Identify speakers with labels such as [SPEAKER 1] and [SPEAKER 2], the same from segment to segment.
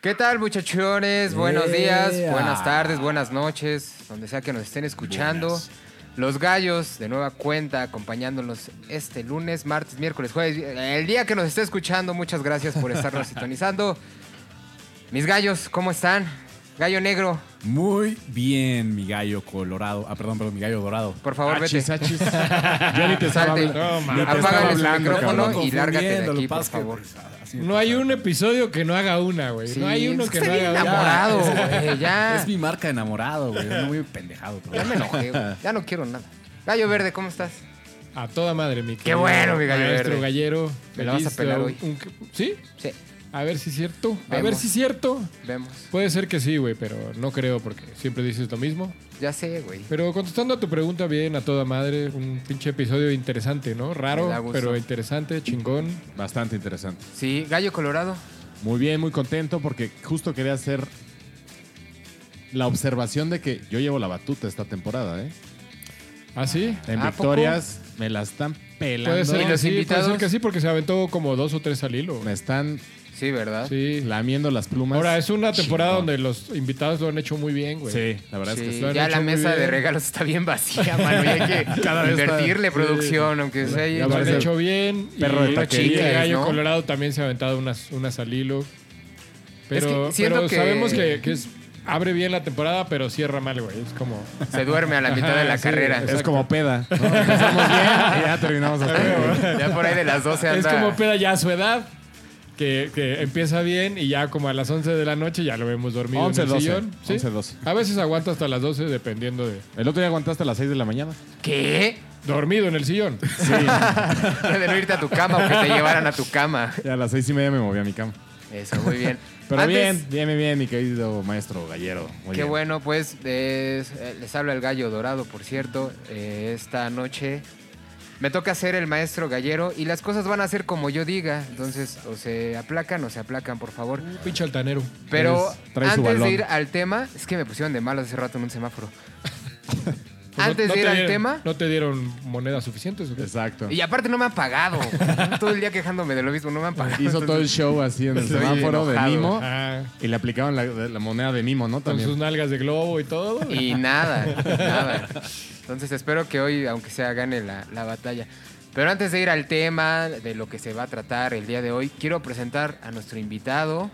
[SPEAKER 1] ¿Qué tal, muchachones? Buenos días,
[SPEAKER 2] Yeah.
[SPEAKER 1] buenas tardes, buenas noches, donde sea que nos estén escuchando. Los gallos, de nueva cuenta, acompañándonos este lunes, martes, miércoles, jueves. El día que nos esté escuchando, muchas gracias por estarnos sintonizando. Mis gallos, ¿cómo están? Gallo negro,
[SPEAKER 2] Muy bien, mi gallo colorado. Ah, perdón, perdón, mi gallo dorado.
[SPEAKER 1] por favor, vete.
[SPEAKER 3] Achis, achis. Ya ni te estaba
[SPEAKER 1] Salte.
[SPEAKER 3] hablando.
[SPEAKER 1] No,
[SPEAKER 3] Ya
[SPEAKER 1] Apágale
[SPEAKER 3] te estaba
[SPEAKER 1] su
[SPEAKER 3] hablando,
[SPEAKER 1] micrófono
[SPEAKER 3] cabrón.
[SPEAKER 1] y lárgate de
[SPEAKER 2] Confundiendo,
[SPEAKER 1] aquí,
[SPEAKER 2] lo
[SPEAKER 1] por
[SPEAKER 2] pasa que,
[SPEAKER 1] favor.
[SPEAKER 2] pues, así me
[SPEAKER 3] No hay
[SPEAKER 2] pasa.
[SPEAKER 3] un episodio que no haga una, güey.
[SPEAKER 1] Sí, pues
[SPEAKER 3] no hay uno que
[SPEAKER 1] estoy
[SPEAKER 3] no haga una.
[SPEAKER 1] enamorado, güey, ya.
[SPEAKER 2] Es mi marca de enamorado, güey. No muy pendejado. pero-
[SPEAKER 1] Ya me enojé, güey. ya no quiero nada. Gallo verde, ¿cómo estás?
[SPEAKER 3] A toda madre, mi
[SPEAKER 1] Qué
[SPEAKER 3] querido
[SPEAKER 1] bueno, mi gallo
[SPEAKER 3] Maestro
[SPEAKER 1] verde.
[SPEAKER 3] gallero.
[SPEAKER 1] Me la vas a
[SPEAKER 3] Feliz de
[SPEAKER 1] pelar
[SPEAKER 3] un-
[SPEAKER 1] hoy.
[SPEAKER 3] un- ¿Sí?
[SPEAKER 1] Sí,
[SPEAKER 3] A ver si es cierto. A
[SPEAKER 1] Vemos.
[SPEAKER 3] ver si es cierto.
[SPEAKER 1] vemos.
[SPEAKER 3] Puede ser que sí, güey, pero no creo porque siempre dices lo mismo.
[SPEAKER 1] Ya sé, güey.
[SPEAKER 3] Pero contestando a tu pregunta bien, a toda madre, un pinche episodio interesante, ¿no?
[SPEAKER 1] Me da
[SPEAKER 3] Raro,
[SPEAKER 1] gusto.
[SPEAKER 3] pero interesante, chingón.
[SPEAKER 4] Bastante interesante.
[SPEAKER 1] Sí, gallo colorado.
[SPEAKER 4] Muy bien, muy contento porque justo quería hacer la observación de que yo llevo la batuta esta temporada, ¿eh?
[SPEAKER 3] ¿Ah, sí?
[SPEAKER 4] En
[SPEAKER 1] ¿A
[SPEAKER 4] victorias me la están pelando.
[SPEAKER 3] Puede ser,
[SPEAKER 1] ¿Y
[SPEAKER 3] que
[SPEAKER 1] los
[SPEAKER 3] sí, puede
[SPEAKER 1] invitados?
[SPEAKER 3] ser que sí, porque se aventó como dos o tres al hilo.
[SPEAKER 4] Me están
[SPEAKER 1] Sí, ¿verdad?
[SPEAKER 3] Sí.
[SPEAKER 4] lamiendo las plumas.
[SPEAKER 3] Ahora, es una temporada
[SPEAKER 4] Chingón.
[SPEAKER 3] donde los invitados lo han hecho muy bien, güey.
[SPEAKER 4] Sí, la verdad es
[SPEAKER 1] Sí,
[SPEAKER 4] que
[SPEAKER 3] lo han
[SPEAKER 1] ya la
[SPEAKER 3] hecho muy
[SPEAKER 1] mesa de
[SPEAKER 3] bien.
[SPEAKER 1] regalos está bien vacía, mano. Y hay que
[SPEAKER 4] Cada vez está-
[SPEAKER 1] invertirle
[SPEAKER 4] sí.
[SPEAKER 1] producción, aunque sea ahí.
[SPEAKER 4] Ya
[SPEAKER 3] Lo han
[SPEAKER 4] parece
[SPEAKER 3] hecho bien.
[SPEAKER 4] perro de
[SPEAKER 3] y la
[SPEAKER 4] taquería,
[SPEAKER 3] chica Gallo
[SPEAKER 1] ¿no?
[SPEAKER 3] Colorado también se ha aventado unas, unas al hilo. Pero,
[SPEAKER 1] que siento
[SPEAKER 3] pero
[SPEAKER 1] que-
[SPEAKER 3] sabemos que, que es, abre bien la temporada, pero cierra mal, güey. Es como...
[SPEAKER 1] Se duerme a la mitad de la
[SPEAKER 3] sí,
[SPEAKER 1] carrera.
[SPEAKER 4] es como peda. ¿no? Empezamos bien y ya terminamos hasta
[SPEAKER 1] Ya por ahí de las 12
[SPEAKER 3] Es
[SPEAKER 1] anda.
[SPEAKER 3] como peda ya a su edad, que, que empieza bien y ya como a las 11 de la noche ya lo vemos dormido
[SPEAKER 4] 11,
[SPEAKER 3] en el
[SPEAKER 4] 12,
[SPEAKER 3] sillón. ¿sí?
[SPEAKER 4] 11, 12.
[SPEAKER 3] A veces aguanta hasta las 12 dependiendo de...
[SPEAKER 4] El otro día aguantaste a las 6 de la mañana.
[SPEAKER 1] ¿Qué?
[SPEAKER 3] Dormido en el sillón.
[SPEAKER 1] De no irte a tu cama o que te llevaran a tu cama.
[SPEAKER 4] Ya a las 6 y media me moví a mi cama.
[SPEAKER 1] Eso, muy bien.
[SPEAKER 4] Pero
[SPEAKER 1] Antes-
[SPEAKER 4] bien, bien, bien, bien, mi querido maestro gallero. Muy
[SPEAKER 1] Qué
[SPEAKER 4] bien.
[SPEAKER 1] bueno, pues es- eh, les habla el gallo dorado, por cierto. Eh, esta noche me toca ser el maestro gallero y las cosas van a ser como yo diga. Entonces, o se aplacan o se aplacan, por favor.
[SPEAKER 3] Un pinche altanero.
[SPEAKER 1] Pero
[SPEAKER 4] Traes- traes su
[SPEAKER 1] antes de
[SPEAKER 4] balón.
[SPEAKER 1] ir al tema, es que me pusieron de malas hace rato en un semáforo.
[SPEAKER 3] Pues no-
[SPEAKER 1] antes
[SPEAKER 3] no
[SPEAKER 1] de
[SPEAKER 3] te
[SPEAKER 1] ir al
[SPEAKER 3] dieron-
[SPEAKER 1] tema,
[SPEAKER 3] ¿No te dieron monedas suficientes? o qué?
[SPEAKER 4] Exacto.
[SPEAKER 1] y aparte no me han pagado. todo el día quejándome de lo mismo, no me han pagado.
[SPEAKER 4] Hizo todo el
[SPEAKER 1] Entonces,
[SPEAKER 4] show así en el
[SPEAKER 1] Estoy
[SPEAKER 4] semáforo de
[SPEAKER 1] enojado.
[SPEAKER 4] Mimo.
[SPEAKER 3] Ah,
[SPEAKER 4] Y le aplicaron la, la moneda de Mimo, ¿no?
[SPEAKER 3] con
[SPEAKER 4] También.
[SPEAKER 3] sus nalgas de globo y todo.
[SPEAKER 1] Y nada, nada. Entonces espero que hoy, aunque sea, gane la, la batalla. Pero antes de ir al tema de lo que se va a tratar el día de hoy, quiero presentar a nuestro invitado,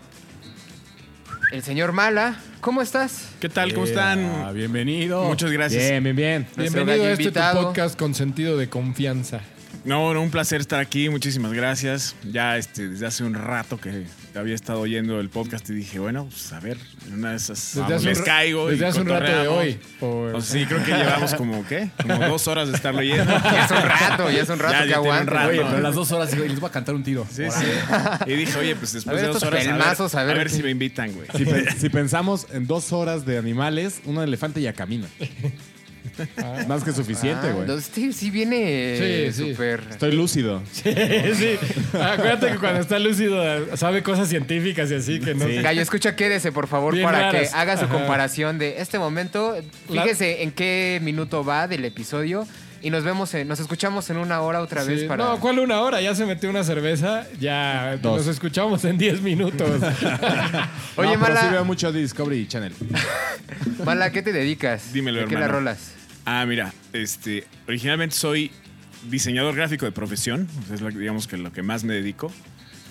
[SPEAKER 1] el señor Mala. ¿Cómo estás?
[SPEAKER 5] ¿Qué tal? ¿Cómo
[SPEAKER 2] Ah,
[SPEAKER 5] están?
[SPEAKER 2] bienvenido.
[SPEAKER 5] Muchas gracias.
[SPEAKER 4] Bien, bien, bien.
[SPEAKER 1] Nuestro
[SPEAKER 3] Bienvenido
[SPEAKER 1] gallo
[SPEAKER 3] a este tu
[SPEAKER 1] invitado.
[SPEAKER 3] podcast con sentido de confianza.
[SPEAKER 5] No, no, un placer estar aquí. Muchísimas gracias. Ya este, desde hace un rato que había estado oyendo el podcast y dije, bueno, pues a ver, en una de esas
[SPEAKER 3] Desde hace
[SPEAKER 5] les
[SPEAKER 3] un ra-
[SPEAKER 5] caigo. y
[SPEAKER 3] desde hace un rato de
[SPEAKER 5] cotorreamos.
[SPEAKER 3] hoy, o-
[SPEAKER 5] Pues sí, creo que llevamos como, ¿qué? Como dos horas de estarlo oyendo.
[SPEAKER 1] Ya es un rato, ya es un rato
[SPEAKER 5] Ya, ya
[SPEAKER 1] que
[SPEAKER 5] tiene un
[SPEAKER 1] aguanto.
[SPEAKER 5] rato.
[SPEAKER 2] Oye,
[SPEAKER 5] no.
[SPEAKER 2] pero a las dos horas güey, les voy a cantar un tiro.
[SPEAKER 5] Sí, sí. Y dije, oye, pues
[SPEAKER 1] A
[SPEAKER 5] después
[SPEAKER 1] ver
[SPEAKER 5] de dos
[SPEAKER 1] estos
[SPEAKER 5] horas,
[SPEAKER 1] pelmazos, a
[SPEAKER 5] a ver,
[SPEAKER 1] ver
[SPEAKER 5] a ver
[SPEAKER 1] qué-
[SPEAKER 5] si me invitan, güey.
[SPEAKER 4] Si, pe- si pensamos en dos horas de animales, un elefante ya camina. Más que suficiente,
[SPEAKER 1] Ah,
[SPEAKER 4] güey.
[SPEAKER 1] entonces sí, sí viene
[SPEAKER 3] Sí, sí.
[SPEAKER 1] súper.
[SPEAKER 4] Estoy lúcido.
[SPEAKER 3] sí. Acuérdate que cuando está lúcido sabe cosas científicas y así que no.
[SPEAKER 1] Gallo, escucha, quédese, por favor,
[SPEAKER 3] Bien
[SPEAKER 1] para
[SPEAKER 3] raras.
[SPEAKER 1] que haga su
[SPEAKER 3] Ajá.
[SPEAKER 1] comparación de este momento.
[SPEAKER 3] La-
[SPEAKER 1] Fíjese en qué minuto va del episodio y nos vemos, en- nos escuchamos en una hora otra vez
[SPEAKER 3] Sí.
[SPEAKER 1] para...
[SPEAKER 3] No, ¿cuál una hora? Ya se metió una cerveza, ya
[SPEAKER 4] Dos.
[SPEAKER 3] nos escuchamos en 10
[SPEAKER 1] Oye,
[SPEAKER 3] minutos.
[SPEAKER 4] No, pero
[SPEAKER 1] Mala.
[SPEAKER 4] sí veo mucho Discovery Channel.
[SPEAKER 1] Mala, ¿qué te dedicas?
[SPEAKER 5] Dímelo,
[SPEAKER 1] ¿De qué la
[SPEAKER 5] hermano.
[SPEAKER 1] rolas?
[SPEAKER 5] Ah, mira, este, originalmente soy diseñador gráfico de profesión, o sea, es lo, que- digamos que lo que más me dedico.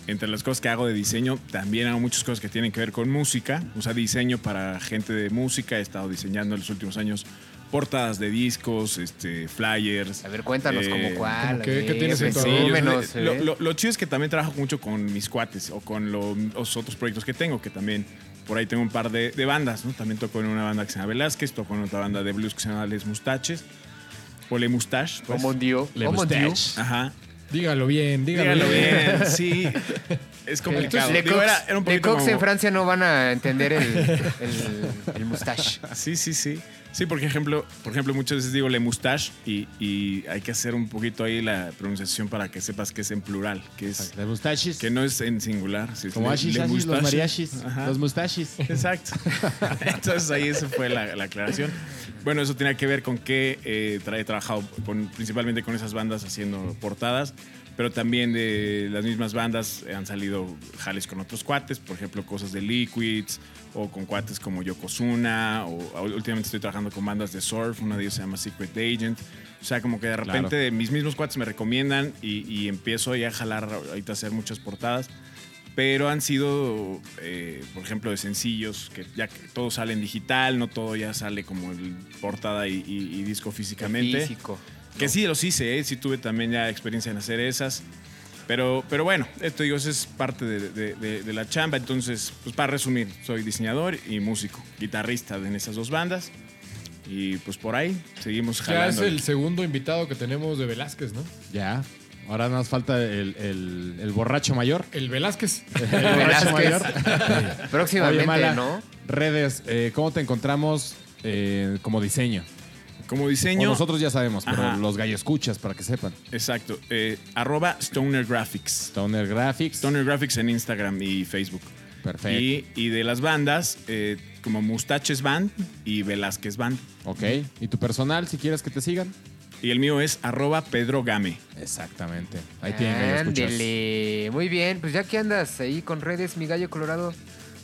[SPEAKER 5] Entre las cosas que hago de diseño, también hago muchas cosas que tienen que ver con música, o sea, diseño para gente de música, he estado diseñando en los últimos años portadas de discos, este, flyers.
[SPEAKER 1] A ver, cuéntanos
[SPEAKER 5] Eh,
[SPEAKER 1] como cuál.
[SPEAKER 3] ¿cómo qué-
[SPEAKER 1] a ver,
[SPEAKER 3] qué tienes en tu
[SPEAKER 5] Sí,
[SPEAKER 3] Por lo
[SPEAKER 5] yo-
[SPEAKER 1] resúmenos,
[SPEAKER 5] lo,
[SPEAKER 1] eh.
[SPEAKER 5] lo- lo chido es que también trabajo mucho con mis cuates o con lo- los otros proyectos que tengo, que también por ahí tengo un par de, de bandas, ¿no? También toco en una banda que se llama Velázquez, toco en otra banda de blues que se llama Les Mustaches, o Le Mustache. pues.
[SPEAKER 1] Como Dio.
[SPEAKER 4] Le
[SPEAKER 1] Como
[SPEAKER 4] gusta.
[SPEAKER 1] Dio.
[SPEAKER 5] Ajá.
[SPEAKER 3] dígalo bien, dígalo,
[SPEAKER 5] Dígalo
[SPEAKER 3] bien.
[SPEAKER 5] bien, sí. Es complicado.
[SPEAKER 1] Le
[SPEAKER 5] Digo,
[SPEAKER 1] Cox,
[SPEAKER 5] era, era
[SPEAKER 1] Le
[SPEAKER 5] un poquito
[SPEAKER 1] Cox
[SPEAKER 5] como-
[SPEAKER 1] en Francia no van a entender el, el, el mustache.
[SPEAKER 5] Sí, sí, sí. Sí, porque ejemplo, por ejemplo, muchas veces digo le mustache y, y hay que hacer un poquito ahí la pronunciación para que sepas que es en plural, que es
[SPEAKER 4] Las mustaches.
[SPEAKER 5] que no es en singular. sí, es
[SPEAKER 4] Ah, Como
[SPEAKER 5] le-
[SPEAKER 4] ashis,
[SPEAKER 5] le
[SPEAKER 4] ashis, los
[SPEAKER 5] mustache.
[SPEAKER 4] mariachis.
[SPEAKER 5] Ajá.
[SPEAKER 4] Los mustaches.
[SPEAKER 5] Exacto. Entonces ahí esa fue la, la aclaración. Bueno, eso tenía que ver con que eh, tra- he trabajado con- principalmente con esas bandas haciendo portadas. Pero también de las mismas bandas han salido jales con otros cuates, por ejemplo, cosas de Liquids o con cuates como Yokozuna. O o últimamente estoy trabajando con bandas de surf, una de ellas se llama Secret Agent. O sea, como que de repente
[SPEAKER 4] Claro.
[SPEAKER 5] mis mismos cuates me recomiendan y, y empiezo ya a jalar, ahorita a hacer muchas portadas pero han sido, eh, por ejemplo, de sencillos, que ya que todo sale en digital, no todo ya sale como el portada y, y- y disco físicamente.
[SPEAKER 1] Físico.
[SPEAKER 5] Que sí los hice, eh, sí tuve también ya experiencia en hacer esas. Pero, pero bueno, esto digo, eso es parte de, de- de- de la chamba. Entonces, pues para resumir, soy diseñador y músico, guitarrista en esas dos bandas. Y pues por ahí seguimos
[SPEAKER 3] Ya es
[SPEAKER 5] jalando.
[SPEAKER 3] el segundo invitado que tenemos de Velázquez, ¿no?
[SPEAKER 4] Ya. Ahora nada más falta el, el- el borracho mayor.
[SPEAKER 3] El Velázquez.
[SPEAKER 4] El borracho
[SPEAKER 1] Velázquez.
[SPEAKER 4] mayor.
[SPEAKER 1] Próximamente,
[SPEAKER 4] Oye, Mala,
[SPEAKER 1] ¿no?
[SPEAKER 4] Redes, eh, ¿cómo te encontramos eh, como diseño?
[SPEAKER 5] Como
[SPEAKER 4] O
[SPEAKER 5] diseño,
[SPEAKER 4] nosotros ya sabemos, pero
[SPEAKER 5] Ajá.
[SPEAKER 4] los gallo escuchas para que sepan.
[SPEAKER 5] exacto, eh, arroba Stoner Graphics.
[SPEAKER 4] Stoner Graphics.
[SPEAKER 5] Stoner Graphics en Instagram y Facebook.
[SPEAKER 4] Perfecto.
[SPEAKER 5] Y, y de las bandas, eh, como Mustaches Band y Velázquez Band.
[SPEAKER 4] Ok. ¿Y tu personal, si quieres que te sigan?
[SPEAKER 5] Y el mío es arroba Pedro Game.
[SPEAKER 4] Exactamente. Ahí tienen gallo escuchas.
[SPEAKER 1] Ándele. Muy bien, pues ya que andas ahí con redes, mi gallo colorado,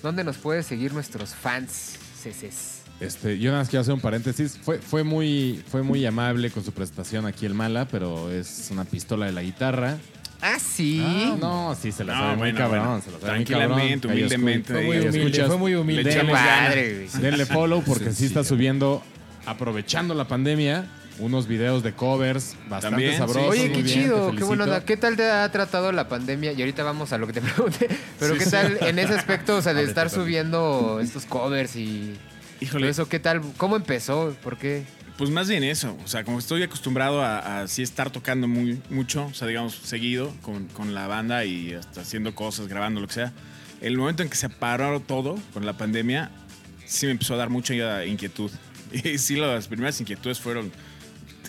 [SPEAKER 1] ¿dónde nos puede seguir nuestros fans? Ceces.
[SPEAKER 4] Este, yo nada más quiero hacer un paréntesis. Fue, fue, muy, fue muy amable con su presentación aquí el Mala, pero es una pistola de la guitarra.
[SPEAKER 1] Ah, sí.
[SPEAKER 4] Ah, no, sí, se la
[SPEAKER 5] No,
[SPEAKER 4] sabe muy
[SPEAKER 5] bueno,
[SPEAKER 4] cabrón.
[SPEAKER 5] bueno.
[SPEAKER 4] Se la sabe muy
[SPEAKER 5] Tranquilamente,
[SPEAKER 4] cabrón. Gallo escu-
[SPEAKER 5] humildemente,
[SPEAKER 3] Fue muy
[SPEAKER 4] gallo
[SPEAKER 3] humilde,
[SPEAKER 4] escuchas.
[SPEAKER 3] fue muy humilde.
[SPEAKER 5] Le
[SPEAKER 1] Qué
[SPEAKER 5] echamos
[SPEAKER 1] padre, güey.
[SPEAKER 4] Denle follow porque sí está
[SPEAKER 2] Sencillo.
[SPEAKER 4] subiendo, aprovechando la pandemia, unos videos de covers bastante
[SPEAKER 5] También, sí.
[SPEAKER 4] sabrosos.
[SPEAKER 1] Oye,
[SPEAKER 4] muy
[SPEAKER 1] qué
[SPEAKER 4] bien, te
[SPEAKER 1] chido, qué
[SPEAKER 4] felicito.
[SPEAKER 1] bueno. ¿Qué tal te ha tratado la pandemia? Y ahorita vamos a lo que te pregunté. Pero
[SPEAKER 5] Sí,
[SPEAKER 1] qué
[SPEAKER 5] sí.
[SPEAKER 1] tal en ese aspecto, o sea, de
[SPEAKER 2] Ábrete,
[SPEAKER 1] estar
[SPEAKER 2] papi.
[SPEAKER 1] subiendo estos covers y todo
[SPEAKER 5] Híjole,
[SPEAKER 1] eso, ¿qué tal? ¿Cómo empezó? ¿Por qué?
[SPEAKER 5] pues más bien eso. O sea, como estoy acostumbrado a, a sí estar tocando muy, mucho, o sea, digamos, seguido con, con la banda y hasta haciendo cosas, grabando, lo que sea. El momento en que se paró todo con la pandemia, sí me empezó a dar mucha inquietud. Y sí, las primeras inquietudes fueron,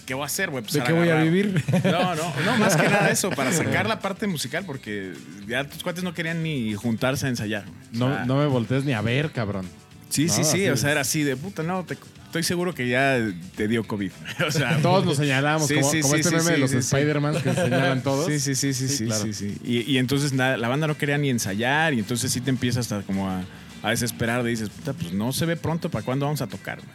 [SPEAKER 5] ¿qué voy a hacer? Voy a
[SPEAKER 3] ¿De
[SPEAKER 5] empezar
[SPEAKER 3] qué voy a
[SPEAKER 5] agarrar-
[SPEAKER 3] vivir?
[SPEAKER 5] No, no, no, más que nada eso, para sacar la parte musical, porque ya tus cuates no querían ni juntarse a ensayar. O
[SPEAKER 4] No,
[SPEAKER 5] sea,
[SPEAKER 4] no me voltees ni a ver, cabrón.
[SPEAKER 5] Sí, sí,
[SPEAKER 4] no,
[SPEAKER 5] sí,
[SPEAKER 4] así
[SPEAKER 5] o sea,
[SPEAKER 4] es.
[SPEAKER 5] era así de puta, no, te- estoy seguro que ya te dio COVID. O sea,
[SPEAKER 4] Todos nos señalamos,
[SPEAKER 5] Sí,
[SPEAKER 4] como,
[SPEAKER 5] sí,
[SPEAKER 4] como
[SPEAKER 5] sí,
[SPEAKER 4] este
[SPEAKER 5] sí,
[SPEAKER 4] meme de
[SPEAKER 5] sí,
[SPEAKER 4] los
[SPEAKER 5] sí, sí.
[SPEAKER 4] Spider-Man que se señalan todos.
[SPEAKER 5] Sí, sí, sí, sí, sí,
[SPEAKER 4] claro.
[SPEAKER 5] sí, sí. Y, y entonces nada, la banda no quería ni ensayar y entonces sí te empiezas hasta como a, a desesperar, de dices, puta, pues no se ve pronto, ¿para cuándo vamos a tocar? güey?"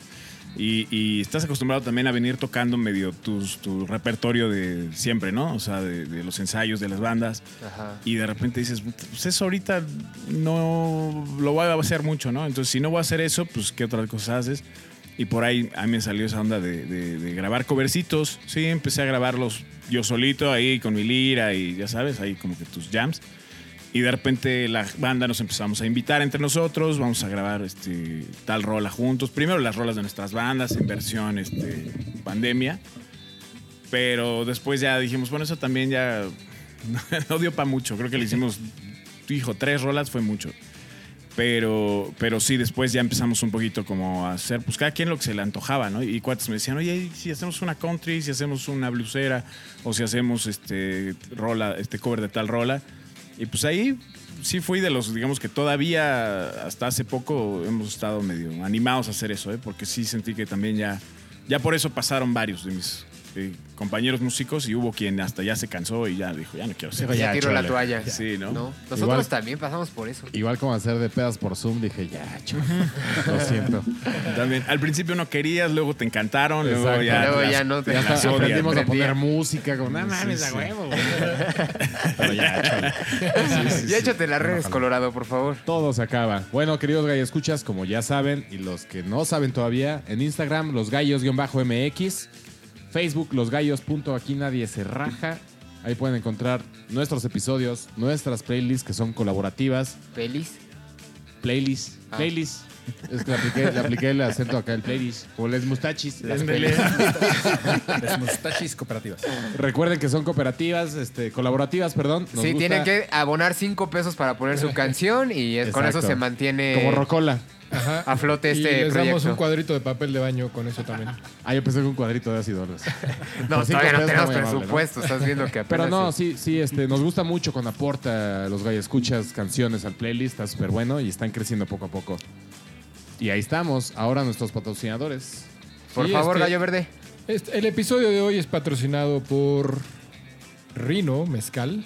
[SPEAKER 5] Y, y estás acostumbrado también a venir tocando medio tus, tu repertorio de siempre, ¿no? O sea, de, de los ensayos, de las bandas.
[SPEAKER 1] Ajá.
[SPEAKER 5] Y de repente dices, "Puta, pues eso ahorita no lo voy a hacer mucho, ¿no? Entonces, si no voy a hacer eso, pues ¿qué otras cosas haces? Y por ahí a mí me salió esa onda de, de- de grabar covercitos. Sí, empecé a grabarlos yo solito ahí con mi lira y ya sabes, ahí como que tus jams. Y de repente la banda nos empezamos a invitar entre nosotros, vamos a grabar este, tal rola juntos. Primero las rolas de nuestras bandas en versión este, pandemia. Pero después ya dijimos, bueno, eso también ya no dio para mucho. Creo que le hicimos, hijo, tres rolas fue mucho. Pero, pero sí, después ya empezamos un poquito como a hacer, pues cada quien lo que se le antojaba, ¿no? Y cuates me decían, oye, ¿y si hacemos una country, si hacemos una blusera, o si hacemos este rola, este cover de tal rola. Y pues ahí sí fui de los, digamos que todavía hasta hace poco hemos estado medio animados a hacer eso, ¿eh? Porque sí sentí que también ya, ya por eso pasaron varios de mis eh, compañeros músicos y hubo quien hasta ya se cansó y ya dijo, ya no quiero hacer.
[SPEAKER 4] Dijo,
[SPEAKER 1] Ya,
[SPEAKER 4] Ya,
[SPEAKER 1] tiro
[SPEAKER 4] chale.
[SPEAKER 1] la toalla.
[SPEAKER 5] Sí, ¿no?
[SPEAKER 1] Nosotros
[SPEAKER 4] Igual-
[SPEAKER 1] también pasamos por eso.
[SPEAKER 4] Igual como hacer de pedas por Zoom, dije, ya, chaval. Lo siento.
[SPEAKER 5] También, al principio no querías, luego te encantaron, luego
[SPEAKER 4] Exacto.
[SPEAKER 5] ya,
[SPEAKER 1] Luego
[SPEAKER 5] las-
[SPEAKER 1] ya no te-
[SPEAKER 4] Ya
[SPEAKER 5] las
[SPEAKER 4] hasta
[SPEAKER 5] odian.
[SPEAKER 4] aprendimos a
[SPEAKER 1] aprendí.
[SPEAKER 4] poner música. Como, no mames,
[SPEAKER 5] sí.
[SPEAKER 4] a huevo. güey". Pero ya, chale.
[SPEAKER 1] ya échate las redes, Colorado, por favor.
[SPEAKER 4] Todo se acaba. Bueno, queridos gallos escuchas, como ya saben, y los que no saben todavía, en Instagram, los gallos-mx, Facebook, los aquí nadie se raja. Ahí pueden encontrar nuestros episodios, nuestras playlists que son colaborativas.
[SPEAKER 1] Feliz.
[SPEAKER 4] Playlists.
[SPEAKER 1] Ah.
[SPEAKER 4] Playlists. Es que le apliqué, le apliqué el acento acá, el playlist. O les mustachis. Este,
[SPEAKER 1] Las
[SPEAKER 5] Ándale.
[SPEAKER 1] pelis.
[SPEAKER 2] Las mustachis cooperativas.
[SPEAKER 4] Recuerden que son cooperativas, este, colaborativas, perdón. Nos
[SPEAKER 1] Sí,
[SPEAKER 4] gusta
[SPEAKER 1] tienen que abonar cinco pesos para poner su canción y es- con eso
[SPEAKER 4] Exacto.
[SPEAKER 1] se mantiene
[SPEAKER 4] Como Rocola.
[SPEAKER 3] Ajá.
[SPEAKER 1] a flote
[SPEAKER 3] Y
[SPEAKER 1] este
[SPEAKER 3] les damos un
[SPEAKER 1] proyecto.
[SPEAKER 3] cuadrito de papel de baño con eso también.
[SPEAKER 4] Ah, yo pensé que un cuadrito de ácido.
[SPEAKER 1] No,
[SPEAKER 4] Por cinco
[SPEAKER 1] todavía no
[SPEAKER 4] pesos,
[SPEAKER 1] tenemos
[SPEAKER 4] muy amable, ¿no?
[SPEAKER 1] presupuesto, estás viendo que
[SPEAKER 4] Pero
[SPEAKER 1] apenas...
[SPEAKER 4] no,
[SPEAKER 1] se-
[SPEAKER 4] sí, sí, este, nos gusta mucho cuando aporta los gallos escuchas canciones al playlist, está súper bueno y están creciendo poco a poco. Y ahí estamos, ahora nuestros patrocinadores.
[SPEAKER 1] Por
[SPEAKER 3] Sí,
[SPEAKER 1] favor,
[SPEAKER 3] este-
[SPEAKER 1] Gallo Verde.
[SPEAKER 3] Este- el episodio de hoy es patrocinado por Rino, mezcal.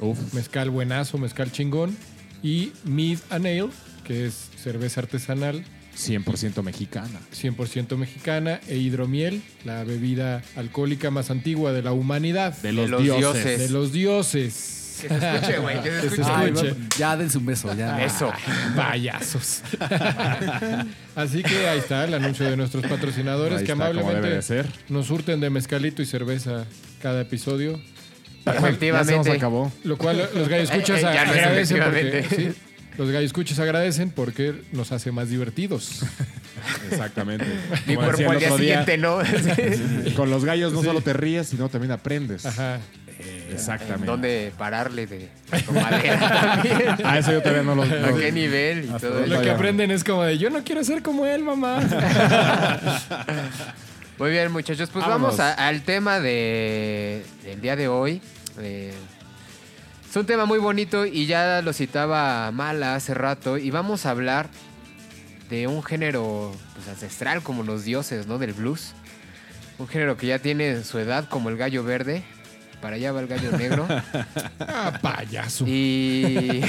[SPEAKER 4] Uf.
[SPEAKER 3] Mezcal buenazo, mezcal chingón. Y Mead and Ale, que es cerveza artesanal
[SPEAKER 4] 100% mexicana.
[SPEAKER 3] 100% mexicana. E hidromiel, la bebida alcohólica más antigua de la humanidad.
[SPEAKER 4] De
[SPEAKER 1] los los
[SPEAKER 4] los,
[SPEAKER 1] dioses.
[SPEAKER 4] dioses.
[SPEAKER 1] dioses.
[SPEAKER 3] De los dioses.
[SPEAKER 1] Que se escuche, güey, que se
[SPEAKER 3] Que se
[SPEAKER 1] escuche.
[SPEAKER 2] Ay,
[SPEAKER 3] Escuche.
[SPEAKER 2] ya dense un beso, ya.
[SPEAKER 1] Eso.
[SPEAKER 3] Payasos. Así que ahí está el anuncio de nuestros patrocinadores
[SPEAKER 4] Ahí
[SPEAKER 3] que
[SPEAKER 4] está, como debe
[SPEAKER 3] amablemente
[SPEAKER 4] de ser.
[SPEAKER 3] nos surten de mezcalito y cerveza cada episodio.
[SPEAKER 4] Ya se nos
[SPEAKER 1] Efectivamente.
[SPEAKER 4] acabó.
[SPEAKER 3] Lo cual los gallos escuchas
[SPEAKER 1] Eh, eh, ya no es
[SPEAKER 3] agradecen porque,
[SPEAKER 1] efectivamente.
[SPEAKER 3] sí, los gallos escuchas agradecen porque nos hace más divertidos.
[SPEAKER 4] Exactamente.
[SPEAKER 1] Mi
[SPEAKER 4] Como decía
[SPEAKER 1] cuerpo al
[SPEAKER 4] el
[SPEAKER 1] día
[SPEAKER 4] otro día,
[SPEAKER 1] siguiente, ¿no?
[SPEAKER 4] Con los gallos no solo te ríes, sino también aprendes.
[SPEAKER 3] Ajá.
[SPEAKER 4] Exactamente.
[SPEAKER 1] ¿Dónde pararle de tomadera también?
[SPEAKER 4] Ah, eso yo todavía no lo...
[SPEAKER 1] ¿A
[SPEAKER 4] no-
[SPEAKER 1] qué nivel? Y todo
[SPEAKER 4] dónde
[SPEAKER 1] eso.
[SPEAKER 3] Lo que
[SPEAKER 4] ya.
[SPEAKER 3] aprenden es como de yo no quiero ser como él, mamá.
[SPEAKER 1] Muy bien, muchachos. Pues
[SPEAKER 4] Vámonos.
[SPEAKER 1] vamos a- al tema de, del día de hoy. Eh, es un tema muy bonito y ya lo citaba Mala hace rato. Y vamos a hablar de un género pues, ancestral como los dioses, ¿no? Del blues. Un género que ya tiene su edad como el gallo verde. Para allá va el gallo negro.
[SPEAKER 3] Ah, payaso.
[SPEAKER 1] y...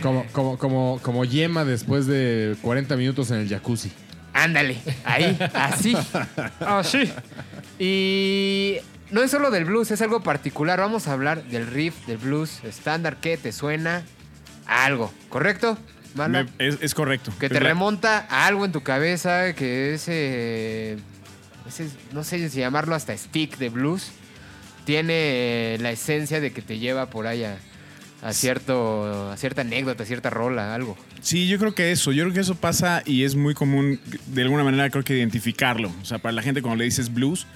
[SPEAKER 4] Como, como, como, como yema después de 40 minutos en el jacuzzi.
[SPEAKER 1] Ándale, ahí, así. Así. Y no es solo del blues, es algo particular. Vamos a hablar del riff, del blues estándar que te suena a algo, ¿correcto? Mala?
[SPEAKER 5] Me- es, es correcto.
[SPEAKER 1] que te
[SPEAKER 5] Es la-
[SPEAKER 1] remonta a algo en tu cabeza, que ese, ese, no sé si llamarlo hasta stick de blues, tiene eh, la esencia de que te lleva por ahí a, a cierto, a cierta anécdota, a cierta rola, algo.
[SPEAKER 5] Sí, yo creo que eso, yo creo que eso pasa y es muy común, de alguna manera creo que identificarlo. O sea, para la gente cuando le dices blues,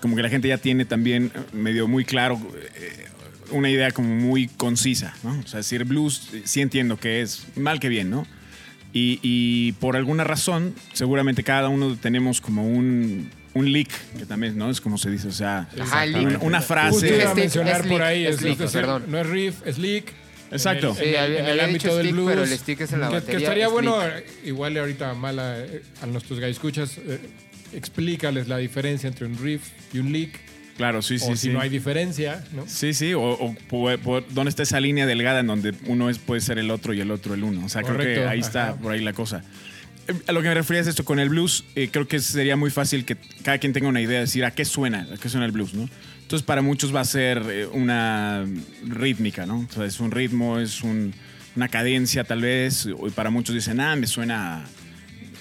[SPEAKER 5] como que la gente ya tiene también eh, medio muy claro eh, una idea como muy concisa, ¿no? O sea, decir blues eh, sí entiendo que es mal que bien, ¿no? Y, y por alguna razón, seguramente cada uno tenemos como un, un leak, que también, ¿no? Es como se dice, o sea,
[SPEAKER 1] Ajá, el
[SPEAKER 5] una,
[SPEAKER 1] leak.
[SPEAKER 5] una
[SPEAKER 3] Justo iba
[SPEAKER 5] frase.
[SPEAKER 3] a
[SPEAKER 1] Slick,
[SPEAKER 3] mencionar
[SPEAKER 1] es
[SPEAKER 3] por
[SPEAKER 1] Slick,
[SPEAKER 3] ahí.
[SPEAKER 1] es
[SPEAKER 3] Es,
[SPEAKER 1] Slick,
[SPEAKER 3] es-
[SPEAKER 1] perdón.
[SPEAKER 3] No es riff, es leak.
[SPEAKER 5] Exacto.
[SPEAKER 3] En el, eh, en el-
[SPEAKER 1] Sí,
[SPEAKER 3] en el
[SPEAKER 1] había
[SPEAKER 3] ámbito
[SPEAKER 1] dicho
[SPEAKER 3] del
[SPEAKER 1] stick,
[SPEAKER 3] blues.
[SPEAKER 1] pero el stick es en la
[SPEAKER 3] Que- Que
[SPEAKER 1] batería,
[SPEAKER 3] estaría
[SPEAKER 1] es
[SPEAKER 3] bueno, eh, igual ahorita mala eh, a nuestros guys escuchas, eh, explícales la diferencia entre un riff y un leak.
[SPEAKER 5] Claro, sí,
[SPEAKER 3] o
[SPEAKER 5] sí,
[SPEAKER 3] si
[SPEAKER 5] sí.
[SPEAKER 3] no hay diferencia, ¿no?
[SPEAKER 5] Sí, sí, o, o po- po- dónde está esa línea delgada en donde uno es, puede ser el otro y el otro el uno. O sea, creo que
[SPEAKER 3] Correcto,
[SPEAKER 5] ahí está
[SPEAKER 3] ajá.
[SPEAKER 5] por ahí la cosa. Eh, A lo que me refería es esto con el blues, eh, creo que sería muy fácil que cada quien tenga una idea de decir a qué suena, a qué suena el blues, ¿no? Entonces para muchos va a ser eh, una rítmica, ¿no? O sea, es un ritmo, es un- una cadencia tal vez, o- y para muchos dicen, ah, me suena, a-".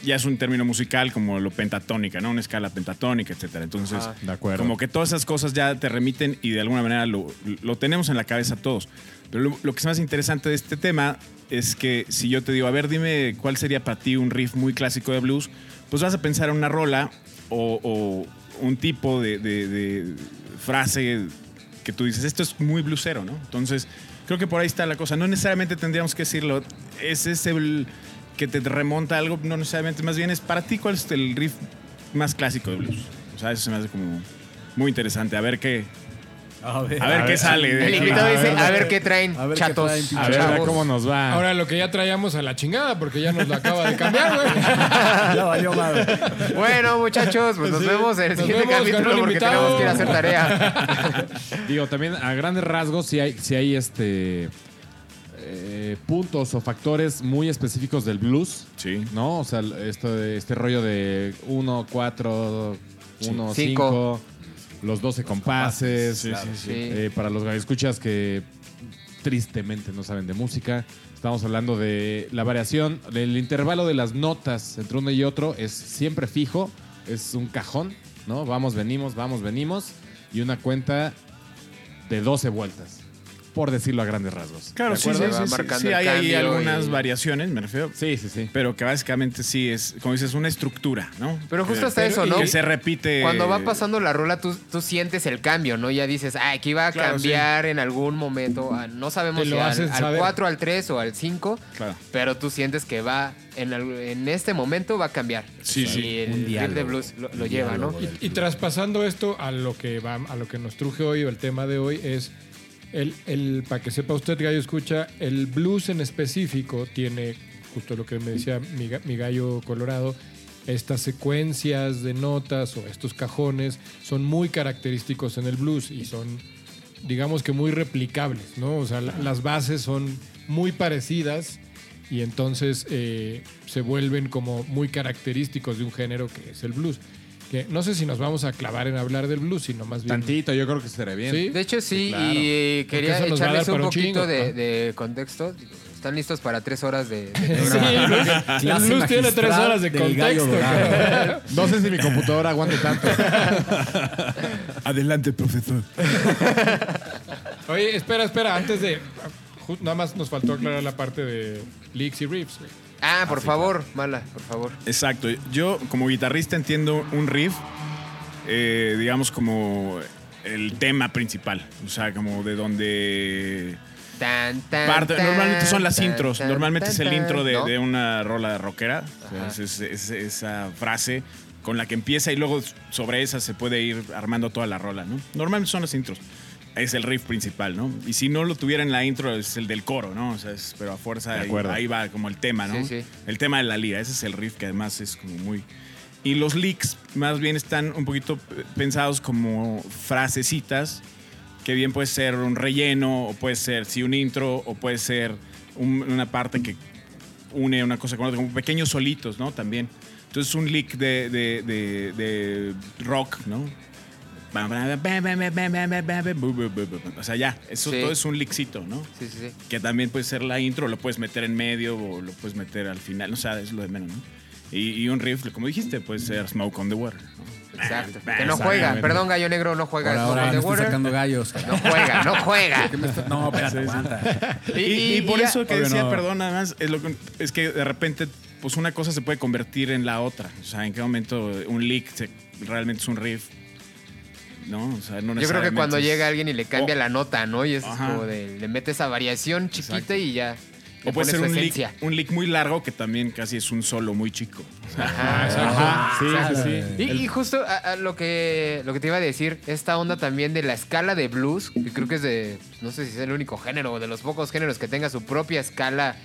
[SPEAKER 5] ya es un término musical como lo pentatónica, ¿no? Una escala pentatónica, etcétera. Entonces,
[SPEAKER 1] Ajá.
[SPEAKER 4] De acuerdo.
[SPEAKER 5] como que todas esas cosas ya te remiten y de alguna manera lo, lo tenemos en la cabeza todos. Pero lo, lo que es más interesante de este tema es que si yo te digo, a ver, dime cuál sería para ti un riff muy clásico de blues, pues vas a pensar en una rola o, o un tipo de, de- de frase que tú dices, esto es muy bluesero, ¿no? Entonces, creo que por ahí está la cosa. No necesariamente tendríamos que decirlo, es ese bl- que te remonta a algo, no necesariamente, más bien es para ti cuál es el riff más clásico de blues. O sea, eso se me hace como muy interesante. A ver qué,
[SPEAKER 2] A ver,
[SPEAKER 5] a ver qué sale. de
[SPEAKER 1] El
[SPEAKER 5] aquí.
[SPEAKER 1] invitado dice,
[SPEAKER 2] ver,
[SPEAKER 1] a ver qué traen,
[SPEAKER 2] a ver qué
[SPEAKER 1] chatos.
[SPEAKER 2] traen,
[SPEAKER 4] A ver, a ver
[SPEAKER 1] chavos".
[SPEAKER 4] cómo nos
[SPEAKER 5] Ah.
[SPEAKER 4] va.
[SPEAKER 3] Ahora lo que ya traíamos a la chingada, porque ya nos lo acaba de cambiar, güey.
[SPEAKER 2] Ah, Ya valió madre.
[SPEAKER 1] Bueno, muchachos, pues nos
[SPEAKER 3] Sí.
[SPEAKER 1] vemos en el
[SPEAKER 3] Nos
[SPEAKER 1] siguiente
[SPEAKER 3] vemos,
[SPEAKER 1] capítulo
[SPEAKER 3] ganó el
[SPEAKER 1] porque tenemos
[SPEAKER 3] invitado.
[SPEAKER 1] que ir a hacer tarea.
[SPEAKER 4] Digo, también a grandes rasgos si hay, sí hay este eh, puntos o factores muy específicos del blues,
[SPEAKER 5] Sí.
[SPEAKER 4] ¿no? O sea, esto de- este rollo de 1, 4, 1,
[SPEAKER 1] Cinco.
[SPEAKER 4] 5, los 12 compases.
[SPEAKER 5] Ah, Sí, sí, sí.
[SPEAKER 1] Sí.
[SPEAKER 4] Eh, para los escuchas que tristemente no saben de música, estamos hablando de la variación, el intervalo de las notas entre uno y otro es siempre fijo, es un cajón, ¿no? Vamos, venimos, vamos, venimos, y una cuenta de 12 vueltas, por decirlo a grandes rasgos.
[SPEAKER 5] Claro,
[SPEAKER 1] ¿De
[SPEAKER 5] sí, sí,
[SPEAKER 1] acuerdo? Se va
[SPEAKER 5] sí, sí.
[SPEAKER 1] marcando
[SPEAKER 5] Sí,
[SPEAKER 1] el
[SPEAKER 5] hay, hay
[SPEAKER 1] cambio
[SPEAKER 5] algunas
[SPEAKER 1] y-
[SPEAKER 5] variaciones, me refiero.
[SPEAKER 4] Sí, sí, sí.
[SPEAKER 5] Pero que básicamente sí es, como dices, una estructura, ¿no?
[SPEAKER 1] Pero justo hasta
[SPEAKER 5] Pero-
[SPEAKER 1] eso,
[SPEAKER 5] y
[SPEAKER 1] ¿no?
[SPEAKER 5] Que se repite.
[SPEAKER 1] Cuando va pasando la rola, tú, tú sientes el cambio, ¿no? Ya dices, ah, aquí va a
[SPEAKER 5] Claro,
[SPEAKER 1] cambiar en algún momento. ah, No sabemos
[SPEAKER 3] Te lo
[SPEAKER 1] si al,
[SPEAKER 3] hacen
[SPEAKER 1] al
[SPEAKER 3] saber.
[SPEAKER 1] 4, al 3 o al 5,
[SPEAKER 5] Claro.
[SPEAKER 1] pero tú sientes que va, en, al- en este momento va a cambiar.
[SPEAKER 5] Sí, sí.
[SPEAKER 1] Y el
[SPEAKER 2] Un
[SPEAKER 1] riff de
[SPEAKER 2] diálogo,
[SPEAKER 1] blues lo, lo
[SPEAKER 2] un
[SPEAKER 1] lleva, ¿no?
[SPEAKER 2] diálogo.
[SPEAKER 3] Y, y traspasando esto a lo que va, a lo que nos truje hoy, o el tema de hoy, es el, el para que sepa usted, gallo escucha, el blues en específico tiene, justo lo que me decía mi, ga- mi gallo colorado, estas secuencias de notas o estos cajones son muy característicos en el blues y son digamos que muy replicables, ¿no? O sea, la- las bases son muy parecidas y entonces eh, se vuelven como muy característicos de un género que es el blues. Que no sé si nos vamos a clavar en hablar del blues, sino más bien...
[SPEAKER 4] Tantito, yo creo que estaría bien.
[SPEAKER 3] Sí.
[SPEAKER 1] De hecho, sí,
[SPEAKER 4] Sí, claro.
[SPEAKER 1] y quería
[SPEAKER 3] eso nos va a
[SPEAKER 1] echarles
[SPEAKER 3] dar
[SPEAKER 1] un
[SPEAKER 3] para un
[SPEAKER 1] poquito
[SPEAKER 3] chingo,
[SPEAKER 1] de,
[SPEAKER 3] ¿no?
[SPEAKER 1] de contexto. Están listos para tres horas de, de
[SPEAKER 3] Sí,
[SPEAKER 1] programa.
[SPEAKER 3] porque el
[SPEAKER 2] Clase
[SPEAKER 3] blues tiene tres
[SPEAKER 2] magistral
[SPEAKER 3] horas de
[SPEAKER 2] del gallo
[SPEAKER 3] contexto.
[SPEAKER 2] dorado.
[SPEAKER 3] cabrón.
[SPEAKER 4] No sé si mi computadora aguante tanto.
[SPEAKER 5] Adelante, profesor.
[SPEAKER 3] Oye, espera, espera, antes de... ju- Nada más nos faltó aclarar la parte de leaks y riffs. güey.
[SPEAKER 1] Ah, por favor, mala, por favor.
[SPEAKER 5] Exacto. Yo, como guitarrista, entiendo un riff, eh, digamos, como el tema principal. O sea, como de donde.
[SPEAKER 1] Tan, tan,
[SPEAKER 5] parte-
[SPEAKER 1] tan,
[SPEAKER 5] normalmente son las
[SPEAKER 1] tan,
[SPEAKER 5] intros.
[SPEAKER 1] tan,
[SPEAKER 5] normalmente es
[SPEAKER 1] tan,
[SPEAKER 5] el intro de,
[SPEAKER 1] ¿no?
[SPEAKER 5] de una rola rockera. O sea, es, es- es esa frase con la que empieza y luego sobre esa se puede ir armando toda la rola, ¿no? Normalmente son las intros. Es el riff principal, ¿no? Y si no lo tuviera en la intro, es el del coro, ¿no? O sea, es- pero a fuerza
[SPEAKER 4] De
[SPEAKER 5] ahí,
[SPEAKER 4] acuerdo.
[SPEAKER 5] ahí va como el tema, ¿no?
[SPEAKER 1] Sí, sí.
[SPEAKER 5] El tema de la liga. Ese es el riff que además es como muy... Y los leaks más bien están un poquito eh, pensados como frasecitas que bien puede ser un relleno, o puede ser, sí, un intro, o puede ser un- una parte que une una cosa con otra, como pequeños solitos, ¿no? También. Entonces, un leak de, de- de- de rock, ¿no? O sea, ya, eso
[SPEAKER 1] Sí.
[SPEAKER 5] todo es un leakcito, ¿no?
[SPEAKER 1] Sí, sí, sí.
[SPEAKER 5] Que también puede ser la intro, lo puedes meter en medio o lo puedes meter al final, o sea, es lo de menos, ¿no? Y, y un riff, como dijiste, puede ser Smoke on the Water. ¿no?
[SPEAKER 1] Exacto.
[SPEAKER 5] Ah,
[SPEAKER 1] Que no
[SPEAKER 5] ah,
[SPEAKER 1] juega.
[SPEAKER 5] exactamente.
[SPEAKER 1] Perdón, Gallo Negro, no juega.
[SPEAKER 2] Ahora,
[SPEAKER 1] Smoke on the
[SPEAKER 2] ahora, me estoy
[SPEAKER 1] Water.
[SPEAKER 2] sacando gallos.
[SPEAKER 1] No juega, no juega.
[SPEAKER 2] No, espérate, aguanta.
[SPEAKER 5] Y, y- y por
[SPEAKER 1] ya-
[SPEAKER 5] eso que
[SPEAKER 2] Obvio
[SPEAKER 5] decía,
[SPEAKER 2] no.
[SPEAKER 5] perdón, nada más, es, lo que- es que de repente, pues una cosa se puede convertir en la otra. O sea, en qué momento un leak se- realmente es un riff. ¿No? O sea,
[SPEAKER 1] Yo creo que
[SPEAKER 5] no necesariamente
[SPEAKER 1] cuando
[SPEAKER 5] es-
[SPEAKER 1] llega alguien y le cambia
[SPEAKER 5] O-
[SPEAKER 1] la nota, ¿no? Y es
[SPEAKER 5] Oh. Ajá.
[SPEAKER 1] como de, le mete esa variación chiquita
[SPEAKER 5] Exacto.
[SPEAKER 1] y ya. le
[SPEAKER 5] O
[SPEAKER 1] pone
[SPEAKER 5] puede ser
[SPEAKER 1] su
[SPEAKER 5] un
[SPEAKER 1] esencia.
[SPEAKER 5] leak, un leak muy largo que también casi es un solo muy chico.
[SPEAKER 1] Ajá.
[SPEAKER 4] Ajá, Ah, sí, sí, sí.
[SPEAKER 1] Y, y justo a- a lo, que, lo que te iba a decir, esta onda también de la escala de blues, que creo que es de, pues, no sé si es el único género o de los pocos géneros que tenga su propia escala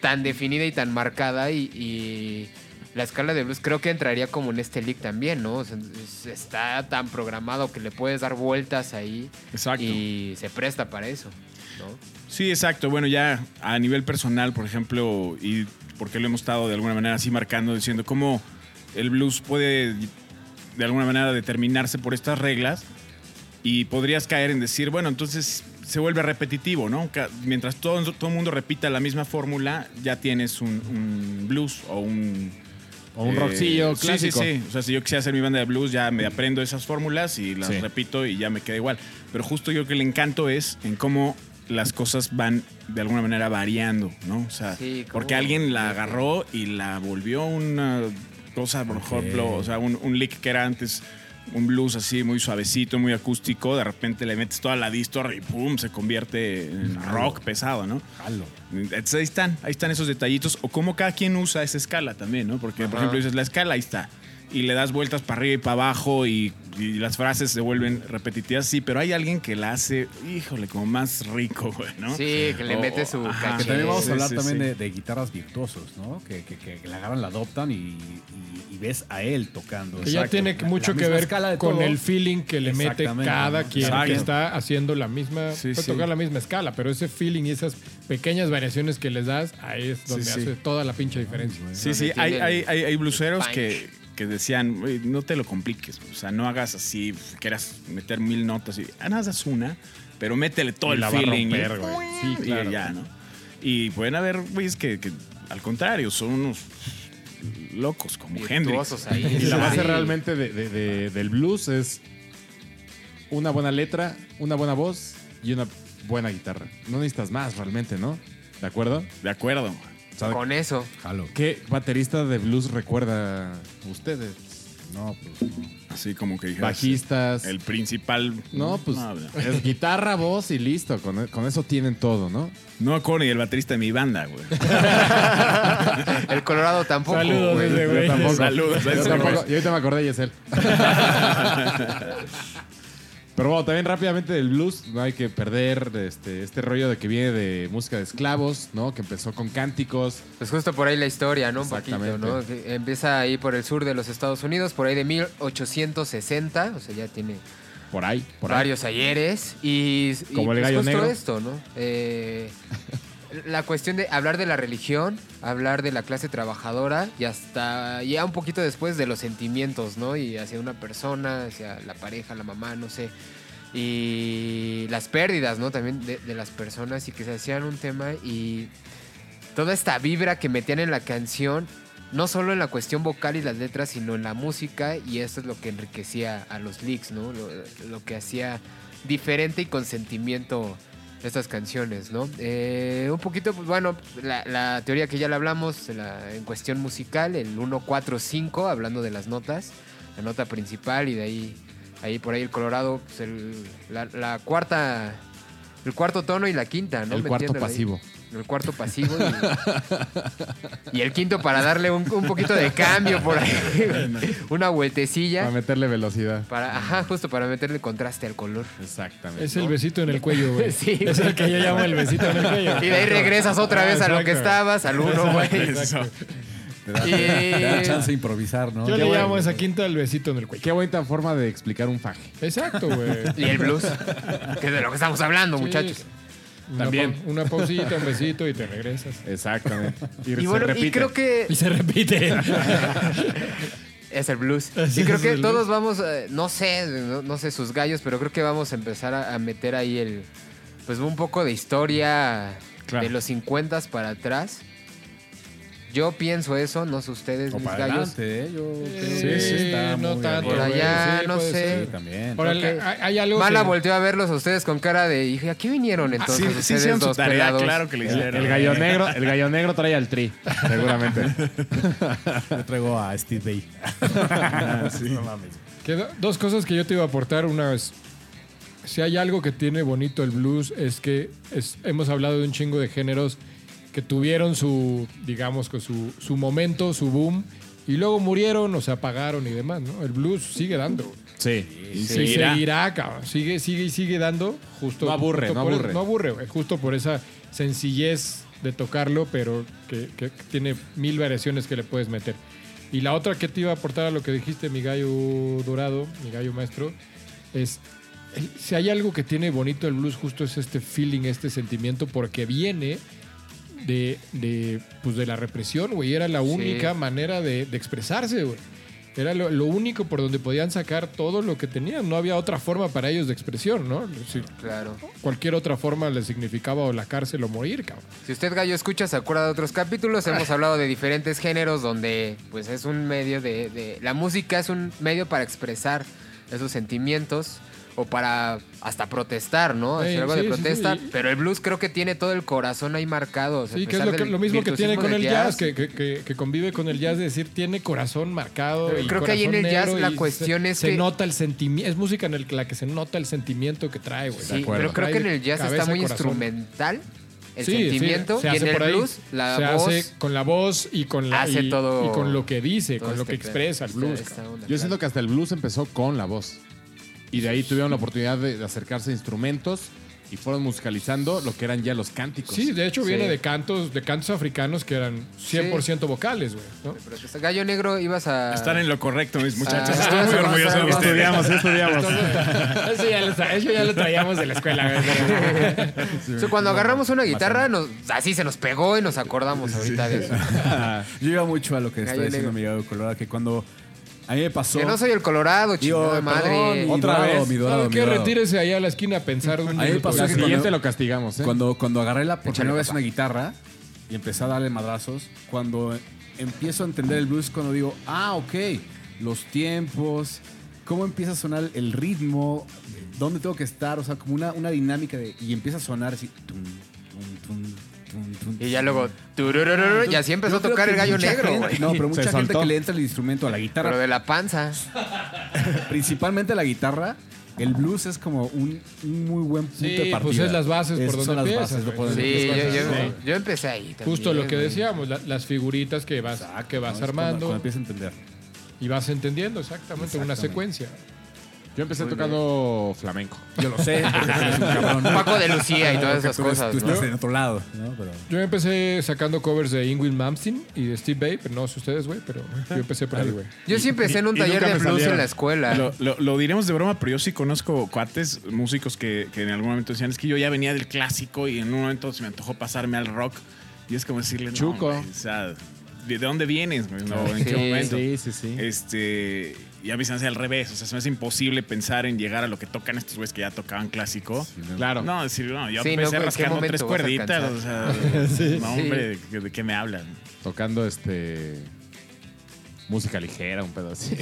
[SPEAKER 1] tan definida y tan marcada y, y la escala de blues creo que entraría como en este league también, ¿no? O sea, es- está tan programado que le puedes dar vueltas ahí
[SPEAKER 5] Exacto.
[SPEAKER 1] y se presta para eso, ¿no?
[SPEAKER 5] Sí, exacto. Bueno, ya a nivel personal, por ejemplo, y porque lo hemos estado de alguna manera así marcando, diciendo cómo el blues puede de alguna manera determinarse por estas reglas y podrías caer en decir, bueno, entonces se vuelve repetitivo, ¿no? Ca- Mientras todo todo el mundo repita la misma fórmula, ya tienes un, un blues o un...
[SPEAKER 4] O un
[SPEAKER 5] eh,
[SPEAKER 4] rockcillo
[SPEAKER 5] sí,
[SPEAKER 4] clásico.
[SPEAKER 5] Sí, sí, O sea, si yo quisiera hacer mi banda de blues, ya me aprendo esas fórmulas y las
[SPEAKER 4] Sí.
[SPEAKER 5] repito y ya me queda igual. Pero justo yo creo que el encanto es en cómo las cosas van de alguna manera variando, ¿no? O sea,
[SPEAKER 1] Sí, cómo-
[SPEAKER 5] porque alguien la agarró y la volvió una cosa, por ejemplo, o sea, un, un lick que era antes un blues así muy suavecito, muy acústico, de repente le metes toda la distor y pum, se convierte en rock pesado, ¿no?
[SPEAKER 2] Jalo.
[SPEAKER 5] Entonces, ahí están, ahí están esos detallitos. O cómo cada quien usa esa escala también, ¿no? Porque, por
[SPEAKER 1] Ajá.
[SPEAKER 5] ejemplo, dices la escala, ahí está. Y le das vueltas para arriba y para abajo y, y las frases se vuelven repetitivas, sí, pero hay alguien que la hace, híjole, como más rico, güey, ¿no?
[SPEAKER 1] Sí, que le mete su
[SPEAKER 5] ajá.
[SPEAKER 2] Que
[SPEAKER 1] caché.
[SPEAKER 2] también vamos
[SPEAKER 5] Sí,
[SPEAKER 2] a hablar
[SPEAKER 5] sí,
[SPEAKER 2] también
[SPEAKER 5] sí.
[SPEAKER 2] De, de guitarras virtuosos, ¿no? Que, que, que la agarran, la adoptan y, y- y ves a él tocando.
[SPEAKER 3] Que ya
[SPEAKER 2] Exacto.
[SPEAKER 3] tiene
[SPEAKER 2] La-
[SPEAKER 3] mucho
[SPEAKER 2] la
[SPEAKER 3] que
[SPEAKER 2] misma
[SPEAKER 3] ver
[SPEAKER 2] escala de
[SPEAKER 3] con
[SPEAKER 2] todo.
[SPEAKER 3] el feeling que le mete
[SPEAKER 2] Exactamente,
[SPEAKER 3] cada
[SPEAKER 2] ¿no?
[SPEAKER 3] quien que
[SPEAKER 5] Exacto.
[SPEAKER 3] está haciendo la misma,
[SPEAKER 5] Sí,
[SPEAKER 3] puede
[SPEAKER 5] sí.
[SPEAKER 3] tocar la misma escala, pero ese feeling y esas pequeñas variaciones que les das, ahí es donde
[SPEAKER 5] sí.
[SPEAKER 3] hace toda la pinche diferencia.
[SPEAKER 5] Sí,
[SPEAKER 1] Donde
[SPEAKER 5] sí,
[SPEAKER 1] tiene
[SPEAKER 5] hay,
[SPEAKER 1] el-
[SPEAKER 5] hay, hay, hay bluseros
[SPEAKER 1] punch.
[SPEAKER 5] que, que decían, "Güey, no te lo compliques, o sea, no hagas así, pf, quieras meter mil notas y ah, nada, haz una, pero métele todo
[SPEAKER 4] Y
[SPEAKER 5] el
[SPEAKER 4] la va a
[SPEAKER 5] feeling. ¿eh? y-
[SPEAKER 4] romper, güey.
[SPEAKER 5] Sí, claro. Y ya, ¿no? Y pueden haber güeyes que, que, al contrario, son unos locos como
[SPEAKER 1] virtuosos
[SPEAKER 5] Hendrix.
[SPEAKER 1] ahí.
[SPEAKER 4] Y la base
[SPEAKER 1] Sí.
[SPEAKER 4] realmente de- de- de- del blues es una buena letra, una buena voz y una buena guitarra. No necesitas más realmente, ¿no? ¿De acuerdo?
[SPEAKER 5] De acuerdo.
[SPEAKER 4] O sea,
[SPEAKER 1] Con eso.
[SPEAKER 2] Jalo.
[SPEAKER 4] ¿Qué baterista de blues recuerda ustedes?
[SPEAKER 2] No, pues no.
[SPEAKER 5] Así como que dijeras,
[SPEAKER 4] Bajistas.
[SPEAKER 5] El principal.
[SPEAKER 4] No, pues
[SPEAKER 5] No, no.
[SPEAKER 1] eh.
[SPEAKER 4] es guitarra, voz y listo. Con, con eso tienen todo, ¿no?
[SPEAKER 5] No me acuerdo ni el baterista de mi banda, güey.
[SPEAKER 1] El Colorado tampoco.
[SPEAKER 3] Saludos,
[SPEAKER 1] güey.
[SPEAKER 3] ese güey.
[SPEAKER 4] tampoco.
[SPEAKER 5] Saludos. a
[SPEAKER 4] Yo
[SPEAKER 5] ese
[SPEAKER 4] tampoco.
[SPEAKER 5] güey.
[SPEAKER 4] Y ahorita me acordé y es él. Pero bueno, también rápidamente del blues, no hay que perder este, este rollo de que viene de música de esclavos, ¿no? Que empezó con cánticos.
[SPEAKER 1] Pues justo por ahí la historia, ¿no? Un poquito,
[SPEAKER 4] Exactamente.
[SPEAKER 1] ¿no? Que Empieza ahí por el sur de los Estados Unidos, por ahí de 1860, o sea, ya tiene
[SPEAKER 4] por ahí, por ahí.
[SPEAKER 1] varios ayeres y, y,
[SPEAKER 4] Como el
[SPEAKER 1] pues,
[SPEAKER 4] gallo
[SPEAKER 1] justo
[SPEAKER 4] negro.
[SPEAKER 1] esto, ¿no? Eh, la cuestión de hablar de la religión, hablar de la clase trabajadora y hasta ya un poquito después de los sentimientos, ¿no? Y hacia una persona, hacia la pareja, la mamá, no sé. Y las pérdidas, ¿no? También de, de las personas y que se hacían un tema y toda esta vibra que metían en la canción, no solo en la cuestión vocal y las letras, sino en la música, y eso es lo que enriquecía a los leaks, ¿no? Lo, lo que hacía diferente y con sentimiento estas canciones, ¿no? Eh, un poquito, pues bueno, la, la teoría que ya la hablamos eh, la- en cuestión musical, el 1-4-5, hablando de las notas, la nota principal y de ahí, ahí por ahí el Colorado, pues, el- la, la cuarta, el cuarto tono y la quinta, ¿no?
[SPEAKER 4] el
[SPEAKER 1] ¿Me
[SPEAKER 4] cuarto
[SPEAKER 1] entienden ahí?
[SPEAKER 4] pasivo.
[SPEAKER 1] El cuarto pasivo. Y, y el quinto para darle un, un poquito de cambio por ahí. Una
[SPEAKER 4] Para
[SPEAKER 1] vueltecilla.
[SPEAKER 4] meterle velocidad.
[SPEAKER 1] Para, ajá, justo para meterle contraste al color.
[SPEAKER 4] Exactamente.
[SPEAKER 3] Es el besito en el cuello, güey.
[SPEAKER 1] Sí,
[SPEAKER 3] es el que yo llamo el besito en el cuello.
[SPEAKER 1] Y de ahí regresas otra
[SPEAKER 3] Ah,
[SPEAKER 1] vez a lo que
[SPEAKER 3] exacto.
[SPEAKER 1] estabas, al uno, güey.
[SPEAKER 5] Eso.
[SPEAKER 2] Te da,
[SPEAKER 1] Y-
[SPEAKER 2] te da chance de improvisar, ¿no?
[SPEAKER 3] Yo
[SPEAKER 2] Qué
[SPEAKER 3] le
[SPEAKER 2] bueno.
[SPEAKER 3] llamo a esa quinta el besito en el cuello.
[SPEAKER 4] Qué bonita forma de explicar un faje.
[SPEAKER 3] Exacto, güey.
[SPEAKER 1] Y el blues. Que es de lo que estamos hablando,
[SPEAKER 3] Sí.
[SPEAKER 1] muchachos.
[SPEAKER 3] Una
[SPEAKER 4] También.
[SPEAKER 3] pau- Una pausita, un besito y te regresas.
[SPEAKER 4] Exactamente. Y,
[SPEAKER 1] Y
[SPEAKER 4] se
[SPEAKER 1] bueno, y
[SPEAKER 4] repite.
[SPEAKER 1] creo que
[SPEAKER 3] Y se repite.
[SPEAKER 1] Es el blues.
[SPEAKER 3] Así
[SPEAKER 1] Y creo
[SPEAKER 3] es
[SPEAKER 1] que
[SPEAKER 3] el
[SPEAKER 1] todos vamos, eh, no sé, no, no sé sus gallos, pero creo que vamos a empezar a, a meter ahí el, pues un poco de historia
[SPEAKER 5] Claro.
[SPEAKER 1] de los 50 para atrás. Yo pienso eso, no sé ustedes,
[SPEAKER 2] O
[SPEAKER 1] mis
[SPEAKER 2] para
[SPEAKER 1] gallos.
[SPEAKER 2] adelante, ¿eh? Yo creo
[SPEAKER 3] Sí,
[SPEAKER 2] que
[SPEAKER 3] sí,
[SPEAKER 2] está
[SPEAKER 3] no
[SPEAKER 2] muy
[SPEAKER 3] tanto.
[SPEAKER 1] Por
[SPEAKER 2] abierto.
[SPEAKER 1] allá,
[SPEAKER 3] güey.
[SPEAKER 1] no
[SPEAKER 3] puede
[SPEAKER 1] sé.
[SPEAKER 3] ser.
[SPEAKER 2] Sí, también.
[SPEAKER 3] Ahora,
[SPEAKER 1] Ok.
[SPEAKER 3] la- hay, hay algo.
[SPEAKER 1] Mala
[SPEAKER 3] que-
[SPEAKER 1] volteó a verlos a ustedes con cara de, dije, ¿a qué vinieron
[SPEAKER 5] Ah, sí,
[SPEAKER 1] entonces
[SPEAKER 5] sí,
[SPEAKER 1] ustedes
[SPEAKER 5] hicieron su
[SPEAKER 1] dos
[SPEAKER 5] tarea,
[SPEAKER 1] pelados?"
[SPEAKER 5] claro que le hicieron.
[SPEAKER 4] El gallo negro, el gallo negro trae al tri, seguramente.
[SPEAKER 2] Yo traigo a Steve Bay. No mames.
[SPEAKER 3] que do- dos cosas que yo te iba a aportar. Una es. Si hay algo que tiene bonito el blues, es que es- hemos hablado de un chingo de géneros que tuvieron su, digamos, que su, su momento, su boom, y luego murieron o se apagaron y demás, ¿no? El blues sigue dando. güey.
[SPEAKER 4] Sí.
[SPEAKER 5] Y
[SPEAKER 3] Sí,
[SPEAKER 5] seguirá.
[SPEAKER 3] seguirá, cabrón. Sigue, sigue y sigue dando. Justo,
[SPEAKER 4] No aburre,
[SPEAKER 3] justo
[SPEAKER 4] no
[SPEAKER 3] por-
[SPEAKER 4] aburre.
[SPEAKER 3] no aburre, güey. Justo por esa sencillez de tocarlo, pero que, que tiene mil variaciones que le puedes meter. Y la otra que te iba a aportar a lo que dijiste, mi gallo dorado, mi gallo maestro, es el- si hay algo que tiene bonito el blues, justo es este feeling, este sentimiento, porque viene de, de, pues de la represión, güey. Era la única manera de, de expresarse, güey. Era lo, lo único por donde podían sacar todo lo que tenían. No había otra forma para ellos de expresión, ¿no? Si
[SPEAKER 1] Claro.
[SPEAKER 3] cualquier otra forma les significaba o la cárcel o morir, cabrón.
[SPEAKER 1] Si usted gallo escucha, se acuerda de otros capítulos. Hemos
[SPEAKER 3] Ah.
[SPEAKER 1] hablado de diferentes géneros donde pues es un medio de, de- La música es un medio para expresar esos sentimientos o para hasta protestar, ¿no?
[SPEAKER 3] Sí,
[SPEAKER 1] Hacer algo de
[SPEAKER 3] sí, sí, sí,
[SPEAKER 1] presta.
[SPEAKER 3] y-
[SPEAKER 1] Pero el blues creo que tiene todo el corazón ahí marcado. o sea,
[SPEAKER 3] Sí,
[SPEAKER 1] a
[SPEAKER 3] que es
[SPEAKER 1] pesar
[SPEAKER 3] lo, que-
[SPEAKER 1] del
[SPEAKER 3] lo mismo que tiene
[SPEAKER 1] virtuosismo
[SPEAKER 3] con
[SPEAKER 1] del
[SPEAKER 3] el jazz, que, que- que- que convive con el jazz, de decir, tiene corazón marcado.
[SPEAKER 1] Pero
[SPEAKER 3] y
[SPEAKER 1] creo que ahí en
[SPEAKER 3] corazón
[SPEAKER 1] el jazz
[SPEAKER 3] negro
[SPEAKER 1] la
[SPEAKER 3] y
[SPEAKER 1] cuestión
[SPEAKER 3] se-
[SPEAKER 1] es
[SPEAKER 3] se
[SPEAKER 1] que-
[SPEAKER 3] nota el sentimiento. Es música en el- la que se nota el sentimiento que trae, güey.
[SPEAKER 1] Sí, pero creo que en el jazz está muy instrumental el
[SPEAKER 3] Sí, sí,
[SPEAKER 1] sentimiento
[SPEAKER 3] se
[SPEAKER 1] y
[SPEAKER 3] hace
[SPEAKER 1] en el
[SPEAKER 3] por ahí.
[SPEAKER 1] blues la
[SPEAKER 3] se
[SPEAKER 1] voz.
[SPEAKER 3] hace con la voz y con la
[SPEAKER 1] hace
[SPEAKER 3] y,
[SPEAKER 1] todo-
[SPEAKER 3] y con lo que dice,
[SPEAKER 1] todo
[SPEAKER 3] con lo
[SPEAKER 1] este
[SPEAKER 3] que expresa el
[SPEAKER 1] esta-
[SPEAKER 3] blues.
[SPEAKER 1] esta onda,
[SPEAKER 4] Yo
[SPEAKER 1] claro.
[SPEAKER 4] siento que hasta el blues empezó con la voz. Y de ahí tuvieron la oportunidad de, de acercarse a instrumentos y fueron musicalizando lo que eran ya los cánticos.
[SPEAKER 3] Sí, de hecho viene
[SPEAKER 1] Sí.
[SPEAKER 3] de cantos, de cantos africanos que eran 100% vocales, güey. ¿no?
[SPEAKER 1] Protesta. pues, Gallo Negro, ibas a...
[SPEAKER 5] Están en lo correcto, mis muchachos.
[SPEAKER 1] Ah,
[SPEAKER 5] Estoy muy
[SPEAKER 1] eso
[SPEAKER 5] orgulloso de
[SPEAKER 1] pasa,
[SPEAKER 5] ustedes.
[SPEAKER 4] estudiamos.
[SPEAKER 3] Eso ya, lo, tra- eso ya lo traíamos de la escuela, güey.
[SPEAKER 1] O sea, cuando agarramos una guitarra, nos- así se nos pegó y nos acordamos ahorita de eso.
[SPEAKER 2] Yo iba mucho a lo que está
[SPEAKER 1] Gallo
[SPEAKER 2] diciendo
[SPEAKER 1] negro.
[SPEAKER 2] mi gallo colorado, que cuando a mí me pasó.
[SPEAKER 1] Que no soy el Colorado, chingada
[SPEAKER 2] Digo,
[SPEAKER 1] madre.
[SPEAKER 2] perdón, mi
[SPEAKER 3] Ah,
[SPEAKER 4] Otra
[SPEAKER 2] dorado,
[SPEAKER 4] vez.
[SPEAKER 2] mi dorado,
[SPEAKER 3] No,
[SPEAKER 2] mi
[SPEAKER 3] que
[SPEAKER 2] dorado.
[SPEAKER 3] retírese allá a la esquina a pensar un
[SPEAKER 2] Ahí
[SPEAKER 3] minuto,
[SPEAKER 2] pasó
[SPEAKER 4] La
[SPEAKER 3] güey.
[SPEAKER 4] siguiente lo castigamos, ¿eh?
[SPEAKER 2] Cuando, cuando agarré la por
[SPEAKER 1] Échale,
[SPEAKER 2] primera vez
[SPEAKER 1] papá.
[SPEAKER 2] una guitarra y empecé a darle madrazos, cuando empiezo a entender el blues, cuando digo, ah, ok, los tiempos, cómo empieza a sonar el ritmo, dónde tengo que estar, o sea, como una, una dinámica de, y empieza a sonar así. tum, tum, tum, tum, tum,
[SPEAKER 1] Y ya
[SPEAKER 2] tum.
[SPEAKER 1] luego. tururururu, y así empezó
[SPEAKER 2] Yo
[SPEAKER 1] a
[SPEAKER 2] creo
[SPEAKER 1] tocar
[SPEAKER 2] que
[SPEAKER 1] el gallo
[SPEAKER 2] mucha
[SPEAKER 1] negro,
[SPEAKER 2] gente-
[SPEAKER 1] güey.
[SPEAKER 2] No, pero
[SPEAKER 4] Se
[SPEAKER 2] mucha gente
[SPEAKER 4] soltó.
[SPEAKER 2] que le entra el instrumento a la guitarra,
[SPEAKER 1] Pero de la panza.
[SPEAKER 2] principalmente a la guitarra, el blues es como un, un muy buen punto
[SPEAKER 3] Sí,
[SPEAKER 2] de partida.
[SPEAKER 3] pues es las bases por
[SPEAKER 2] Esas son
[SPEAKER 3] donde
[SPEAKER 2] las bases,
[SPEAKER 3] empiezas,
[SPEAKER 2] lo
[SPEAKER 3] güey.
[SPEAKER 2] pueden-
[SPEAKER 1] Sí, yo, yo-
[SPEAKER 3] Sí.
[SPEAKER 1] yo empecé ahí. también,
[SPEAKER 3] Justo lo que
[SPEAKER 1] güey.
[SPEAKER 3] decíamos, la- las figuritas que vas,
[SPEAKER 2] Exacto,
[SPEAKER 3] que vas
[SPEAKER 2] ¿no? Es cuando-
[SPEAKER 3] armando
[SPEAKER 2] Cuando empieza a entender.
[SPEAKER 3] y vas entendiendo exactamente una
[SPEAKER 2] Exactamente.
[SPEAKER 3] secuencia.
[SPEAKER 4] Yo empecé tocando flamenco.
[SPEAKER 2] Yo lo sé. porque tú eres un cabrón.
[SPEAKER 1] Paco de Lucía y todas
[SPEAKER 2] Porque
[SPEAKER 1] esas
[SPEAKER 2] tú eres-
[SPEAKER 1] cosas.
[SPEAKER 2] Tú
[SPEAKER 1] ¿no?
[SPEAKER 2] estás en otro lado, ¿no? Pero
[SPEAKER 3] Yo empecé sacando covers de Ingrid Malmsteen y de Steve Bay, pero no sé ustedes, güey, pero yo empecé por ahí, güey.
[SPEAKER 1] Yo sí empecé en un
[SPEAKER 5] y
[SPEAKER 1] taller
[SPEAKER 5] nunca
[SPEAKER 1] de
[SPEAKER 5] me
[SPEAKER 1] blues
[SPEAKER 5] salieron.
[SPEAKER 1] en la escuela.
[SPEAKER 5] Lo, lo- lo diremos de broma, pero yo sí conozco cuates, músicos que, que en algún momento decían, es que yo ya venía del clásico y en un momento se me antojó pasarme al rock. Y es como decirle, no,
[SPEAKER 4] Chuco.
[SPEAKER 5] güey, o sea, ¿de dónde vienes? güey? No, ¿En
[SPEAKER 1] Sí,
[SPEAKER 5] qué momento?
[SPEAKER 4] sí, sí.
[SPEAKER 5] Este, y a mí se me hace al revés, o sea, se me hace imposible pensar en llegar a lo que tocan estos güeyes que ya tocaban clásico.
[SPEAKER 4] Claro.
[SPEAKER 5] No, decir, no, yo
[SPEAKER 1] Sí, no,
[SPEAKER 5] empecé
[SPEAKER 1] ¿en qué
[SPEAKER 5] rascando
[SPEAKER 1] momento
[SPEAKER 5] tres
[SPEAKER 1] vas a
[SPEAKER 5] cuerditas, o sea, no, hombre, ¿de- ¿de qué me hablan?
[SPEAKER 4] Tocando este. Música ligera, un pedo así.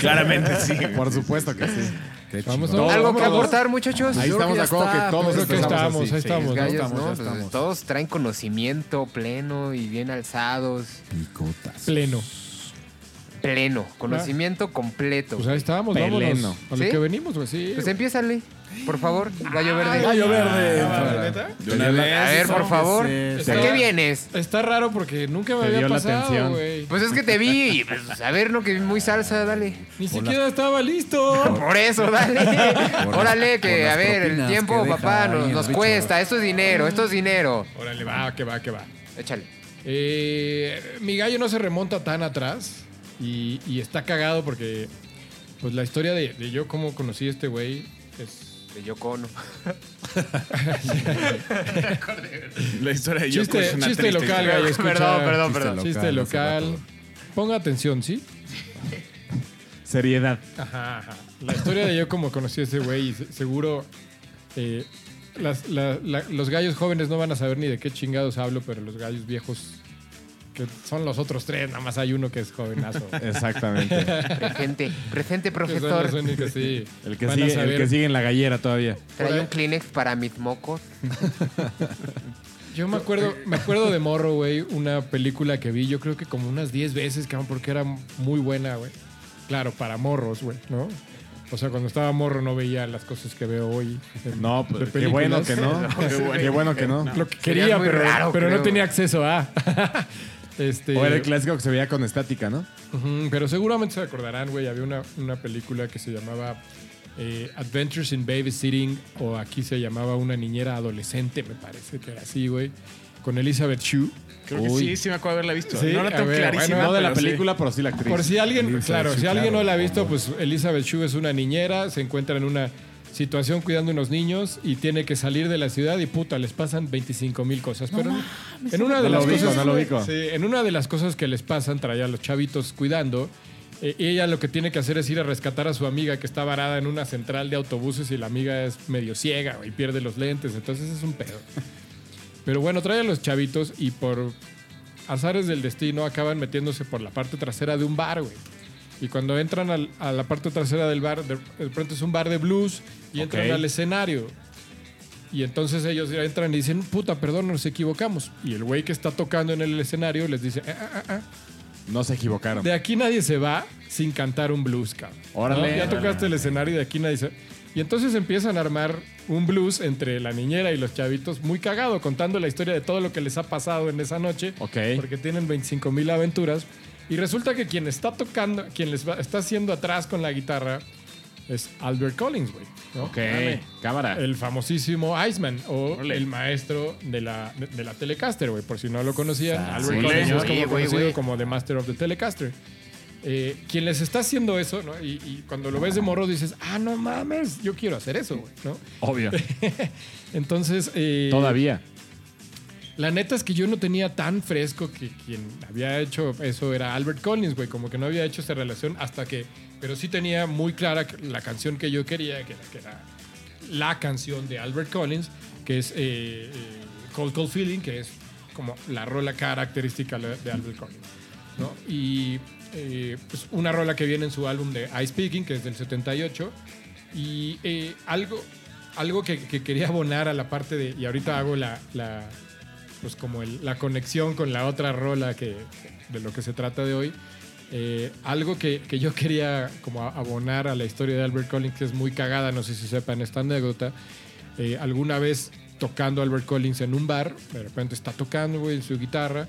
[SPEAKER 5] Claramente sí.
[SPEAKER 4] Por supuesto que sí.
[SPEAKER 2] qué
[SPEAKER 3] Vamos
[SPEAKER 2] chingón.
[SPEAKER 3] a-
[SPEAKER 1] ¿Algo que
[SPEAKER 4] Todos.
[SPEAKER 1] aportar, muchachos?
[SPEAKER 4] Ahí
[SPEAKER 2] Yo
[SPEAKER 4] estamos
[SPEAKER 2] creo que
[SPEAKER 4] de
[SPEAKER 2] ya
[SPEAKER 4] acuerdo que
[SPEAKER 2] está.
[SPEAKER 4] todos
[SPEAKER 2] Creo que
[SPEAKER 4] empezamos
[SPEAKER 3] estamos,
[SPEAKER 4] así.
[SPEAKER 3] ahí estamos,
[SPEAKER 1] Los
[SPEAKER 3] ¿no?
[SPEAKER 1] gallos,
[SPEAKER 2] Estamos,
[SPEAKER 1] ¿no?
[SPEAKER 2] ya
[SPEAKER 1] Pues,
[SPEAKER 2] estamos.
[SPEAKER 1] Todos traen conocimiento pleno y bien alzados.
[SPEAKER 2] Picotas.
[SPEAKER 3] Pleno.
[SPEAKER 1] Pleno. Conocimiento completo.
[SPEAKER 3] Pues ahí estábamos,
[SPEAKER 4] Peleno.
[SPEAKER 3] vámonos. A lo
[SPEAKER 1] ¿Sí?
[SPEAKER 3] que venimos, güey, sí.
[SPEAKER 1] Pues empiézale, por favor, Gallo Verde.
[SPEAKER 2] Gallo verde.
[SPEAKER 5] De una vez.
[SPEAKER 1] A ver, por favor.
[SPEAKER 2] Sí,
[SPEAKER 1] ¿A
[SPEAKER 3] sí.
[SPEAKER 1] qué vienes?
[SPEAKER 3] Está raro porque nunca me
[SPEAKER 4] Te
[SPEAKER 3] había
[SPEAKER 4] dio la
[SPEAKER 3] pasado,
[SPEAKER 4] atención.
[SPEAKER 3] güey.
[SPEAKER 1] Pues es que te vi y pues, a ver, no, que muy salsa, dale.
[SPEAKER 3] Ni siquiera estaba listo.
[SPEAKER 1] Por eso, dale.
[SPEAKER 2] Por
[SPEAKER 1] Órale,
[SPEAKER 2] las- por
[SPEAKER 1] que
[SPEAKER 2] las
[SPEAKER 1] a ver, el
[SPEAKER 2] propinas
[SPEAKER 1] tiempo,
[SPEAKER 2] que deja
[SPEAKER 1] papá,
[SPEAKER 2] ahí
[SPEAKER 1] nos,
[SPEAKER 2] el
[SPEAKER 1] nos
[SPEAKER 2] Richard.
[SPEAKER 1] cuesta. Esto es dinero, esto es dinero.
[SPEAKER 3] Órale, va, que va, que va.
[SPEAKER 1] Échale.
[SPEAKER 3] Eh, mi gallo no se remonta tan atrás y, y está cagado porque pues la historia de, de yo cómo conocí a este güey es...
[SPEAKER 1] De Yocono.
[SPEAKER 5] La historia de Yoko
[SPEAKER 3] Chiste,
[SPEAKER 5] es una
[SPEAKER 3] chiste
[SPEAKER 5] triste
[SPEAKER 3] local,
[SPEAKER 5] historia.
[SPEAKER 3] gallo. escucha.
[SPEAKER 1] Perdón, perdón, perdón.
[SPEAKER 3] Chiste
[SPEAKER 2] local,
[SPEAKER 3] local. Ponga atención, ¿sí?
[SPEAKER 4] Seriedad.
[SPEAKER 3] Ajá, ajá. La historia de yo como conocí a ese güey, y se- seguro eh, las- la- la- los gallos jóvenes no van a saber ni de qué chingados hablo, pero los gallos viejos, que son los otros tres, nada más hay uno que es jovenazo.
[SPEAKER 4] Exactamente.
[SPEAKER 1] Presente, presente,
[SPEAKER 3] Que son los
[SPEAKER 1] profesor.
[SPEAKER 3] únicos, sí.
[SPEAKER 4] El que,
[SPEAKER 3] van a
[SPEAKER 4] sigue, el
[SPEAKER 3] saber.
[SPEAKER 4] que sigue en la gallera todavía.
[SPEAKER 1] Trae un Kleenex para mis mocos.
[SPEAKER 3] Yo me acuerdo, me acuerdo de Morro, güey, una película que vi, yo creo que como unas 10 veces, cabrón, porque era muy buena, güey. Claro, para morros, güey, ¿no? O sea, cuando estaba morro no veía las cosas que veo hoy. en-
[SPEAKER 4] No,
[SPEAKER 3] de
[SPEAKER 4] pues, qué bueno que
[SPEAKER 3] películas.
[SPEAKER 4] no. Qué bueno que no.
[SPEAKER 3] Lo que
[SPEAKER 1] Sería
[SPEAKER 3] quería,
[SPEAKER 1] muy
[SPEAKER 3] pero,
[SPEAKER 1] raro,
[SPEAKER 3] pero
[SPEAKER 1] creo.
[SPEAKER 3] no tenía acceso a. este,
[SPEAKER 4] O era el clásico que se veía con estática, ¿no?
[SPEAKER 3] ujú, pero seguramente se acordarán, güey, había una, una película que se llamaba eh, Adventures in Babysitting, o aquí se llamaba Una niñera adolescente, me parece que era así, güey, con Elizabeth Shue.
[SPEAKER 5] Creo que
[SPEAKER 4] Uy.
[SPEAKER 5] sí, sí me acuerdo haberla visto.
[SPEAKER 3] Sí,
[SPEAKER 5] no la
[SPEAKER 3] a
[SPEAKER 5] tengo
[SPEAKER 3] ver,
[SPEAKER 5] clarísima.
[SPEAKER 3] bueno,
[SPEAKER 4] No de la
[SPEAKER 5] pero sí.
[SPEAKER 4] película, pero sí la actriz.
[SPEAKER 3] Por si alguien,
[SPEAKER 2] Elizabeth
[SPEAKER 3] claro,
[SPEAKER 2] Shue,
[SPEAKER 3] si alguien
[SPEAKER 2] claro,
[SPEAKER 3] no la ha
[SPEAKER 2] por
[SPEAKER 3] visto,
[SPEAKER 2] favor.
[SPEAKER 3] pues Elizabeth Shue es una niñera, se encuentra en una situación cuidando unos niños y tiene que salir de la ciudad y puta, les pasan 25 mil cosas. Pero en una
[SPEAKER 4] No lo
[SPEAKER 3] de las
[SPEAKER 4] ubico,
[SPEAKER 3] cosas,
[SPEAKER 4] no lo ubico.
[SPEAKER 3] Sí, en una de las cosas que les pasan, trae a los chavitos cuidando. eh, ella lo que tiene que hacer es ir a rescatar a su amiga que está varada en una central de autobuses y la amiga es medio ciega y pierde los lentes, entonces es un pedo. Pero bueno, trae a los chavitos y por azares del destino acaban metiéndose por la parte trasera de un bar, güey. Y cuando entran al- a la parte trasera del bar, de, de pronto es un bar de blues y entran
[SPEAKER 4] Ok.
[SPEAKER 3] al escenario. Y entonces ellos ya entran y dicen, puta, perdón, nos equivocamos. Y el güey que está tocando en el escenario les dice, "Ah, ah, ah, ah,
[SPEAKER 4] No se equivocaron.
[SPEAKER 3] de aquí nadie se va sin cantar un blues, cabrón.
[SPEAKER 4] Órale.
[SPEAKER 3] Ya tocaste el escenario y de aquí nadie se... Y entonces empiezan a armar un blues entre la niñera y los chavitos, muy cagado, contando la historia de todo lo que les ha pasado en esa noche.
[SPEAKER 4] Ok.
[SPEAKER 3] Porque tienen 25 mil aventuras. Y resulta que quien está tocando, quien les va- está haciendo atrás con la guitarra es Albert Collins, güey. ¿no?
[SPEAKER 4] Ok.
[SPEAKER 1] Ah.
[SPEAKER 4] Cámara.
[SPEAKER 3] El famosísimo Iceman o
[SPEAKER 4] Órale.
[SPEAKER 3] el maestro de la, de, de la Telecaster, güey. Por si no lo conocían, Albert
[SPEAKER 4] sí.
[SPEAKER 3] Collins
[SPEAKER 1] Oye,
[SPEAKER 3] es como
[SPEAKER 1] Ah, güey,
[SPEAKER 3] conocido
[SPEAKER 1] güey.
[SPEAKER 3] como The Master of the Telecaster. Eh, quien les está haciendo eso, ¿no? Y, y cuando lo ves de morro dices, ah, no mames, yo quiero hacer eso, güey, ¿no?
[SPEAKER 4] Obvio.
[SPEAKER 3] Entonces. eh,
[SPEAKER 4] Todavía.
[SPEAKER 3] La neta es que yo no tenía tan fresco que quien había hecho eso era Albert Collins, güey. Como que no había hecho esa relación hasta que. Pero sí tenía muy clara la canción que yo quería, que era, que era la canción de Albert Collins, que es eh, eh, Cold Cold Feeling, que es como la rola característica de Albert Collins. ¿no? Y eh, pues una rola que viene en su álbum de I Speaking, que es del 78. Y eh, algo, algo que, que quería abonar a la parte de. Y ahorita hago la. la pues como el- la conexión con la otra rola que, de lo que se trata de hoy. Eh, algo que, que yo quería como a- abonar a la historia de Albert Collins, que es muy cagada, no sé si sepan esta anécdota. Eh, alguna vez tocando Albert Collins en un bar, de repente está tocando, güey, su guitarra.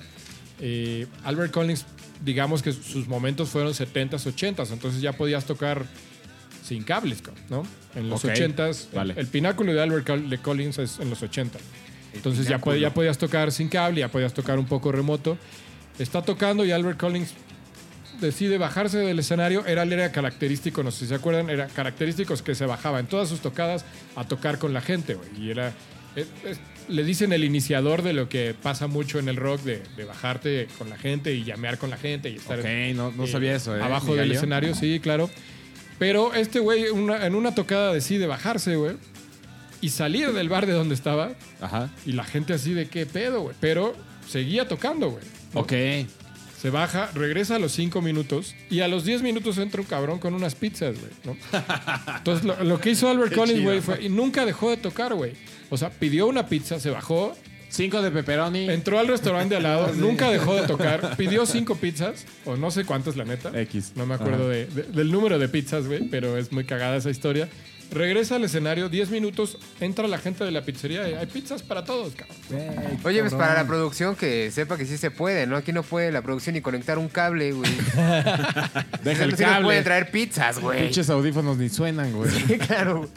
[SPEAKER 3] Eh, Albert Collins, digamos que sus momentos fueron 70s, 80s, entonces ya podías tocar sin cables, cabrón, ¿no? En los
[SPEAKER 4] Ok,
[SPEAKER 3] 80s, el-
[SPEAKER 4] vale.
[SPEAKER 3] el, pináculo de Albert Col- de Collins es en los 80. Entonces ya, pod-
[SPEAKER 1] pináculo.
[SPEAKER 3] ya podías tocar sin cable, ya podías tocar un poco remoto. Está tocando y Albert Collins decide bajarse del escenario. Era, él era característico, no sé si se acuerdan, era característicos que se bajaba en todas sus tocadas a tocar con la gente, güey. Y era. es- es- le dicen el iniciador de lo que pasa mucho en el rock, de, de bajarte con la gente y llamear con la gente y estar.
[SPEAKER 4] Ok, no, no
[SPEAKER 3] eh,
[SPEAKER 4] sabía eso, ¿eh?
[SPEAKER 3] Abajo del
[SPEAKER 4] Miguelio.
[SPEAKER 3] escenario, sí, claro. Pero este güey una- en una tocada decide bajarse, güey, y salir del bar de donde estaba.
[SPEAKER 4] Ajá.
[SPEAKER 3] Y la gente así de qué pedo, güey. Pero seguía tocando, güey. ¿no?
[SPEAKER 4] Ok.
[SPEAKER 3] Se baja, regresa a los 5 minutos y a los 10 minutos entra un cabrón con unas pizzas, güey. ¿no? Entonces, lo, lo que hizo Albert Collins, güey, fue. Y nunca dejó de tocar, güey. O sea, pidió una pizza, se bajó,
[SPEAKER 4] Cinco de pepperoni.
[SPEAKER 3] entró al restaurante de al lado, nunca dejó de tocar, pidió cinco pizzas, o no sé cuántas, la neta.
[SPEAKER 4] X.
[SPEAKER 3] No me acuerdo de- de- del número de pizzas, güey, pero es muy cagada esa historia. Regresa al escenario, 10 minutos, entra la gente de la pizzería y hay pizzas para todos, cabrón.
[SPEAKER 1] Oye, pues para la producción que sepa que sí se puede, ¿no? Aquí no puede la producción ni conectar un cable, güey.
[SPEAKER 4] Deja el
[SPEAKER 1] Sí no pueden
[SPEAKER 4] cable.
[SPEAKER 1] traer pizzas, güey.
[SPEAKER 4] Pinches audífonos ni suenan, güey.
[SPEAKER 1] claro.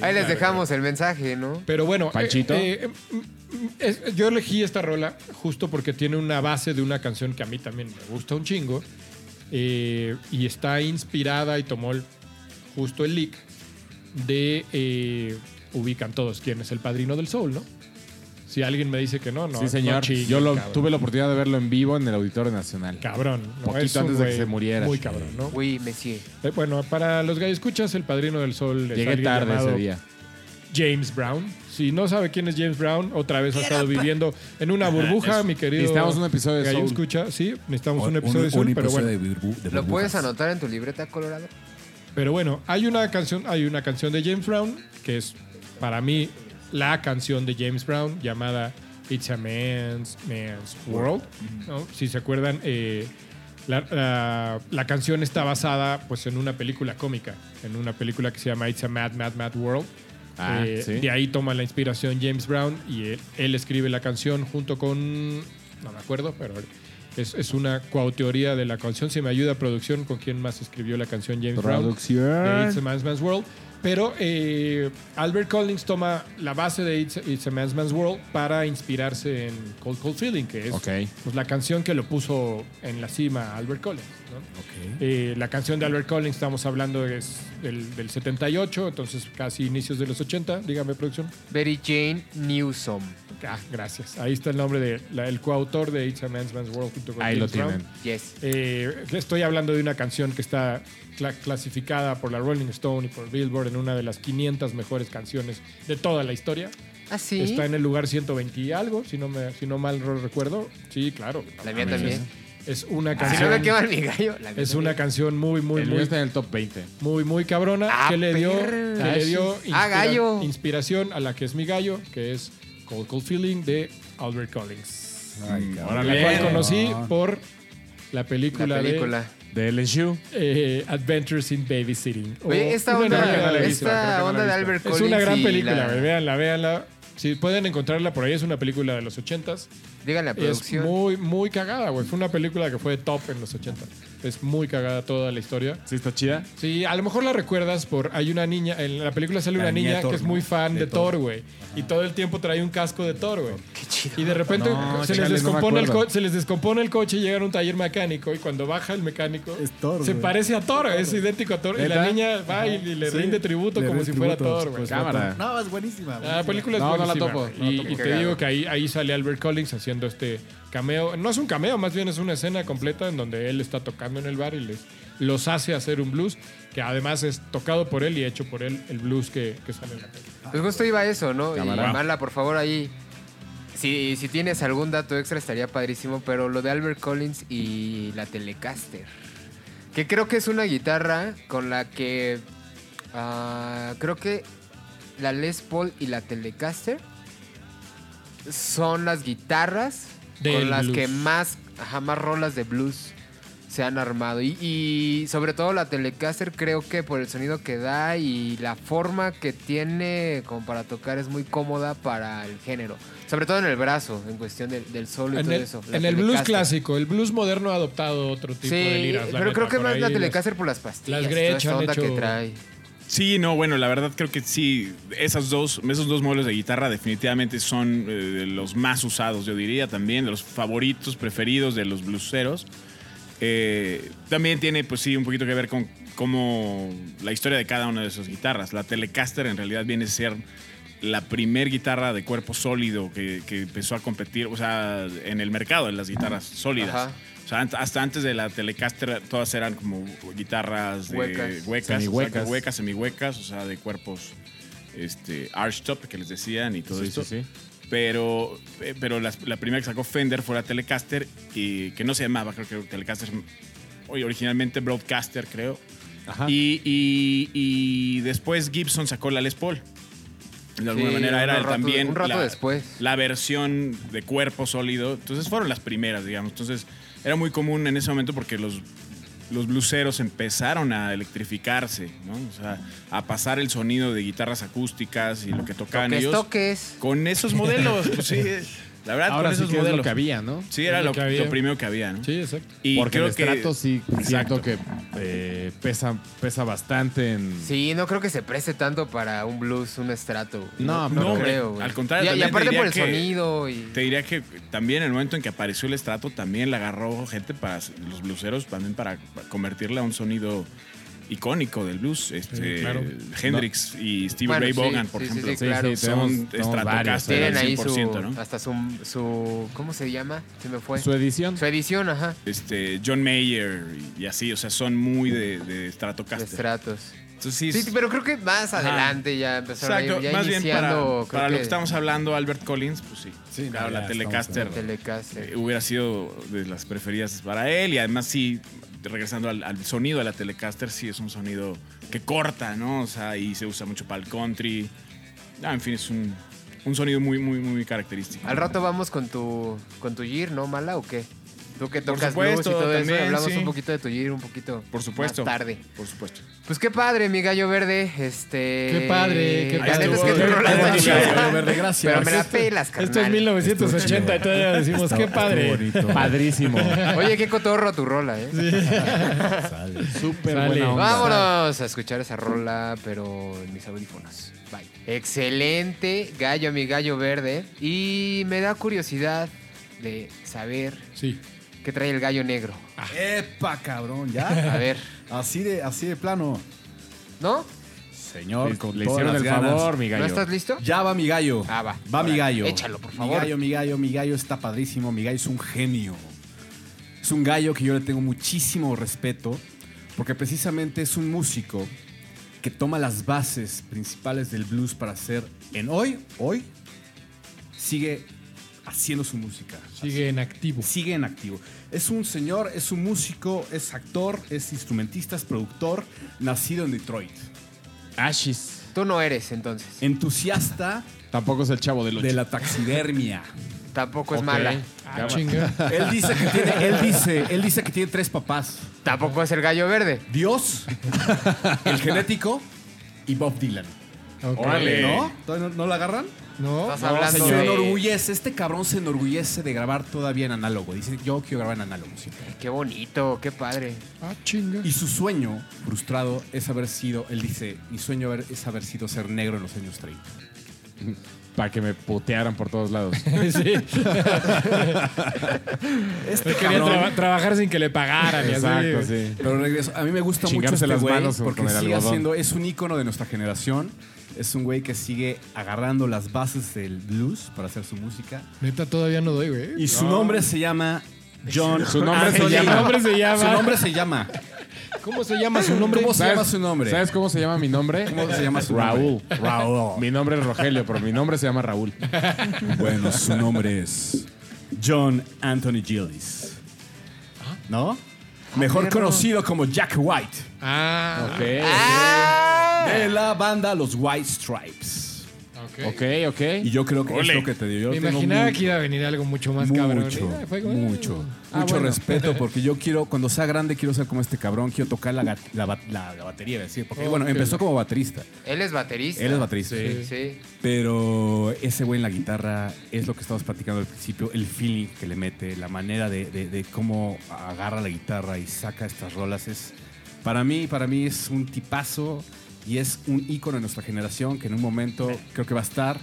[SPEAKER 1] Ahí les dejamos el mensaje, ¿no?
[SPEAKER 3] Pero bueno,
[SPEAKER 4] ¿Panchito?
[SPEAKER 3] eh, eh, mm, mm, es- yo elegí esta rola justo porque tiene una base de una canción que a mí también me gusta un chingo eh, y está inspirada y tomó el- justo el leak de eh, ubican todos quién es el padrino del soul, ¿no? Si alguien me dice que no, no.
[SPEAKER 4] sí,
[SPEAKER 3] no
[SPEAKER 4] señor.
[SPEAKER 3] chinguen,
[SPEAKER 4] Yo lo,
[SPEAKER 3] cabrón.
[SPEAKER 4] tuve la oportunidad de verlo en vivo en el Auditorio Nacional.
[SPEAKER 3] Cabrón. ¿no?
[SPEAKER 4] Poquito
[SPEAKER 3] Es un
[SPEAKER 4] antes de que
[SPEAKER 3] güey
[SPEAKER 4] se muriera.
[SPEAKER 3] Muy cabrón, ¿no?
[SPEAKER 1] Uy, Messi.
[SPEAKER 3] Eh, bueno, para los gallos escuchas, el padrino del sol. es
[SPEAKER 4] Llegué
[SPEAKER 3] alguien
[SPEAKER 4] tarde ese
[SPEAKER 3] llamado
[SPEAKER 4] día.
[SPEAKER 3] James Brown. Si no sabe quién es James Brown, otra vez ha estado viviendo en una burbuja, mi querido.
[SPEAKER 4] Necesitamos un episodio de
[SPEAKER 3] Gallo
[SPEAKER 4] Soul.
[SPEAKER 3] escucha, sí, necesitamos
[SPEAKER 2] O-
[SPEAKER 3] un episodio de
[SPEAKER 2] un-
[SPEAKER 3] Soul,
[SPEAKER 2] un
[SPEAKER 3] pero
[SPEAKER 2] episodio
[SPEAKER 3] bueno.
[SPEAKER 2] de Birbu- de
[SPEAKER 1] ¿Lo puedes
[SPEAKER 2] burbujas.
[SPEAKER 1] anotar en tu libreta, Colorado?
[SPEAKER 3] Pero bueno, hay una canción, hay una canción de James Brown que es para mí la canción de James Brown llamada It's a Man's Man's World. ¿no? Si se acuerdan, eh, la, la- la canción está basada pues en una película cómica, en una película que se llama It's a Mad Mad Mad World.
[SPEAKER 4] Ah,
[SPEAKER 3] Eh,
[SPEAKER 4] sí.
[SPEAKER 3] De ahí toma la inspiración James Brown y él, él escribe la canción junto con. No me acuerdo, pero es, es una coautoría de la canción. Si me ayuda producción, con quién más escribió la canción James Brown. De It's a
[SPEAKER 4] Producción.
[SPEAKER 3] Man's Man's World. Pero eh, Albert Collins toma la base de It's, It's a Man's Man's World para inspirarse en Cold Cold Feeling, que es
[SPEAKER 4] Ok.
[SPEAKER 3] pues, la canción que lo puso en la cima a Albert Collins. ¿no? Eh, la canción de Albert Collins, estamos hablando, es del, del 78, entonces casi inicios de los 80. Dígame, producción.
[SPEAKER 1] Betty Jane Newsom.
[SPEAKER 3] Ah, gracias. Ahí está el nombre del el coautor de It's a Man's Man's World. junto con
[SPEAKER 4] Ahí lo
[SPEAKER 3] James Brown.
[SPEAKER 4] tienen.
[SPEAKER 1] Yes.
[SPEAKER 3] Eh, estoy hablando de una canción que está cla- clasificada por la Rolling Stone y por Billboard en una de las 500 mejores canciones de toda la historia.
[SPEAKER 1] Ah, sí.
[SPEAKER 3] Está en el lugar 120 y algo, si no, me, si no mal no recuerdo. Sí, claro.
[SPEAKER 1] La mía también. Ah,
[SPEAKER 3] Es una
[SPEAKER 1] Si no me
[SPEAKER 3] canción,
[SPEAKER 1] queman mi gallo, la mía
[SPEAKER 3] es una
[SPEAKER 1] también.
[SPEAKER 3] canción muy, muy,
[SPEAKER 4] El mío
[SPEAKER 3] muy,
[SPEAKER 4] está en el top 20.
[SPEAKER 3] muy, muy cabrona
[SPEAKER 1] Ah,
[SPEAKER 3] que le dio,
[SPEAKER 1] perra.
[SPEAKER 3] que le dio
[SPEAKER 1] Ah, gallo.
[SPEAKER 3] inspiración a la que es mi gallo, que es Cold Cold Feeling de Albert Collins.
[SPEAKER 2] Ay, cabrón.
[SPEAKER 4] Ahora
[SPEAKER 3] La cual
[SPEAKER 4] bien.
[SPEAKER 3] conocí por la película,
[SPEAKER 1] Ah. La
[SPEAKER 3] de
[SPEAKER 1] película.
[SPEAKER 4] De LSU.
[SPEAKER 3] eh, Adventures in Babysitting. O-
[SPEAKER 1] Oye, esta
[SPEAKER 3] Bueno,
[SPEAKER 1] onda,
[SPEAKER 3] creo que no la he visto,
[SPEAKER 1] esta
[SPEAKER 3] creo que no la he
[SPEAKER 1] onda de
[SPEAKER 3] visto.
[SPEAKER 1] Albert
[SPEAKER 3] Es
[SPEAKER 1] Collins.
[SPEAKER 3] una gran
[SPEAKER 1] y
[SPEAKER 3] película,
[SPEAKER 1] la-
[SPEAKER 3] güey, véanla, véanla. Si pueden encontrarla por ahí, es una película de los 80s.
[SPEAKER 1] Diga la
[SPEAKER 3] Es
[SPEAKER 1] producción.
[SPEAKER 3] muy, muy cagada, güey. Fue una película que fue top en los 80. Es muy cagada toda la historia.
[SPEAKER 4] ¿Sí está chida?
[SPEAKER 3] Sí, a lo mejor la recuerdas por. Hay una niña. En la película sale
[SPEAKER 2] La
[SPEAKER 3] una
[SPEAKER 2] niña
[SPEAKER 3] niña
[SPEAKER 2] de Thor,
[SPEAKER 3] que es
[SPEAKER 2] ¿no?
[SPEAKER 3] muy fan
[SPEAKER 2] De
[SPEAKER 3] de, Thor,
[SPEAKER 2] Thor.
[SPEAKER 3] güey. Y todo el tiempo trae un casco de Thor, güey. Qué chido. Y de repente
[SPEAKER 4] No,
[SPEAKER 3] se,
[SPEAKER 4] chale, no me
[SPEAKER 3] les descompone el
[SPEAKER 4] acuerdo.
[SPEAKER 3] co- se les descompone el coche y llegan a un taller mecánico. Y cuando baja el mecánico,
[SPEAKER 2] Es Thor,
[SPEAKER 3] se
[SPEAKER 2] güey.
[SPEAKER 3] parece a Thor, es idéntico a Thor. Y la
[SPEAKER 4] ¿Neta?
[SPEAKER 3] niña va y le
[SPEAKER 2] Sí,
[SPEAKER 3] rinde tributo
[SPEAKER 2] le
[SPEAKER 3] como
[SPEAKER 2] rinde
[SPEAKER 3] si fuera
[SPEAKER 2] tributo,
[SPEAKER 3] Thor, güey.
[SPEAKER 2] pues,
[SPEAKER 4] Cámara.
[SPEAKER 2] No, es buenísima.
[SPEAKER 3] La
[SPEAKER 2] buenísima.
[SPEAKER 3] película es
[SPEAKER 4] No, no la
[SPEAKER 3] buenísima,
[SPEAKER 4] topo,
[SPEAKER 3] güey.
[SPEAKER 4] no la
[SPEAKER 3] y,
[SPEAKER 4] topo.
[SPEAKER 3] y te
[SPEAKER 1] Cagado.
[SPEAKER 3] digo que ahí, ahí sale Albert Collins haciendo este cameo. No es un cameo, más bien es una escena completa en donde él está tocando en el bar y les, los hace hacer un blues que además es tocado por él y hecho por él el blues que, que sale en la película.
[SPEAKER 1] Pues justo iba a eso, ¿no?
[SPEAKER 4] Cámara.
[SPEAKER 1] Y Marla, por favor, ahí. Si, si tienes algún dato extra estaría padrísimo, pero lo de Albert Collins y la Telecaster. Que creo que es una guitarra con la que. ah, creo que la Les Paul y la Telecaster son las guitarras
[SPEAKER 3] Del
[SPEAKER 1] con las
[SPEAKER 3] blues.
[SPEAKER 1] que más, ajá, más rolas de blues se han armado. Y, y sobre todo la Telecaster creo que por el sonido que da y la forma que tiene como para tocar es muy cómoda para el género. Sobre todo en el brazo, en cuestión del, del solo y
[SPEAKER 3] En
[SPEAKER 1] todo
[SPEAKER 3] el,
[SPEAKER 1] eso. la
[SPEAKER 3] en el blues
[SPEAKER 1] Telecaster.
[SPEAKER 3] clásico, el blues moderno ha adoptado otro tipo
[SPEAKER 1] Sí,
[SPEAKER 3] de liras. la
[SPEAKER 1] pero
[SPEAKER 3] neta,
[SPEAKER 1] creo que
[SPEAKER 3] por
[SPEAKER 1] más
[SPEAKER 3] ahí
[SPEAKER 1] la
[SPEAKER 3] las-
[SPEAKER 1] Telecaster por las pastillas.
[SPEAKER 3] las
[SPEAKER 1] toda esta
[SPEAKER 3] Gretsch han
[SPEAKER 1] onda
[SPEAKER 3] hecho-
[SPEAKER 1] que trae.
[SPEAKER 5] Sí, no, bueno, la verdad creo que sí, esas dos, esos dos modelos de guitarra definitivamente son eh, de los más usados, yo diría también, de los favoritos, preferidos de los bluseros. Eh, también tiene, pues sí, un poquito que ver con cómo la historia de cada una de esas guitarras. La Telecaster en realidad viene a ser la primer guitarra de cuerpo sólido que, que empezó a competir, o sea, en el mercado de las guitarras sólidas.
[SPEAKER 1] Ajá.
[SPEAKER 5] O sea, an- hasta antes de la Telecaster todas eran como guitarras de
[SPEAKER 1] Huecas.
[SPEAKER 5] huecas,
[SPEAKER 4] Semihuecas.
[SPEAKER 5] o sea, huecas, semihuecas, o sea, de cuerpos este, archtop que les decían y todo
[SPEAKER 4] Sí,
[SPEAKER 5] esto.
[SPEAKER 4] sí, sí.
[SPEAKER 5] Pero, eh, pero las- la, primera que sacó Fender fue la Telecaster, y, que no se llamaba, creo que Telecaster, oye, originalmente Broadcaster, creo.
[SPEAKER 4] Ajá.
[SPEAKER 5] Y, y- y después Gibson sacó la Les Paul. De alguna
[SPEAKER 1] Sí,
[SPEAKER 5] manera era
[SPEAKER 1] un rato-
[SPEAKER 5] también
[SPEAKER 1] un rato
[SPEAKER 5] la,
[SPEAKER 1] después.
[SPEAKER 5] la versión de cuerpo sólido. Entonces fueron las primeras, digamos. Entonces era muy común en ese momento porque los, los bluseros empezaron a electrificarse, ¿no? O sea, a pasar el sonido de guitarras acústicas y lo que tocaban
[SPEAKER 1] Toques,
[SPEAKER 5] ellos
[SPEAKER 1] toques.
[SPEAKER 5] con esos modelos. pues sí, la verdad,
[SPEAKER 4] Ahora
[SPEAKER 5] con
[SPEAKER 4] sí
[SPEAKER 5] esos
[SPEAKER 4] que es
[SPEAKER 5] modelos.
[SPEAKER 4] lo que había, ¿no?
[SPEAKER 5] Sí, era
[SPEAKER 3] Es lo
[SPEAKER 5] lo,
[SPEAKER 3] que había.
[SPEAKER 5] lo primero que había, ¿no?
[SPEAKER 3] Sí, exacto.
[SPEAKER 5] Y
[SPEAKER 4] Porque
[SPEAKER 5] creo
[SPEAKER 4] el
[SPEAKER 5] que
[SPEAKER 4] estrato sí
[SPEAKER 5] Exacto.
[SPEAKER 4] siento que eh, pesa, pesa bastante en...
[SPEAKER 1] Sí, no creo que se preste tanto para un blues, un estrato. güey.
[SPEAKER 4] No,
[SPEAKER 5] no, güey.
[SPEAKER 1] creo. güey.
[SPEAKER 5] Al contrario,
[SPEAKER 1] Y- y,
[SPEAKER 5] también
[SPEAKER 1] aparte
[SPEAKER 5] diría
[SPEAKER 1] por el
[SPEAKER 5] que-
[SPEAKER 1] sonido y
[SPEAKER 5] Te diría que también en el momento en que apareció el estrato, también la agarró gente para los bluseros, también para para convertirla a un sonido icónico del blues. Este,
[SPEAKER 3] Sí, claro.
[SPEAKER 5] Hendrix y Stevie
[SPEAKER 1] Bueno,
[SPEAKER 5] Ray
[SPEAKER 1] sí,
[SPEAKER 5] Vaughan, por
[SPEAKER 1] sí, sí,
[SPEAKER 5] ejemplo.
[SPEAKER 1] sí, claro.
[SPEAKER 5] Son
[SPEAKER 4] tenemos- tenemos varios,
[SPEAKER 5] Stratocaster
[SPEAKER 1] tienen
[SPEAKER 5] al
[SPEAKER 1] ahí
[SPEAKER 5] 100%,
[SPEAKER 1] su
[SPEAKER 5] ¿no?
[SPEAKER 1] hasta su su ¿cómo se llama? Se me fue.
[SPEAKER 4] Su edición.
[SPEAKER 1] Su edición, ajá,
[SPEAKER 5] Este, John Mayer y y así, o sea, son muy de, de
[SPEAKER 1] de
[SPEAKER 5] Stratocaster.
[SPEAKER 1] estratos.
[SPEAKER 5] Entonces, sí,
[SPEAKER 1] Sí, pero creo que más
[SPEAKER 5] Ajá.
[SPEAKER 1] adelante ya empezaron
[SPEAKER 5] Exacto,
[SPEAKER 1] a ir, ya
[SPEAKER 5] más bien para,
[SPEAKER 1] iniciando
[SPEAKER 5] para lo que
[SPEAKER 1] creo
[SPEAKER 5] estamos hablando, Albert Collins, pues sí.
[SPEAKER 2] Sí, no,
[SPEAKER 5] claro,
[SPEAKER 2] ya
[SPEAKER 5] la
[SPEAKER 2] estamos
[SPEAKER 5] Telecaster
[SPEAKER 1] que Telecaster.
[SPEAKER 5] eh, hubiera sido de las preferidas para él y además sí, regresando al, al sonido de la Telecaster, sí es un sonido que corta, ¿no? O sea, y se usa mucho para el country. Ah, en fin, es un, un sonido muy, muy, muy característico.
[SPEAKER 1] Al rato vamos con tu con tu Gear, ¿no, mala o qué? Tú que
[SPEAKER 5] Por
[SPEAKER 1] tocas
[SPEAKER 5] supuesto,
[SPEAKER 1] blues y todo eso,
[SPEAKER 5] también,
[SPEAKER 1] hablamos
[SPEAKER 5] sí.
[SPEAKER 1] un poquito de tu Gear, un poquito
[SPEAKER 5] Por supuesto.
[SPEAKER 1] más tarde.
[SPEAKER 5] Por supuesto.
[SPEAKER 1] Pues qué padre, mi gallo verde. Este.
[SPEAKER 3] Qué padre, qué
[SPEAKER 1] La
[SPEAKER 3] padre.
[SPEAKER 1] neta es que tu
[SPEAKER 5] Qué
[SPEAKER 1] rola está
[SPEAKER 5] padre,
[SPEAKER 1] chida.
[SPEAKER 2] gallo verde, gracias.
[SPEAKER 1] Pero me la pelas, carnal.
[SPEAKER 3] Esto es 1980 y todavía decimos, qué padre.
[SPEAKER 4] Padrísimo.
[SPEAKER 1] Oye, qué cotorro tu rola, ¿eh?
[SPEAKER 4] Súper
[SPEAKER 3] Sale.
[SPEAKER 4] buena onda.
[SPEAKER 1] Vámonos a escuchar esa rola, pero en mis audífonos. Bye. Excelente, gallo, mi gallo verde. Y me da curiosidad de saber
[SPEAKER 3] Sí.
[SPEAKER 1] qué trae el gallo negro.
[SPEAKER 2] ¡Epa, cabrón!
[SPEAKER 1] A
[SPEAKER 2] ¿Ya?
[SPEAKER 1] ver,
[SPEAKER 2] Así de, así de plano.
[SPEAKER 1] ¿no?
[SPEAKER 2] Señor,
[SPEAKER 4] Le-
[SPEAKER 2] con
[SPEAKER 4] Le
[SPEAKER 2] todas
[SPEAKER 4] hicieron
[SPEAKER 2] las
[SPEAKER 4] el
[SPEAKER 2] ganas.
[SPEAKER 4] favor, mi gallo.
[SPEAKER 1] ¿No estás listo?
[SPEAKER 2] Ya va mi gallo.
[SPEAKER 1] Ah, va.
[SPEAKER 2] Va mi
[SPEAKER 1] Órale,
[SPEAKER 2] gallo.
[SPEAKER 1] échalo, por favor.
[SPEAKER 2] Mi gallo, mi gallo, mi gallo está padrísimo. Mi gallo es un genio. Es un gallo que yo le tengo muchísimo respeto porque precisamente es un músico que toma las bases principales del blues para hacer en hoy, hoy, sigue haciendo su música.
[SPEAKER 3] Sigue en activo.
[SPEAKER 2] Sigue en activo. Es un señor, es un músico, es actor, es instrumentista, es productor, nacido en Detroit.
[SPEAKER 4] Ashis.
[SPEAKER 1] Tú no eres, entonces.
[SPEAKER 2] Entusiasta
[SPEAKER 4] Tampoco es el chavo del ocho.
[SPEAKER 2] de la taxidermia.
[SPEAKER 1] Tampoco es
[SPEAKER 4] Ok.
[SPEAKER 1] mala.
[SPEAKER 3] Ah, chinga.
[SPEAKER 2] Él dice que tiene, él dice, él dice que tiene tres papás.
[SPEAKER 1] Tampoco es el gallo verde.
[SPEAKER 2] Dios, el genético y Bob Dylan.
[SPEAKER 3] Ok.
[SPEAKER 5] Órale.
[SPEAKER 2] ¿No? ¿Todavía ¿No, no lo agarran?
[SPEAKER 3] No.
[SPEAKER 1] Estás hablando
[SPEAKER 2] Se
[SPEAKER 1] de...
[SPEAKER 2] enorgullece, este cabrón se enorgullece de grabar todavía en análogo. Dice, yo quiero grabar en análogo. sí.
[SPEAKER 1] Qué bonito, qué padre.
[SPEAKER 3] Ah, chinga.
[SPEAKER 2] Y su sueño frustrado es haber sido, él dice, mi sueño haber- es haber sido ser negro en los años 30.
[SPEAKER 4] Para que me putearan por todos lados.
[SPEAKER 3] Sí.
[SPEAKER 2] Este
[SPEAKER 3] Él quería traba- trabajar sin que le pagaran. y así.
[SPEAKER 4] Exacto, sí.
[SPEAKER 2] Pero regreso, a mí me gusta mucho
[SPEAKER 4] Chingarse
[SPEAKER 2] este
[SPEAKER 4] las
[SPEAKER 2] güey
[SPEAKER 4] manos con
[SPEAKER 2] porque
[SPEAKER 4] el
[SPEAKER 2] sigue
[SPEAKER 4] algodón.
[SPEAKER 2] haciendo, es un ícono de nuestra generación. Es un güey que sigue agarrando las bases del blues para hacer su música.
[SPEAKER 3] Neta, todavía no doy, güey.
[SPEAKER 2] Y su nombre se llama John.
[SPEAKER 4] Su nombre se
[SPEAKER 2] Anthony.
[SPEAKER 4] llama-
[SPEAKER 3] Su nombre se llama.
[SPEAKER 2] Su nombre se llama.
[SPEAKER 3] ¿Cómo se llama su nombre?
[SPEAKER 2] ¿Cómo se
[SPEAKER 4] ¿Sabes-
[SPEAKER 2] llama su nombre?
[SPEAKER 4] ¿Sabes cómo se llama mi nombre?
[SPEAKER 2] ¿Cómo se llama su
[SPEAKER 4] Raúl.
[SPEAKER 2] nombre? Raúl.
[SPEAKER 4] Mi nombre es Rogelio, pero mi nombre se llama Raúl.
[SPEAKER 2] Bueno, su nombre es John Anthony Gillis. ¿No? Mejor conocido como Jack White
[SPEAKER 3] Ah,
[SPEAKER 4] Ok.
[SPEAKER 2] de la banda Los White Stripes.
[SPEAKER 3] ok.
[SPEAKER 4] Ok, ok.
[SPEAKER 2] Y yo creo que
[SPEAKER 5] Ole.
[SPEAKER 2] es lo que te dio. Ah, Yo
[SPEAKER 3] Me
[SPEAKER 2] tengo
[SPEAKER 3] imaginaba
[SPEAKER 2] muy-
[SPEAKER 3] que iba a venir algo mucho más
[SPEAKER 2] mucho,
[SPEAKER 3] cabrón. Ah, fue
[SPEAKER 2] mucho,
[SPEAKER 3] como-
[SPEAKER 2] mucho
[SPEAKER 4] Ah, bueno.
[SPEAKER 2] respeto porque yo quiero, cuando sea grande, quiero ser como este cabrón, quiero tocar la, gat- la, bat- la- la batería, decir, porque bueno,
[SPEAKER 3] Ok.
[SPEAKER 2] empezó como baterista,
[SPEAKER 1] Él es baterista.
[SPEAKER 2] él es baterista,
[SPEAKER 3] Sí.
[SPEAKER 1] Sí.
[SPEAKER 2] pero ese güey en la guitarra es lo que estábamos platicando al principio, el feeling que le mete, la manera de, de- de cómo agarra la guitarra y saca estas rolas, es, para mí, para mí es un tipazo y es un ícono de nuestra generación que en un momento creo que va a estar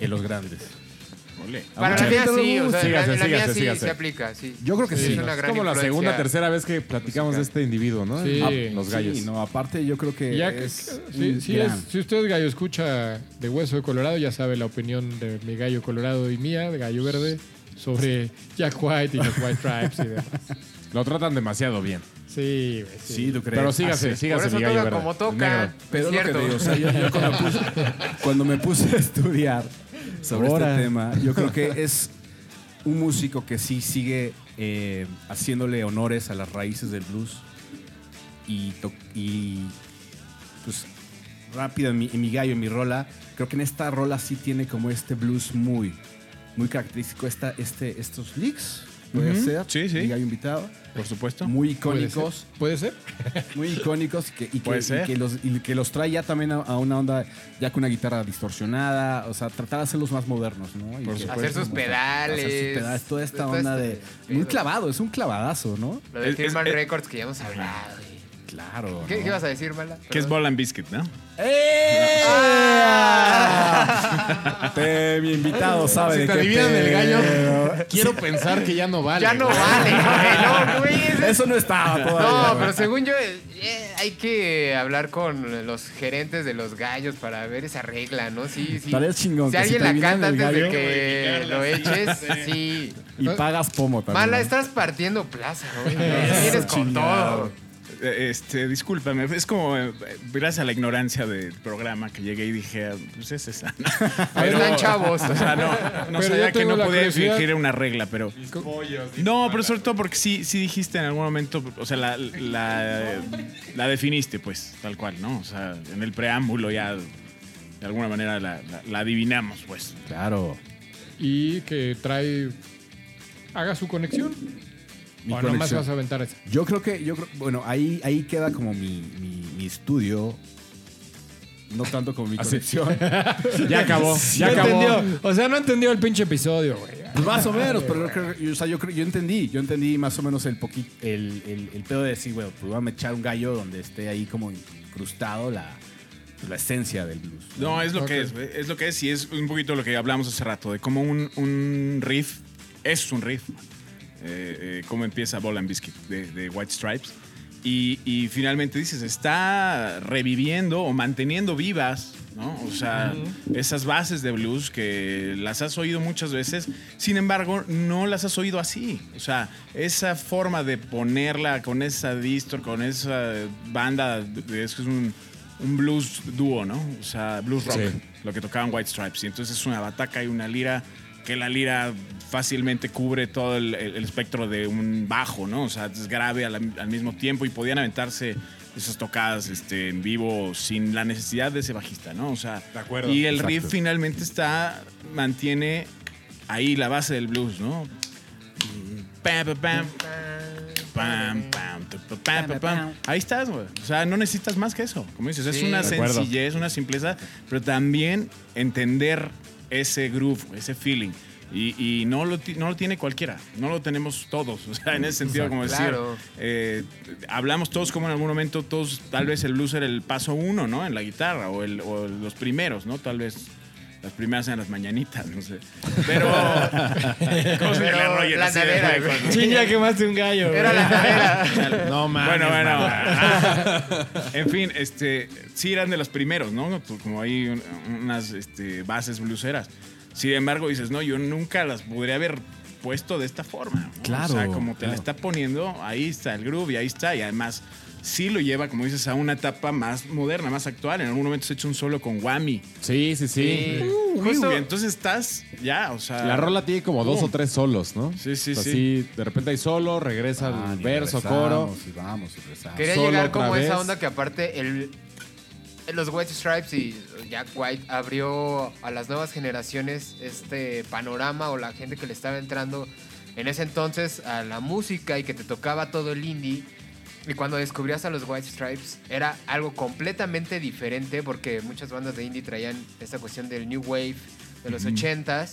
[SPEAKER 2] en los grandes.
[SPEAKER 5] Ole.
[SPEAKER 1] Para la
[SPEAKER 4] Aunque-
[SPEAKER 1] mía sí, o sea,
[SPEAKER 4] Sígase,
[SPEAKER 1] la, la mía
[SPEAKER 4] sígase,
[SPEAKER 1] sí
[SPEAKER 4] sígase.
[SPEAKER 1] se aplica, sí.
[SPEAKER 2] Yo creo que
[SPEAKER 1] Es
[SPEAKER 2] sí.
[SPEAKER 1] una
[SPEAKER 4] Es
[SPEAKER 1] gran
[SPEAKER 4] como la
[SPEAKER 1] influencia.
[SPEAKER 4] segunda, tercera vez que platicamos de este individuo, ¿no?
[SPEAKER 3] Sí.
[SPEAKER 4] Ah, los gallos.
[SPEAKER 2] Sí, no, aparte yo creo que
[SPEAKER 3] Ya que-
[SPEAKER 2] es
[SPEAKER 3] sí,
[SPEAKER 2] un
[SPEAKER 3] sí
[SPEAKER 2] gran.
[SPEAKER 3] es- si usted gallo escucha de Hueso de Colorado, ya sabe la opinión de mi gallo colorado y mía, de gallo verde, sobre Jack White y los White Tribes y demás.
[SPEAKER 4] Lo tratan demasiado bien.
[SPEAKER 3] Sí, güey, sí.
[SPEAKER 2] Sí, tú crees.
[SPEAKER 4] Pero sígase,
[SPEAKER 2] Así es.
[SPEAKER 1] Por
[SPEAKER 4] sígase,
[SPEAKER 1] eso
[SPEAKER 4] mi gallo
[SPEAKER 1] toca
[SPEAKER 4] verde,
[SPEAKER 1] como
[SPEAKER 4] el negro.
[SPEAKER 1] toca.
[SPEAKER 2] Pero
[SPEAKER 1] es
[SPEAKER 2] es lo
[SPEAKER 1] cierto.
[SPEAKER 2] que te digo, o sea, yo, yo cuando, me puse, cuando me puse a estudiar sobre
[SPEAKER 4] Ahora.
[SPEAKER 2] este tema, yo creo que es un músico que sí sigue eh, haciéndole honores a las raíces del blues y, to- y, pues rápido en mi, en mi gallo, en mi rola, creo que en esta rola sí tiene como este blues muy, muy característico, esta, este, estos licks, puede ser,
[SPEAKER 5] Sí, sí.
[SPEAKER 2] mi gallo invitado,
[SPEAKER 5] Por supuesto.
[SPEAKER 2] muy
[SPEAKER 3] ¿Puede
[SPEAKER 2] icónicos
[SPEAKER 3] ser? ¿Puede ser?
[SPEAKER 2] muy icónicos que, y, que,
[SPEAKER 5] Puede
[SPEAKER 2] y
[SPEAKER 5] ser.
[SPEAKER 2] que los, y que los trae ya también a, a una onda, ya con una guitarra distorsionada, o sea, tratar de hacerlos más modernos, ¿no? Y
[SPEAKER 5] Por
[SPEAKER 2] que-
[SPEAKER 5] supuesto.
[SPEAKER 1] Hacer sus
[SPEAKER 2] como-
[SPEAKER 1] pedales.
[SPEAKER 2] hacer sus pedales, toda esta
[SPEAKER 1] todo
[SPEAKER 2] onda de...
[SPEAKER 1] este
[SPEAKER 2] Muy
[SPEAKER 1] pedo.
[SPEAKER 2] clavado, es un clavadazo, ¿no?
[SPEAKER 1] Lo de
[SPEAKER 5] Es-
[SPEAKER 1] Tillman
[SPEAKER 5] es-
[SPEAKER 1] Records que ya hemos hablado. güey.
[SPEAKER 2] Claro.
[SPEAKER 1] ¿Qué,
[SPEAKER 2] ¿no?
[SPEAKER 1] ¿Qué vas a decir, Mala?
[SPEAKER 5] Que es Ball and Biscuit, ¿no?
[SPEAKER 2] ¡Eh!
[SPEAKER 1] Ah.
[SPEAKER 2] Te- mi invitado sabe
[SPEAKER 4] Si
[SPEAKER 2] de
[SPEAKER 4] te
[SPEAKER 2] qué
[SPEAKER 4] adivinan el
[SPEAKER 2] pedo.
[SPEAKER 4] gallo, quiero pensar que ya no vale.
[SPEAKER 1] Ya no
[SPEAKER 4] güey.
[SPEAKER 1] vale, güey, no, güey. ese-
[SPEAKER 2] Eso no estaba todavía.
[SPEAKER 1] No,
[SPEAKER 2] güey.
[SPEAKER 1] pero según yo, eh, hay que hablar con los gerentes de los gallos para ver esa regla, ¿no? Sí, sí.
[SPEAKER 2] Estaría chingón
[SPEAKER 1] Si
[SPEAKER 2] que si
[SPEAKER 1] alguien
[SPEAKER 2] te
[SPEAKER 1] la
[SPEAKER 2] adivinan
[SPEAKER 1] canta
[SPEAKER 2] el
[SPEAKER 1] antes de
[SPEAKER 2] gallo,
[SPEAKER 1] que
[SPEAKER 5] güey,
[SPEAKER 1] lo
[SPEAKER 5] picarla,
[SPEAKER 1] eches,
[SPEAKER 5] sí.
[SPEAKER 1] sí.
[SPEAKER 2] Y pagas pomo también.
[SPEAKER 1] Mala,
[SPEAKER 2] ¿no?
[SPEAKER 1] estás partiendo plaza, güey. Vienes con todo.
[SPEAKER 5] Eh, Este, discúlpame, es como eh, gracias a la ignorancia del programa que llegué y dije, ah, pues es esa. ¿no? Pero-
[SPEAKER 1] Están chavos.
[SPEAKER 5] O sea, no, no
[SPEAKER 3] Pero yo
[SPEAKER 5] sabía que
[SPEAKER 3] tengo
[SPEAKER 5] no
[SPEAKER 3] la
[SPEAKER 5] podía
[SPEAKER 3] curiosidad.
[SPEAKER 5] fingir una regla, pero. No, pero sobre todo porque sí, sí dijiste en algún momento, o sea, la, la, la definiste, pues, tal cual, ¿no? O sea, en el preámbulo ya de alguna manera la, la- la adivinamos, pues.
[SPEAKER 2] Claro.
[SPEAKER 3] Y que trae... Haga su conexión.
[SPEAKER 2] Mi
[SPEAKER 3] o nomás
[SPEAKER 2] conexión.
[SPEAKER 3] vas a aventar esa.
[SPEAKER 2] Yo creo que, yo creo, bueno, ahí, ahí queda como mi, mi, mi estudio. No tanto como mi
[SPEAKER 4] Acepción.
[SPEAKER 2] conexión.
[SPEAKER 4] Ya acabó, ya
[SPEAKER 3] No
[SPEAKER 4] acabó.
[SPEAKER 3] entendió. O sea, no entendió el pinche episodio, güey.
[SPEAKER 2] Pues más o menos, pero yo, creo- yo- o sea, yo, creo- yo entendí, yo entendí más o menos el, poqui- el, el, el pedo de decir, bueno, pues voy a echar un gallo donde esté ahí como incrustado la, pues, la esencia del blues.
[SPEAKER 5] No, es lo que
[SPEAKER 3] Ok.
[SPEAKER 5] es, güey. es lo que es y es un poquito lo que hablamos hace rato, de cómo un, un riff es un riff. Eh, eh, cómo empieza Ball and Biscuit de, de White Stripes. Y, y finalmente dices, está reviviendo o manteniendo vivas, ¿no? O sea, esas bases de blues que las has oído muchas veces, sin embargo, no las has oído así. O sea, esa forma de ponerla con esa distor, con esa banda, de- es que es un, un blues dúo, ¿no? O sea, blues rock,
[SPEAKER 4] Sí.
[SPEAKER 5] lo que tocaban White Stripes. Y entonces es una bataca y una lira, que la lira fácilmente cubre todo el, el- el espectro de un bajo, ¿no? O sea, es grave al, al mismo tiempo y podían aventarse esas tocadas este, en vivo sin la necesidad de ese bajista, ¿no? O sea,
[SPEAKER 4] De acuerdo.
[SPEAKER 5] y el riff
[SPEAKER 4] Exacto.
[SPEAKER 5] finalmente está, mantiene ahí la base del blues, ¿no? Pam, pam, pam. Pam, pam, tu, pa, pam, pa, pam. Ahí estás, güey. O sea, no necesitas más que eso. Como dices, es
[SPEAKER 1] Sí.
[SPEAKER 5] una
[SPEAKER 4] De acuerdo.
[SPEAKER 5] sencillez, una simpleza, pero también entender ese groove, ese feeling. Y, y no, lo, ti- no lo tiene cualquiera, no lo tenemos todos. O sea, en ese sentido, como decir,
[SPEAKER 1] Claro.
[SPEAKER 5] eh, hablamos todos como en algún momento, todos, tal vez el blues era el paso uno, ¿no? En la guitarra, o, el- o los primeros, ¿no? Tal vez las primeras en las mañanitas, no sé. Pero. ¿Cómo se
[SPEAKER 1] Pero
[SPEAKER 5] llama, Roger?
[SPEAKER 1] la
[SPEAKER 5] Así de
[SPEAKER 1] nevera,
[SPEAKER 5] hueco,
[SPEAKER 1] güey.
[SPEAKER 5] ¿no?
[SPEAKER 3] Chinga, quemaste un gallo, güey.
[SPEAKER 1] Era la cadera.
[SPEAKER 4] No mames.
[SPEAKER 5] Bueno, bueno.
[SPEAKER 4] mamá.
[SPEAKER 5] Ah. en fin, este, sí eran de los primeros, ¿no? Como hay un- unas este, bases bluseras. Sin embargo, dices, no, yo nunca las podría haber puesto de esta forma. ¿no?
[SPEAKER 2] Claro,
[SPEAKER 5] O sea, como te la
[SPEAKER 2] claro.
[SPEAKER 5] está poniendo, ahí está el groove y ahí está. Y además, sí lo lleva, como dices, a una etapa más moderna, más actual. En algún momento se echa un solo con Whammy.
[SPEAKER 4] Sí, sí, sí.
[SPEAKER 1] Sí.
[SPEAKER 5] Y
[SPEAKER 1] Justo,
[SPEAKER 5] entonces estás ya, o sea.
[SPEAKER 4] La rola tiene como dos o tres solos, ¿no?
[SPEAKER 5] Sí, sí,
[SPEAKER 4] O sea,
[SPEAKER 5] sí.
[SPEAKER 4] De repente hay solo, regresa
[SPEAKER 2] Ah,
[SPEAKER 4] al
[SPEAKER 2] y
[SPEAKER 4] verso,
[SPEAKER 2] regresamos,
[SPEAKER 4] coro.
[SPEAKER 2] Y vamos, y regresamos.
[SPEAKER 1] Quería
[SPEAKER 4] Solo
[SPEAKER 1] llegar
[SPEAKER 4] otra
[SPEAKER 1] como a esa
[SPEAKER 4] vez.
[SPEAKER 1] onda que aparte el, los White Stripes y Jack White abrió a las nuevas generaciones este panorama o la gente que le estaba entrando en ese entonces a la música y que te tocaba todo el indie. Y cuando descubrías a los White Stripes era algo completamente diferente porque muchas bandas de indie traían esta cuestión del New Wave de los 80s.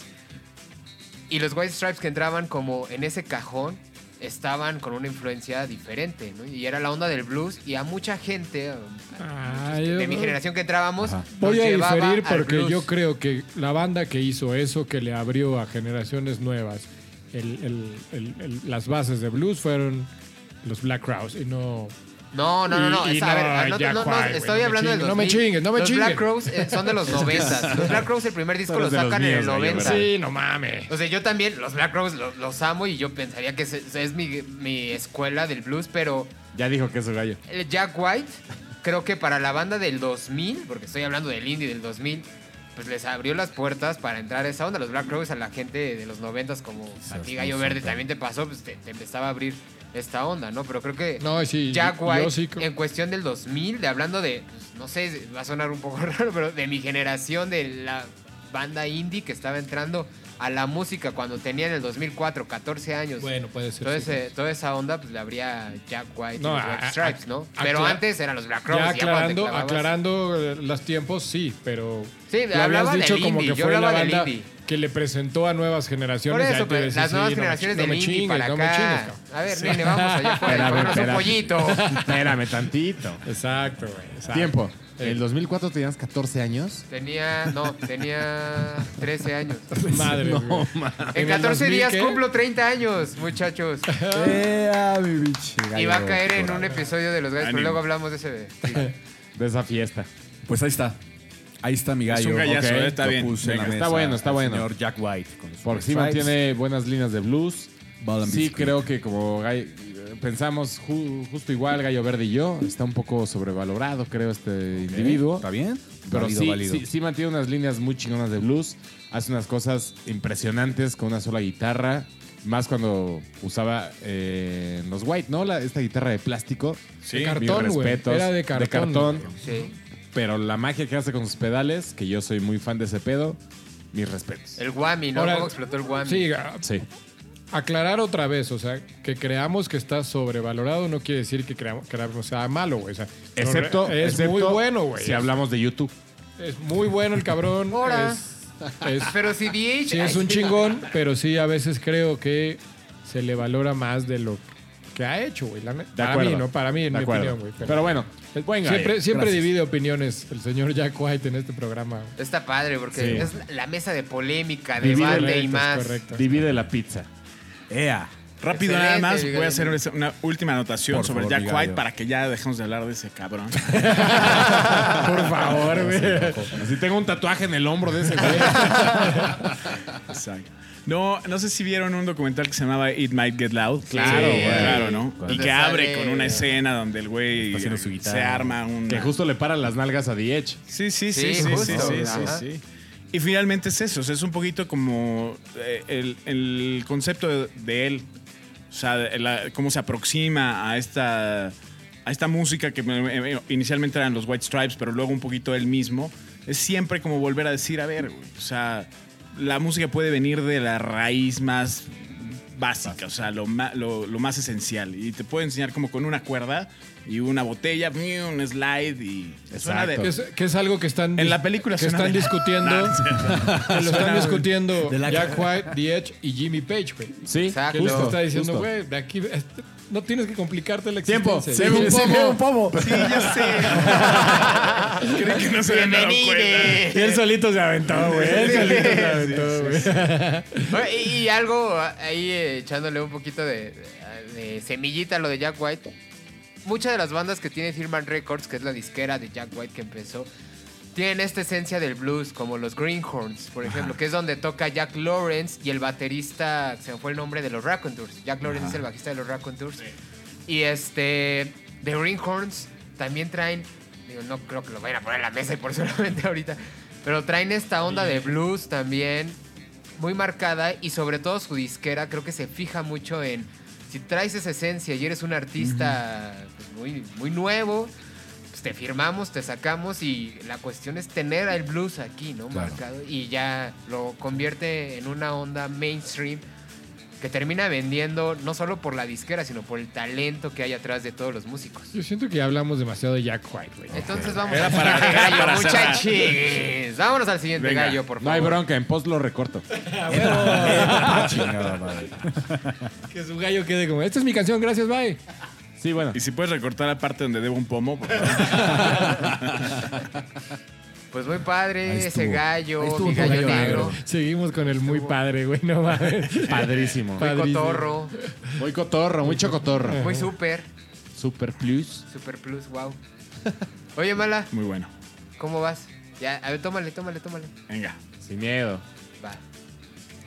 [SPEAKER 1] Y los White Stripes que entraban como en ese cajón estaban con una influencia diferente, ¿no? Y era la onda del blues y a mucha gente, a
[SPEAKER 3] Ah,
[SPEAKER 1] de mi
[SPEAKER 3] yo-
[SPEAKER 1] generación que entrábamos. nos
[SPEAKER 3] Voy a
[SPEAKER 1] llevaba
[SPEAKER 3] diferir
[SPEAKER 1] al
[SPEAKER 3] porque
[SPEAKER 1] blues.
[SPEAKER 3] yo creo que la banda que hizo eso, que le abrió a generaciones nuevas el- el- el- el- las bases de blues, fueron los Black Crowes y no.
[SPEAKER 1] No, no, no, no.
[SPEAKER 3] Y- y
[SPEAKER 1] es- a ver,
[SPEAKER 3] no,
[SPEAKER 1] ah, no,
[SPEAKER 3] ya,
[SPEAKER 1] no, no,
[SPEAKER 3] Juan, güey,
[SPEAKER 1] estoy
[SPEAKER 3] no me
[SPEAKER 1] hablando del 2000.
[SPEAKER 3] chingues, no me chingues, no me
[SPEAKER 1] Los Black
[SPEAKER 3] chingues.
[SPEAKER 1] Crowes eh, son de los 90. Los Black Crowes, el primer disco lo
[SPEAKER 4] los de los
[SPEAKER 1] sacan en el
[SPEAKER 4] míos, güey,
[SPEAKER 1] 90.
[SPEAKER 3] Sí, no mames.
[SPEAKER 1] O sea, yo también, los Black Crowes lo- los, amo y yo pensaría que es, es mi, mi escuela del blues, pero
[SPEAKER 4] Ya dijo que es su gallo.
[SPEAKER 1] el Jack White, creo que para la banda del 2000, porque estoy hablando del indie del 2000, pues les abrió las puertas para entrar a esa onda. Los Black Crowes a la gente de los 90, como a ti Gallo Verde también te pasó, pues te, te empezaba a abrir esta onda, ¿no? Pero creo que
[SPEAKER 3] No, sí,
[SPEAKER 1] Jack
[SPEAKER 3] yo
[SPEAKER 1] White, eh,
[SPEAKER 3] sí creo-
[SPEAKER 1] en cuestión del 2000, de hablando de, pues, no sé, va a sonar un poco raro, pero de mi generación, de la banda indie que estaba entrando a la música cuando tenía en el 2004 14 años.
[SPEAKER 3] Bueno, puede ser.
[SPEAKER 1] Todo
[SPEAKER 3] sí.
[SPEAKER 1] ese- toda esa onda pues le habría Jack White
[SPEAKER 3] No,
[SPEAKER 1] y los
[SPEAKER 3] a-
[SPEAKER 1] White
[SPEAKER 3] a-
[SPEAKER 1] Stripes, ¿no?
[SPEAKER 3] a-
[SPEAKER 1] Pero
[SPEAKER 3] acla-
[SPEAKER 1] antes eran los Black Crowes.
[SPEAKER 3] Ya
[SPEAKER 1] ya cuando te
[SPEAKER 3] aclarando,
[SPEAKER 1] clavabas-
[SPEAKER 3] aclarando eh, los tiempos, sí, pero.
[SPEAKER 1] Sí,
[SPEAKER 3] lo
[SPEAKER 1] hablaba
[SPEAKER 3] habías
[SPEAKER 1] del
[SPEAKER 3] dicho como
[SPEAKER 1] indie,
[SPEAKER 3] que
[SPEAKER 1] yo
[SPEAKER 3] fue la
[SPEAKER 1] hablaba del
[SPEAKER 3] banda
[SPEAKER 1] indie.
[SPEAKER 3] que le presentó a nuevas generaciones.
[SPEAKER 1] Por
[SPEAKER 3] y ahí
[SPEAKER 1] eso,
[SPEAKER 3] te
[SPEAKER 1] pero
[SPEAKER 3] decís,
[SPEAKER 1] las nuevas
[SPEAKER 3] sí, no me
[SPEAKER 1] generaciones
[SPEAKER 3] chi- no
[SPEAKER 1] del
[SPEAKER 3] me
[SPEAKER 1] indie
[SPEAKER 3] chingues,
[SPEAKER 1] para
[SPEAKER 3] no me
[SPEAKER 1] acá.
[SPEAKER 3] chingues, cabrón.
[SPEAKER 1] a ver, nene, vamos allá afuera,
[SPEAKER 4] Espérame,
[SPEAKER 1] cómpranos un
[SPEAKER 4] espérame.
[SPEAKER 1] pollito.
[SPEAKER 4] Espérame tantito.
[SPEAKER 3] Exacto, güey. exacto.
[SPEAKER 4] Tiempo. En el 2004 tenías 14 años.
[SPEAKER 1] Tenía, no, tenía 13 años.
[SPEAKER 3] Madre, güey.
[SPEAKER 1] En
[SPEAKER 3] el
[SPEAKER 1] 14 días
[SPEAKER 3] 2000, ¿qué?
[SPEAKER 1] cumplo 30 años, muchachos.
[SPEAKER 2] Ea, mi biche
[SPEAKER 1] Y
[SPEAKER 2] gallo
[SPEAKER 1] va a caer en un
[SPEAKER 2] dorado.
[SPEAKER 1] episodio de los gallos, pero
[SPEAKER 5] Ánimo.
[SPEAKER 1] luego hablamos de ese.
[SPEAKER 4] De esa fiesta.
[SPEAKER 2] Pues ahí está. Ahí está mi gallo.
[SPEAKER 5] un gallazo,
[SPEAKER 2] ok.
[SPEAKER 5] eh, está
[SPEAKER 2] Lo
[SPEAKER 5] bien.
[SPEAKER 2] puse en
[SPEAKER 5] Venga,
[SPEAKER 2] la
[SPEAKER 4] está
[SPEAKER 2] mesa
[SPEAKER 4] bueno, está
[SPEAKER 2] al
[SPEAKER 4] bueno.
[SPEAKER 2] Señor Jack White. Con los
[SPEAKER 4] Porque sí
[SPEAKER 2] Stripes.
[SPEAKER 4] mantiene buenas líneas de blues.
[SPEAKER 2] Bad and
[SPEAKER 4] Sí,
[SPEAKER 2] Biscuit.
[SPEAKER 4] creo que como Gallo- pensamos ju- justo igual, Gallo Verde y yo, está un poco sobrevalorado, creo, este individuo.
[SPEAKER 2] ¿Está bien?
[SPEAKER 4] Pero
[SPEAKER 2] Válido,
[SPEAKER 4] sí,
[SPEAKER 2] válido.
[SPEAKER 4] sí, sí mantiene unas líneas muy chingonas de blues. Hace unas cosas impresionantes con una sola guitarra. Más cuando usaba eh, los White, ¿no? La- esta guitarra de plástico.
[SPEAKER 5] Sí,
[SPEAKER 3] De
[SPEAKER 5] mi
[SPEAKER 4] Mis
[SPEAKER 3] cartón, güey.
[SPEAKER 4] respetos.
[SPEAKER 3] Era de cartón. güey.
[SPEAKER 1] Sí.
[SPEAKER 4] Pero la magia que hace con sus pedales, que yo soy muy fan de ese pedo, mis respetos.
[SPEAKER 1] El Guami, ¿no?
[SPEAKER 3] Ahora-
[SPEAKER 1] ¿Cómo explotó el Guami?
[SPEAKER 3] Sí, a-
[SPEAKER 4] Sí.
[SPEAKER 3] aclarar otra vez, o sea, que creamos que está sobrevalorado no quiere decir que creamos, creamos sea malo, güey. o sea,
[SPEAKER 4] Excepto,
[SPEAKER 3] es
[SPEAKER 4] excepto
[SPEAKER 3] muy bueno, güey.
[SPEAKER 4] Si
[SPEAKER 3] es-
[SPEAKER 4] hablamos de YouTube.
[SPEAKER 3] Es muy bueno el cabrón.
[SPEAKER 1] Ahora.
[SPEAKER 3] Es, es-
[SPEAKER 1] Pero si DH.
[SPEAKER 3] sí, es un chingón, pero sí, a veces creo que se le valora más de lo que ha hecho, güey. la ne-
[SPEAKER 4] De
[SPEAKER 3] para
[SPEAKER 4] acuerdo.
[SPEAKER 3] mí, ¿no? Para mí, en
[SPEAKER 4] De
[SPEAKER 3] mi
[SPEAKER 4] acuerdo.
[SPEAKER 3] opinión, güey.
[SPEAKER 4] Pero, bueno, buen gallo.
[SPEAKER 3] siempre siempre
[SPEAKER 2] Gracias.
[SPEAKER 3] divide opiniones el señor Jack White en este programa. güey.
[SPEAKER 1] Está padre porque es la mesa de polémica,
[SPEAKER 4] Divide
[SPEAKER 1] debate y
[SPEAKER 3] Correcto,
[SPEAKER 1] más.
[SPEAKER 3] correcto.
[SPEAKER 4] divide la pizza.
[SPEAKER 2] Ea.
[SPEAKER 5] Rápido
[SPEAKER 1] Excelente,
[SPEAKER 5] nada más,
[SPEAKER 1] mi
[SPEAKER 5] voy a
[SPEAKER 1] gallo.
[SPEAKER 5] hacer esa- una última anotación
[SPEAKER 2] Por
[SPEAKER 5] sobre
[SPEAKER 2] favor,
[SPEAKER 5] Jack
[SPEAKER 2] mi
[SPEAKER 5] White
[SPEAKER 2] gallo.
[SPEAKER 5] para que ya dejemos de hablar de ese cabrón.
[SPEAKER 3] Por favor, güey.
[SPEAKER 4] Así tengo un tatuaje en el hombro de ese güey.
[SPEAKER 5] Exacto. No, no sé si vieron un documental que se llamaba It Might Get Loud.
[SPEAKER 1] Claro, güey.
[SPEAKER 5] Claro, ¿no? Y
[SPEAKER 1] Donde
[SPEAKER 5] que abre
[SPEAKER 1] sale-
[SPEAKER 5] con una escena donde el güey
[SPEAKER 2] Está haciendo su
[SPEAKER 5] eh, se
[SPEAKER 2] guitarra.
[SPEAKER 5] arma un.
[SPEAKER 4] que justo le paran las nalgas a Diech.
[SPEAKER 5] Sí, sí,
[SPEAKER 1] Sí,
[SPEAKER 5] sí, sí,
[SPEAKER 1] justo.
[SPEAKER 5] sí, sí, sí,
[SPEAKER 1] Ajá.
[SPEAKER 5] sí. Y finalmente es eso, o sea, es un poquito como eh, el, el concepto de, de él, o sea, de la- cómo se aproxima a esta, a esta música que eh, eh, inicialmente eran los White Stripes, pero luego un poquito él mismo, es siempre como volver a decir, a ver, güey, o sea, la música puede venir de la raíz más básica, o sea, lo, ma- lo- lo más esencial. Y te puede enseñar como con una cuerda y una botella, un slide y... Suena de,
[SPEAKER 4] Exacto.
[SPEAKER 3] Que es, que es algo que están
[SPEAKER 5] En la película
[SPEAKER 3] que
[SPEAKER 5] suena
[SPEAKER 3] están
[SPEAKER 5] de-
[SPEAKER 3] discutiendo
[SPEAKER 5] No, no es
[SPEAKER 3] que lo están
[SPEAKER 5] Suena-
[SPEAKER 3] discutiendo
[SPEAKER 2] de la-
[SPEAKER 3] Jack White, The Edge y Jimmy Page, güey.
[SPEAKER 4] Sí,
[SPEAKER 1] Exacto.
[SPEAKER 3] Que les
[SPEAKER 1] Justo,
[SPEAKER 3] está diciendo,
[SPEAKER 4] justo.
[SPEAKER 3] güey, de aquí este, no tienes que complicarte la
[SPEAKER 4] Tiempo.
[SPEAKER 3] existencia.
[SPEAKER 4] Se ve
[SPEAKER 2] um
[SPEAKER 4] un pomo.
[SPEAKER 5] Sí, ya sé. Creo que no se habían dado cuenta.
[SPEAKER 3] Y él solito se aventó, güey. Él solito se aventó, güey.
[SPEAKER 1] Oye, Y, y algo ahí eh, echándole un poquito de, de semillita a lo de Jack White. Muchas de las bandas que tiene Firman Records, que es la disquera de Jack White que empezó, tienen esta esencia del blues, como los Greenhorns, por ejemplo, que es donde toca Jack Lawrence y el baterista, se me fue el nombre de los Raconteurs. Jack Lawrence es el bajista de los Raconteurs. Y este, The Greenhorns también traen, digo, no creo que lo vayan a poner en la mesa y por solamente ahorita, pero traen esta onda de blues también, muy marcada y sobre todo su disquera creo que se fija mucho en si traes esa esencia y eres un artista pues, muy, muy nuevo, pues te firmamos, te sacamos y la cuestión es tener el blues aquí, ¿no?
[SPEAKER 2] Claro.
[SPEAKER 1] Marcado y ya lo convierte en una onda mainstream que termina vendiendo no solo por la disquera, sino por el talento que hay atrás de todos los músicos.
[SPEAKER 3] Yo siento que ya hablamos demasiado de Jack White, güey.
[SPEAKER 1] Entonces vamos
[SPEAKER 5] Era
[SPEAKER 1] al
[SPEAKER 5] para-
[SPEAKER 1] siguiente
[SPEAKER 5] era
[SPEAKER 1] gallo,
[SPEAKER 5] para cerrar.
[SPEAKER 1] muchachis. Vámonos al siguiente
[SPEAKER 5] Venga.
[SPEAKER 1] gallo, por favor.
[SPEAKER 4] No hay bronca, en post lo recorto.
[SPEAKER 3] Ah,
[SPEAKER 2] Chingada madre.
[SPEAKER 3] Que su gallo quede como, esta es mi canción, gracias, bye.
[SPEAKER 4] Sí, bueno.
[SPEAKER 5] Y si puedes recortar la parte donde debo un pomo, por favor.
[SPEAKER 1] Pues muy padre,
[SPEAKER 2] Ahí
[SPEAKER 1] ese
[SPEAKER 2] estuvo.
[SPEAKER 1] gallo,
[SPEAKER 2] Ahí estuvo
[SPEAKER 1] mi
[SPEAKER 2] tu
[SPEAKER 1] gallo,
[SPEAKER 2] gallo
[SPEAKER 1] negro,
[SPEAKER 2] negro.
[SPEAKER 3] Seguimos con el muy padre, güey, no mames.
[SPEAKER 4] Padrísimo.
[SPEAKER 1] muy
[SPEAKER 3] Padrísimo.
[SPEAKER 1] cotorro,
[SPEAKER 4] Muy cotorro, muy chocotorro.
[SPEAKER 1] muy súper,
[SPEAKER 4] Super plus.
[SPEAKER 1] super plus, wow. Oye, Mala,
[SPEAKER 5] muy bueno.
[SPEAKER 1] ¿cómo vas? Ya, a ver, tómale, tómale, tómale.
[SPEAKER 5] Venga,
[SPEAKER 4] Sin miedo.
[SPEAKER 1] Va.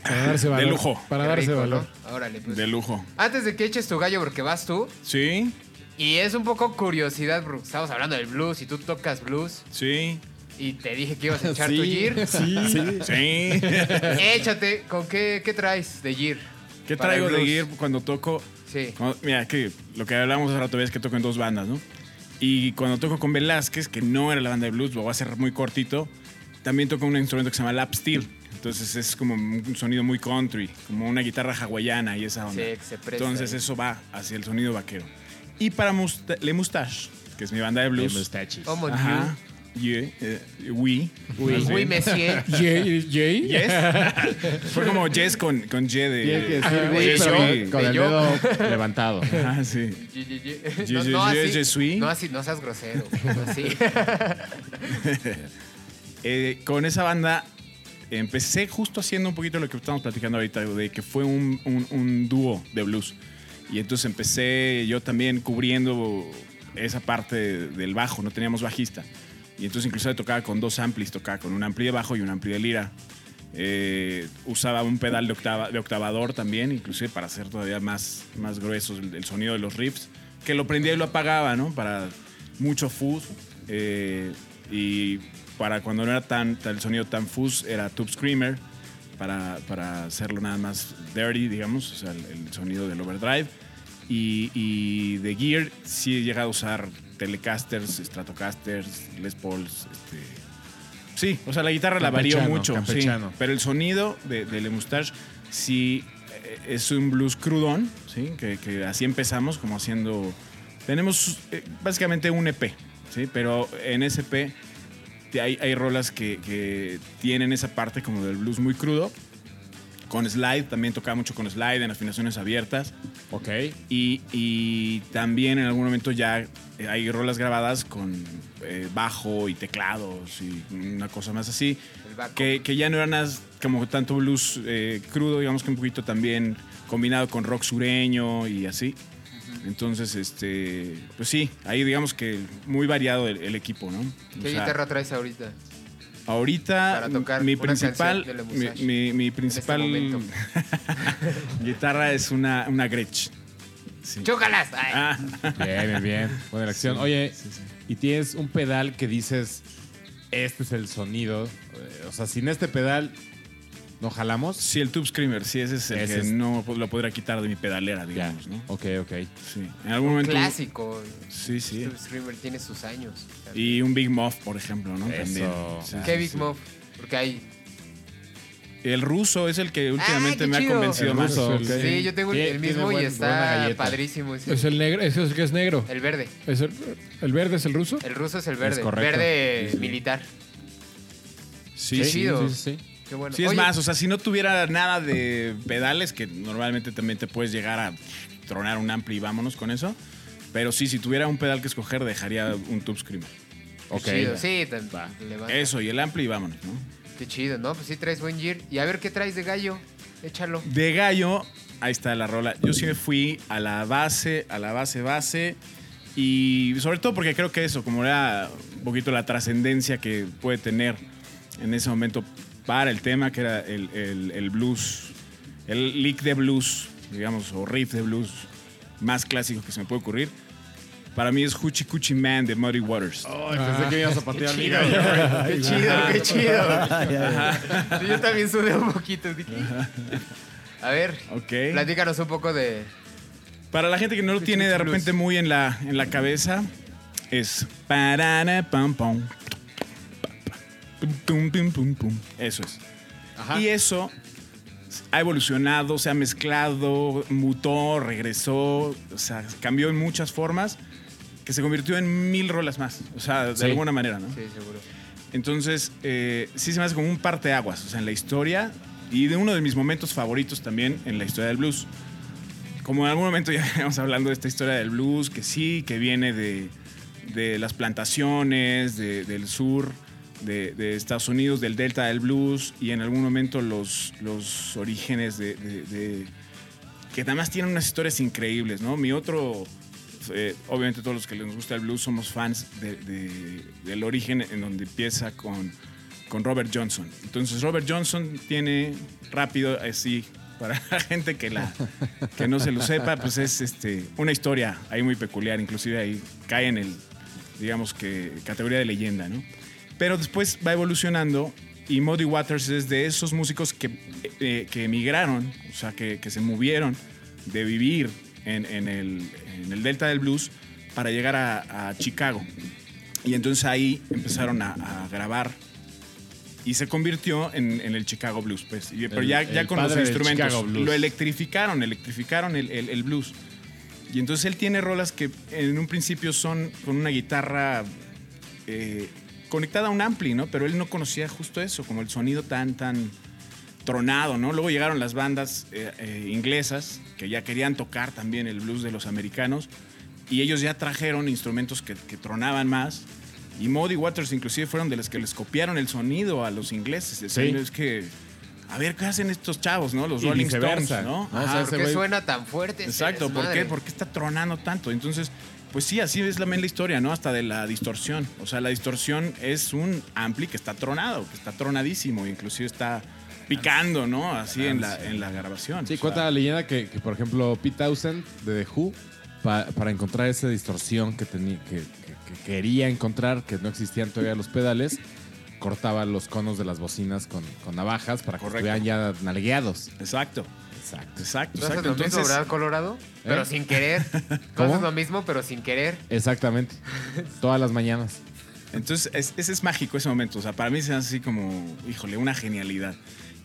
[SPEAKER 3] Para darse valor.
[SPEAKER 5] lujo.
[SPEAKER 3] Para
[SPEAKER 1] qué
[SPEAKER 3] darse
[SPEAKER 1] rico,
[SPEAKER 3] valor.
[SPEAKER 1] ¿no? Órale, pues.
[SPEAKER 5] de lujo.
[SPEAKER 1] Antes de que eches tu gallo porque vas tú,
[SPEAKER 5] Sí,
[SPEAKER 1] y es un poco curiosidad, porque estamos hablando del blues y tú tocas blues
[SPEAKER 5] sí,
[SPEAKER 1] y te dije que ibas a echar
[SPEAKER 4] Sí.
[SPEAKER 1] tu gir.
[SPEAKER 3] Sí.
[SPEAKER 5] sí.
[SPEAKER 1] Échate, ¿con qué, qué traes de gir?
[SPEAKER 5] ¿Qué
[SPEAKER 1] Para el
[SPEAKER 5] traigo de
[SPEAKER 1] blues.
[SPEAKER 5] Gear cuando toco?
[SPEAKER 1] Sí.
[SPEAKER 5] Cuando- mira, que lo que hablábamos hace rato es que toco en dos bandas, ¿no? Y cuando toco con Velázquez, que no era la banda de blues, lo voy a hacer muy cortito, también toco un instrumento que se llama lap steel. Entonces es como un sonido muy country, como una guitarra hawaiana y esa onda.
[SPEAKER 1] Sí, que se presta.
[SPEAKER 5] Entonces eso va hacia el sonido vaquero. Y para Musta- Le Mustache, que es mi banda de blues.
[SPEAKER 4] mustachis.
[SPEAKER 1] Como
[SPEAKER 5] Ajá. Yeah, eh, we.
[SPEAKER 1] Muy Muy messier.
[SPEAKER 3] Jay, Jay.
[SPEAKER 5] Fue como Jess con, con Y de...
[SPEAKER 4] Tiene que decir,
[SPEAKER 5] Yes,
[SPEAKER 4] güey,
[SPEAKER 1] güey,
[SPEAKER 4] pero
[SPEAKER 1] sí.
[SPEAKER 4] con, con el
[SPEAKER 1] Yo.
[SPEAKER 4] dedo levantado.
[SPEAKER 5] Ah, sí.
[SPEAKER 1] Ye, ye, ye.
[SPEAKER 5] Ye,
[SPEAKER 1] No,
[SPEAKER 5] ye,
[SPEAKER 1] no
[SPEAKER 5] ye,
[SPEAKER 1] así,
[SPEAKER 5] ye suis.
[SPEAKER 1] no así, no seas grosero. güey, no así.
[SPEAKER 5] Eh, con esa banda empecé justo haciendo un poquito lo que estamos platicando ahorita, de que fue un, un- un dúo de blues. Y entonces empecé yo también cubriendo esa parte del bajo, no teníamos bajista. Y entonces incluso tocaba con dos amplis, tocaba con un ampli de bajo y un ampli de lira. Eh, usaba un pedal de, octava- de octavador también, inclusive para hacer todavía más, más gruesos el, el sonido de los riffs, que lo prendía y lo apagaba, ¿no? Para mucho fuzz eh, y para cuando no era tan, tan- el sonido tan fuzz era tube screamer para, para hacerlo nada más dirty, digamos, o sea, el, el sonido del overdrive. Y, y de gear sí he llegado a usar telecasters, stratocasters, les pauls, este, Sí, o sea, la guitarra la varió
[SPEAKER 4] Campechano,
[SPEAKER 5] mucho. sí.
[SPEAKER 4] campechano.
[SPEAKER 5] pero el sonido de, de Le Moustache sí eh, es un blues crudón, ¿sí? Que, que así empezamos, como haciendo. Tenemos eh, básicamente un EP, ¿sí? Pero en ese EP te- hay, hay rolas que, que tienen esa parte como del blues muy crudo. Con slide, también tocaba mucho con slide en afinaciones abiertas.
[SPEAKER 4] Ok.
[SPEAKER 5] Y, y también en algún momento ya eh, hay rolas grabadas con eh, bajo y teclados y una cosa más así.
[SPEAKER 1] El baco.
[SPEAKER 5] Que, que ya no eran as- como tanto blues eh, crudo, digamos que un poquito también combinado con rock sureño y así. Entonces, este, pues sí, ahí digamos que muy variado el, el equipo, ¿no? O
[SPEAKER 1] ¿Qué
[SPEAKER 5] sea,
[SPEAKER 1] guitarra traes ahorita?
[SPEAKER 5] Ahorita
[SPEAKER 1] para tocar
[SPEAKER 5] mi
[SPEAKER 1] una
[SPEAKER 5] principal,
[SPEAKER 1] canción de Le
[SPEAKER 5] mi,
[SPEAKER 1] Musashi? este
[SPEAKER 5] mi- mi principal
[SPEAKER 1] momento.
[SPEAKER 5] guitarra es una, una Gretsch. Sí.
[SPEAKER 1] ¡Chócalas! Ay,
[SPEAKER 5] Ah.
[SPEAKER 4] Bien, bien, bien. Buena elección.
[SPEAKER 5] Sí,
[SPEAKER 4] Oye,
[SPEAKER 5] sí, sí.
[SPEAKER 4] y tienes un pedal que dices, este es el sonido. Eh, O sea, sin este pedal, ¿no jalamos?
[SPEAKER 5] Sí, el Tube Screamer, sí, ese es el
[SPEAKER 4] Ese
[SPEAKER 5] que
[SPEAKER 4] es-
[SPEAKER 5] no lo podría quitar de mi pedalera,
[SPEAKER 4] Ya.
[SPEAKER 5] digamos, ¿no?
[SPEAKER 4] Ok, ok.
[SPEAKER 5] Sí. En algún momento.
[SPEAKER 1] Clásico.
[SPEAKER 5] Sí, sí.
[SPEAKER 1] Tube Screamer tiene sus años.
[SPEAKER 5] Y un Big Muff, por ejemplo, ¿no?
[SPEAKER 4] Eso.
[SPEAKER 5] También. Sí,
[SPEAKER 1] ¿Qué
[SPEAKER 5] sí,
[SPEAKER 1] Big
[SPEAKER 5] sí.
[SPEAKER 1] Muff? Porque hay.
[SPEAKER 5] El ruso es el que últimamente
[SPEAKER 1] qué
[SPEAKER 5] me ha
[SPEAKER 1] chido.
[SPEAKER 5] convencido
[SPEAKER 4] Ah, El
[SPEAKER 5] más.
[SPEAKER 4] ruso,
[SPEAKER 5] Sí.
[SPEAKER 4] ok.
[SPEAKER 1] Sí, yo tengo el-
[SPEAKER 4] Tiene-
[SPEAKER 1] el
[SPEAKER 4] tiene
[SPEAKER 1] mismo y
[SPEAKER 4] buen- buena
[SPEAKER 1] está
[SPEAKER 4] galleta.
[SPEAKER 1] padrísimo. ese.
[SPEAKER 3] Es el negro, ese es que es negro.
[SPEAKER 1] El verde.
[SPEAKER 3] Es el, el verde es el ruso.
[SPEAKER 1] El ruso es el verde.
[SPEAKER 4] correcto.
[SPEAKER 1] verde
[SPEAKER 4] Sí, sí.
[SPEAKER 1] militar.
[SPEAKER 5] Sí,
[SPEAKER 1] Sí.
[SPEAKER 5] sí.
[SPEAKER 1] chido.
[SPEAKER 4] Sí, sí, sí.
[SPEAKER 1] Qué bueno.
[SPEAKER 5] Sí, es
[SPEAKER 1] Oye,
[SPEAKER 5] más, o sea, si no tuviera nada de pedales, que normalmente también te puedes llegar a tronar un ampli y vámonos con eso. Pero sí, si tuviera un pedal que escoger, dejaría un Tube Screamer.
[SPEAKER 4] Ok.
[SPEAKER 1] chido. Sí, te-
[SPEAKER 5] Va.
[SPEAKER 1] levanta.
[SPEAKER 5] Eso, y el ampli y vámonos, ¿no?
[SPEAKER 1] Qué chido, ¿no? Pues sí traes buen gear. Y a ver qué traes de gallo. Échalo.
[SPEAKER 5] De gallo, ahí está la rola. Yo sí me fui a la base, a la base, base. Y sobre todo porque creo que eso, como era un poquito la trascendencia que puede tener en ese momento para el tema, que era el, el- el blues, el lick de blues, digamos, o riff de blues más clásico que se me puede ocurrir. Para mí es Hoochie Coochie Man de Muddy Waters.
[SPEAKER 4] Ay, pensé que ibas a patear mi gallo.
[SPEAKER 1] Qué chido, qué chido. Sí, Yo también sudé un poquito. dije. A ver,
[SPEAKER 5] Ok.
[SPEAKER 1] platícanos un poco de...
[SPEAKER 5] Para la gente que no lo tiene de repente muy en la, en la cabeza, es. parana, pam, pam, pum, pum, pum, pum, pum. Eso es. Y eso ha evolucionado, se ha mezclado, mutó, regresó, o sea, cambió en muchas formas, que se convirtió en mil rolas más. O sea, de
[SPEAKER 4] Sí.
[SPEAKER 5] alguna manera, ¿no?
[SPEAKER 1] Sí, seguro.
[SPEAKER 5] Entonces, eh, sí se me hace como un parteaguas, o sea, en la historia y de uno de mis momentos favoritos también en la historia del blues. como en algún momento ya veníamos hablando de esta historia del blues, que sí, que viene de, de las plantaciones, de- del sur, de, de Estados Unidos, del delta del blues, y en algún momento los, los orígenes de, de- de- que además tienen unas historias increíbles, ¿no? Mi otro... eh, obviamente todos los que les gusta el blues somos fans de- de- del origen en donde empieza con con Robert Johnson. Entonces Robert Johnson tiene rápido así para la gente que la que no se lo sepa, pues es este una historia ahí muy peculiar, inclusive ahí cae en el digamos que categoría de leyenda, ¿no? Pero después va evolucionando y Muddy Waters es de esos músicos que, eh, que emigraron, o sea, que, que se movieron de vivir en, en el, en el delta del blues para llegar a, a Chicago. Y entonces ahí empezaron a- a grabar y se convirtió en, en el Chicago Blues, pues. Y- pero
[SPEAKER 4] El-
[SPEAKER 5] ya, ya
[SPEAKER 4] el
[SPEAKER 5] con
[SPEAKER 4] padre
[SPEAKER 5] los
[SPEAKER 4] del
[SPEAKER 5] instrumentos
[SPEAKER 4] Chicago Blues.
[SPEAKER 5] lo electrificaron, electrificaron el, el- el blues. Y entonces él tiene rolas que en un principio son con una guitarra eh, conectada a un ampli, ¿no? Pero él no conocía justo eso, como el sonido tan, tan tronado, ¿no? Luego llegaron las bandas eh, eh, inglesas que ya querían tocar también el blues de los americanos y ellos ya trajeron instrumentos que, que tronaban más. Y Muddy Waters inclusive fueron de los que les copiaron el sonido a los ingleses.
[SPEAKER 4] Sí.
[SPEAKER 5] Decían, Es que, a ver, ¿qué hacen estos chavos, no? Los
[SPEAKER 4] Y
[SPEAKER 5] Rolling Stones,
[SPEAKER 4] viceversa,
[SPEAKER 5] ¿no?
[SPEAKER 4] ¿no?
[SPEAKER 5] Ajá.
[SPEAKER 4] O sea,
[SPEAKER 1] ¿Por
[SPEAKER 4] ese
[SPEAKER 1] qué
[SPEAKER 4] güey-
[SPEAKER 1] suena tan fuerte? ese
[SPEAKER 5] Exacto, ¿por
[SPEAKER 1] desmadre?
[SPEAKER 5] qué? ¿Por qué está tronando tanto? Entonces, pues sí, así es la la historia, ¿no? Hasta de la distorsión. O sea, la distorsión es un ampli que está tronado, que está tronadísimo, inclusive está picando, ¿no? Así en la, en la grabación.
[SPEAKER 4] Sí,
[SPEAKER 5] O sea,
[SPEAKER 4] cuenta la leyenda que, que, por ejemplo, Pete Townsend de The Who, pa- para encontrar esa distorsión que, tenía, que, que- que quería encontrar, que no existían todavía los pedales, cortaba los conos de las bocinas con, con navajas para que
[SPEAKER 5] Correcto.
[SPEAKER 4] estuvieran ya nalgueados.
[SPEAKER 5] Exacto,
[SPEAKER 4] Exacto.
[SPEAKER 5] exacto,
[SPEAKER 1] ¿No haces
[SPEAKER 5] exacto.
[SPEAKER 1] lo mismo,
[SPEAKER 5] Entonces, ¿eh?
[SPEAKER 1] verdad, Colorado? Pero sin querer. ¿No
[SPEAKER 4] ¿Cómo?
[SPEAKER 1] haces lo mismo, pero sin querer?
[SPEAKER 4] Exactamente. Todas las mañanas.
[SPEAKER 5] Entonces, es- ese es mágico ese momento. O sea, para mí se hace así como, híjole, una genialidad.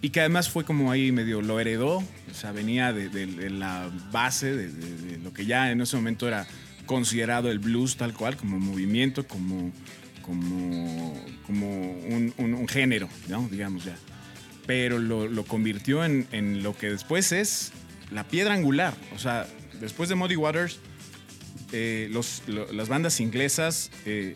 [SPEAKER 5] Y que además fue como ahí medio lo heredó, o sea, venía de, de- de la base, de, de- de lo que ya en ese momento era considerado el blues tal cual, como movimiento, como, como, como un, un- un género, ¿no? digamos ya. Pero lo, lo convirtió en, en lo que después es la piedra angular. O sea, después de Muddy Waters, eh, los- lo- las bandas inglesas eh,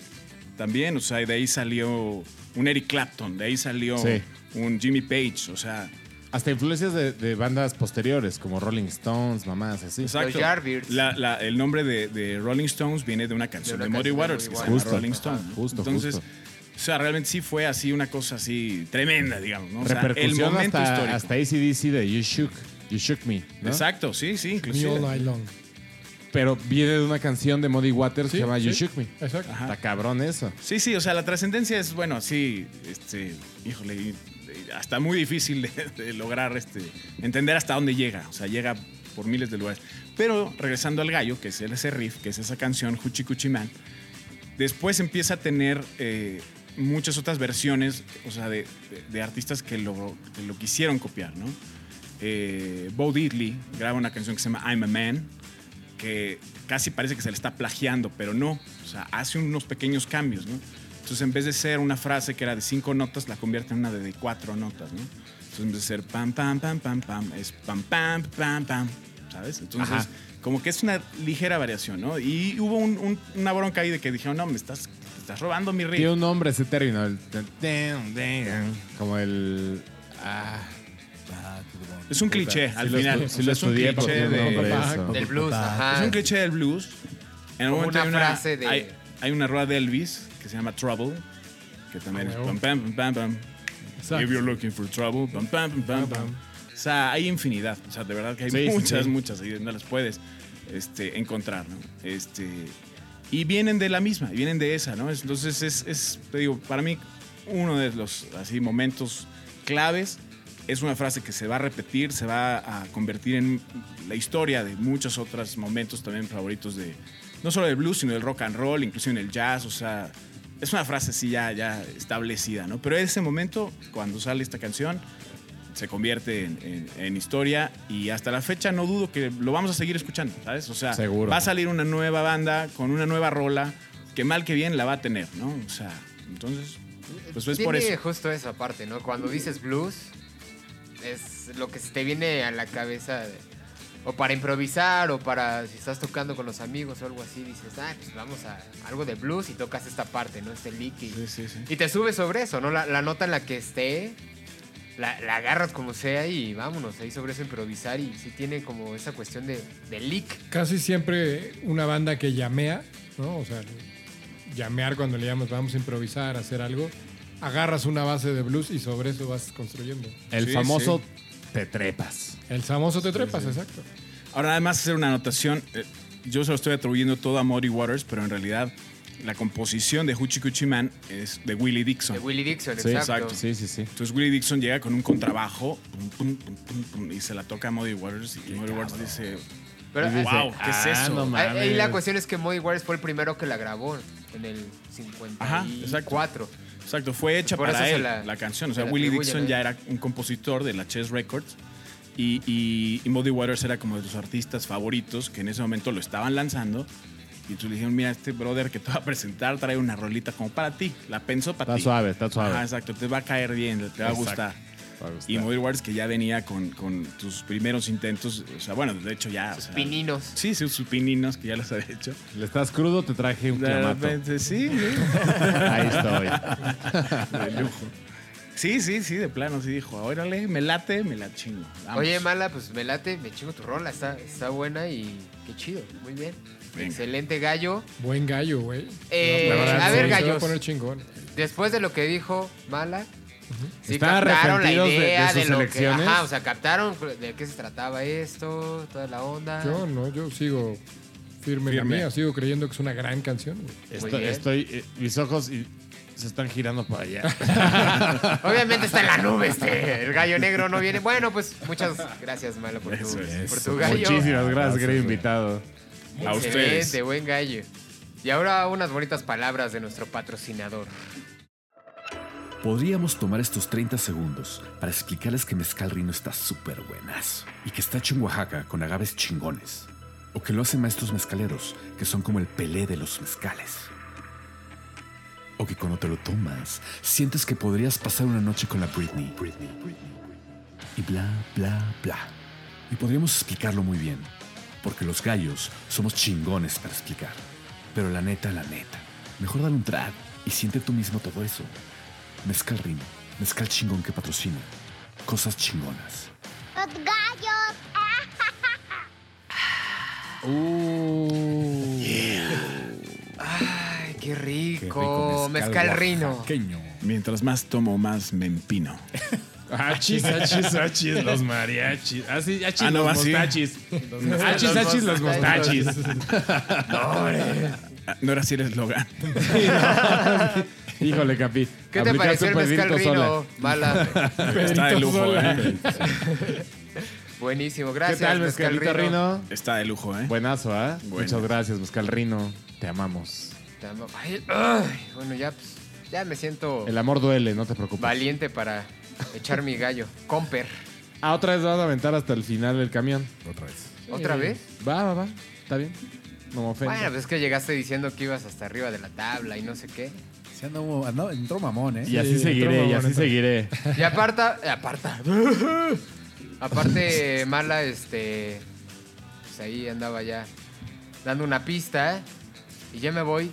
[SPEAKER 5] también, o sea, de ahí salió un Eric Clapton, de ahí salió
[SPEAKER 4] Sí.
[SPEAKER 5] un Jimmy Page, o sea,
[SPEAKER 4] Hasta influencias de, de bandas posteriores, como Rolling Stones, mamás, así.
[SPEAKER 5] exacto.
[SPEAKER 1] Los Yardbirds.
[SPEAKER 5] La- la- el nombre de, de Rolling Stones viene de una canción de,
[SPEAKER 1] una
[SPEAKER 5] Muddy
[SPEAKER 1] canción de
[SPEAKER 5] Waters,
[SPEAKER 1] Muddy
[SPEAKER 5] que se llama
[SPEAKER 4] Waters.
[SPEAKER 5] Rolling
[SPEAKER 4] Justo,
[SPEAKER 5] Stone.
[SPEAKER 4] ajá, justo,
[SPEAKER 5] Entonces,
[SPEAKER 4] justo.
[SPEAKER 5] o sea, realmente sí fue así una cosa así tremenda, digamos, ¿no? O sea, el
[SPEAKER 4] Repercusión
[SPEAKER 5] momento
[SPEAKER 4] hasta,
[SPEAKER 5] histórico.
[SPEAKER 4] hasta ACDC de You Shook, You Shook Me. ¿no?
[SPEAKER 5] Exacto, sí, sí,
[SPEAKER 3] Me All
[SPEAKER 5] inclusive.
[SPEAKER 3] Night Long.
[SPEAKER 4] Pero viene de una canción de Muddy Waters
[SPEAKER 3] Sí,
[SPEAKER 4] que se llama You
[SPEAKER 3] sí.
[SPEAKER 4] Shook Me.
[SPEAKER 3] Exacto.
[SPEAKER 5] Ajá.
[SPEAKER 4] Está cabrón eso.
[SPEAKER 5] Sí, sí, o sea, la trascendencia es, bueno, sí, este, híjole, y- y hasta muy difícil de, de lograr este, entender hasta dónde llega, o sea, llega por miles de lugares. Pero regresando al gallo, que es el- ese riff, que es esa canción, Huchi Cuchi Man, después empieza a tener eh, muchas otras versiones, o sea, de, de- de artistas que lo, que lo quisieron copiar, ¿no? Eh, Bo Diddley graba una canción que se llama I'm a Man, que casi parece que se le está plagiando, pero no. O sea, hace unos pequeños cambios, ¿no? Entonces, en vez de ser una frase que era de cinco notas, la convierte en una de cuatro notas, ¿no? Entonces, en vez de ser pam, pam, pam, pam, pam, es pam, pam, pam, pam, ¿sabes? Entonces,
[SPEAKER 4] Ajá.
[SPEAKER 5] como que es una ligera variación, ¿no? Y hubo un- un- una bronca ahí de que dijeron, no, me estás, te estás robando mi ritmo.
[SPEAKER 4] Tiene un nombre ese término. el tan, tan, tan, Como el. ah,
[SPEAKER 5] Es un cliché,
[SPEAKER 4] Sí
[SPEAKER 5] al
[SPEAKER 4] lo
[SPEAKER 5] final.
[SPEAKER 4] estu-
[SPEAKER 5] O
[SPEAKER 4] sí
[SPEAKER 5] sea,
[SPEAKER 4] lo
[SPEAKER 5] es un
[SPEAKER 4] estudié porque tiene
[SPEAKER 5] cliché
[SPEAKER 4] un
[SPEAKER 5] de-
[SPEAKER 4] nombre
[SPEAKER 3] Ajá,
[SPEAKER 4] eso.
[SPEAKER 1] Del blues,
[SPEAKER 5] Es
[SPEAKER 1] ajá.
[SPEAKER 5] un cliché del blues. En
[SPEAKER 1] Como
[SPEAKER 5] algún momento
[SPEAKER 1] una
[SPEAKER 5] hay una
[SPEAKER 1] frase de-
[SPEAKER 5] Hay, hay una rueda de Elvis que se llama Trouble, que también
[SPEAKER 3] Ah,
[SPEAKER 5] es
[SPEAKER 3] huevo.
[SPEAKER 5] pam, pam, pam, pam, pam. If you're looking for trouble, pam, pam, pam, pam, pam. O sea, hay infinidad. O sea, de verdad que hay
[SPEAKER 4] Sí, sí,
[SPEAKER 5] muchas,
[SPEAKER 4] sí.
[SPEAKER 5] muchas. Y no las puedes este, encontrar, ¿no? Este, y vienen de la misma, y vienen de esa, ¿no? Es- Entonces, es, es, te digo, para mí, uno de los así, momentos claves es una frase que se va a repetir, se va a convertir en la historia de muchos otros momentos también favoritos de, no solo del blues, sino del rock and roll, incluso en el jazz, o sea, es una frase así ya, ya establecida, ¿no? Pero ese momento, cuando sale esta canción, se convierte en, en- en historia y hasta la fecha no dudo que lo vamos a seguir escuchando, ¿sabes? O sea,
[SPEAKER 4] Seguro.
[SPEAKER 5] va a salir una nueva banda con una nueva rola que mal que bien la va a tener, ¿no? O sea, entonces, pues es
[SPEAKER 1] Tiene
[SPEAKER 5] por eso.
[SPEAKER 1] justo esa parte, ¿no? Cuando dices blues, es lo que se te viene a la cabeza. de- O para improvisar, o para si estás tocando con los amigos o algo así, dices, ah, pues vamos a algo de blues y tocas esta parte, ¿no? Este lick y,
[SPEAKER 5] Sí, sí, sí.
[SPEAKER 1] y te subes sobre eso, ¿no? La, la nota en la que esté, la, la agarras como sea y vámonos, ahí sobre eso improvisar y sí tiene como esa cuestión de, de lick.
[SPEAKER 3] Casi siempre una banda que llamea, ¿no? O sea, llamear cuando le llamas, vamos a improvisar, a hacer algo, agarras una base de blues y sobre eso vas construyendo.
[SPEAKER 4] El
[SPEAKER 5] Sí,
[SPEAKER 4] famoso
[SPEAKER 5] sí.
[SPEAKER 4] te trepas.
[SPEAKER 3] El famoso te trepas, exacto.
[SPEAKER 5] Ahora, además, hacer una anotación. eh, yo se lo estoy atribuyendo todo a Muddy Waters, pero en realidad la composición de Hoochie Coochie Man es de Willie Dixon.
[SPEAKER 1] De Willie Dixon,
[SPEAKER 4] Sí,
[SPEAKER 1] exacto.
[SPEAKER 5] exacto.
[SPEAKER 4] Sí, sí, sí.
[SPEAKER 5] Entonces Willie Dixon llega con un contrabajo pum, pum, pum, pum, pum, y se la toca a Muddy Waters y Muddy Waters dice,
[SPEAKER 1] Pero,
[SPEAKER 4] Y dice,
[SPEAKER 5] wow, ¿qué es
[SPEAKER 4] "Ah,
[SPEAKER 5] eso?"
[SPEAKER 4] no
[SPEAKER 1] Ah, Ahí la
[SPEAKER 4] mames.
[SPEAKER 1] cuestión es que Muddy Waters fue el primero que la grabó en el 54.
[SPEAKER 5] exacto, fue hecha
[SPEAKER 1] Por eso
[SPEAKER 5] para
[SPEAKER 1] se
[SPEAKER 5] él
[SPEAKER 1] la-
[SPEAKER 5] la, canción. O
[SPEAKER 1] se
[SPEAKER 5] sea,
[SPEAKER 1] la
[SPEAKER 5] Willie
[SPEAKER 1] atribuyen a
[SPEAKER 5] Dixon
[SPEAKER 1] él.
[SPEAKER 5] ya era un compositor de la Chess Records y, y, y Muddy Waters era como de sus artistas favoritos que en ese momento lo estaban lanzando. Y tú le dijeron, mira, este brother que te va a presentar trae una rolita como para ti. La pensó para
[SPEAKER 4] Está
[SPEAKER 5] ti.
[SPEAKER 4] suave, está suave.
[SPEAKER 5] Ajá, exacto, te va a caer bien, te va a
[SPEAKER 4] Exacto.
[SPEAKER 5] gustar.
[SPEAKER 4] Va a gustar.
[SPEAKER 5] Y Muddy Waters que ya venía con, con tus primeros intentos, o sea, bueno, de hecho ya... o sea,
[SPEAKER 1] Pininos.
[SPEAKER 5] Sí, sí, sus pininos que ya los había hecho.
[SPEAKER 4] Le estás crudo, te traje un
[SPEAKER 5] De
[SPEAKER 4] clamato.
[SPEAKER 5] repente, sí,
[SPEAKER 4] Ahí estoy.
[SPEAKER 5] sí, sí, sí, de plano, sí dijo, órale, me late, me la chingo. vamos".
[SPEAKER 1] Oye, Mala, pues me late, me chingo tu rola, está, está buena y qué chido, muy bien.
[SPEAKER 5] Venga.
[SPEAKER 1] Excelente gallo.
[SPEAKER 3] Buen gallo, güey.
[SPEAKER 1] Eh,
[SPEAKER 3] La verdad,
[SPEAKER 1] a
[SPEAKER 3] sí,
[SPEAKER 1] ver,
[SPEAKER 3] se va
[SPEAKER 1] gallos.
[SPEAKER 3] poner chingón.
[SPEAKER 1] Después de lo que dijo Mala, sí
[SPEAKER 4] ¿Están
[SPEAKER 1] captaron la
[SPEAKER 4] arrepentidos de- de
[SPEAKER 1] idea de,
[SPEAKER 4] sus
[SPEAKER 1] lo que.
[SPEAKER 4] elecciones?
[SPEAKER 1] Ajá, o sea, captaron de qué se trataba esto, toda la onda.
[SPEAKER 3] Yo no, yo sigo firme, en
[SPEAKER 5] Firme.
[SPEAKER 3] la mía, sigo creyendo que es una gran canción. güey.
[SPEAKER 4] Estoy,
[SPEAKER 1] bien.
[SPEAKER 4] estoy- eh, mis ojos y- se están girando para allá.
[SPEAKER 1] Obviamente está en la nube este. El gallo negro no viene. Bueno, pues muchas gracias, Mala, por tu,
[SPEAKER 5] Eso es.
[SPEAKER 1] por tu gallo.
[SPEAKER 4] Muchísimas gracias, querido invitado.
[SPEAKER 5] A
[SPEAKER 1] Excelente,
[SPEAKER 5] ustedes.
[SPEAKER 1] buen gallo. Y ahora unas bonitas palabras de nuestro patrocinador.
[SPEAKER 6] Podríamos tomar estos 30 segundos para explicarles que Mezcal Rino está súper buenas y que está hecho en Oaxaca con agaves chingones. O que lo hacen maestros mezcaleros, que son como el pelé de los mezcales. O que cuando te lo tomas, sientes que podrías pasar una noche con la Britney. Y bla, bla, bla. Y podríamos explicarlo muy bien, porque los gallos somos chingones para explicar. Pero la neta, la neta, mejor dale un trago y siente tú mismo todo eso. Mezcal Rino, mezcal chingón que patrocina. Cosas chingonas.
[SPEAKER 7] Los gallos.
[SPEAKER 4] Uh.
[SPEAKER 1] Ay, qué rico.
[SPEAKER 2] rico
[SPEAKER 1] mezcal, rino.
[SPEAKER 2] oaxaqueño.
[SPEAKER 5] Mientras más tomo, más me empino.
[SPEAKER 4] Achis, achis, achis, los mariachis. Así, achis,
[SPEAKER 5] Ah, no,
[SPEAKER 4] los
[SPEAKER 5] así.
[SPEAKER 4] mostachis. Achis, achis, los mostachis.
[SPEAKER 5] Ah, No era así el eslogan.
[SPEAKER 4] Híjole, Capi.
[SPEAKER 1] ¿Qué te pareció
[SPEAKER 4] aplicaste
[SPEAKER 1] el
[SPEAKER 4] un
[SPEAKER 1] mezcal
[SPEAKER 4] Pedrito Sola.
[SPEAKER 1] rino? Mala.
[SPEAKER 5] Está de lujo, ¿eh?
[SPEAKER 1] Buenísimo,
[SPEAKER 4] ¿Qué
[SPEAKER 1] gracias.
[SPEAKER 4] tal, mezcalito rino?
[SPEAKER 5] Está de lujo, ¿eh?
[SPEAKER 4] Buenazo, ¿eh?
[SPEAKER 5] Bueno.
[SPEAKER 4] Muchas gracias, mezcal rino. Te amamos.
[SPEAKER 1] Te amo. Ay, ay, bueno, ya, pues, ya me siento
[SPEAKER 4] El amor duele, no te preocupes.
[SPEAKER 1] valiente para echar mi gallo. Comper.
[SPEAKER 4] Ah, otra vez vas a aventar hasta el final del camión.
[SPEAKER 2] Otra vez.
[SPEAKER 1] ¿Otra
[SPEAKER 3] Sí.
[SPEAKER 1] vez?
[SPEAKER 4] Va, va, va. Está bien. No me
[SPEAKER 1] Bueno,
[SPEAKER 4] ofendas.
[SPEAKER 1] pues es que llegaste diciendo que ibas hasta arriba de la tabla y no sé qué.
[SPEAKER 2] Se andó, andó- entró mamón,
[SPEAKER 1] pues,
[SPEAKER 2] ¿eh?
[SPEAKER 4] y así
[SPEAKER 3] sí,
[SPEAKER 4] seguiré,
[SPEAKER 3] entró
[SPEAKER 4] y así
[SPEAKER 3] bonito.
[SPEAKER 4] seguiré.
[SPEAKER 1] Y aparta, aparta. Aparte, Mala, este. Pues ahí andaba ya dando una pista, ¿eh? Y ya me voy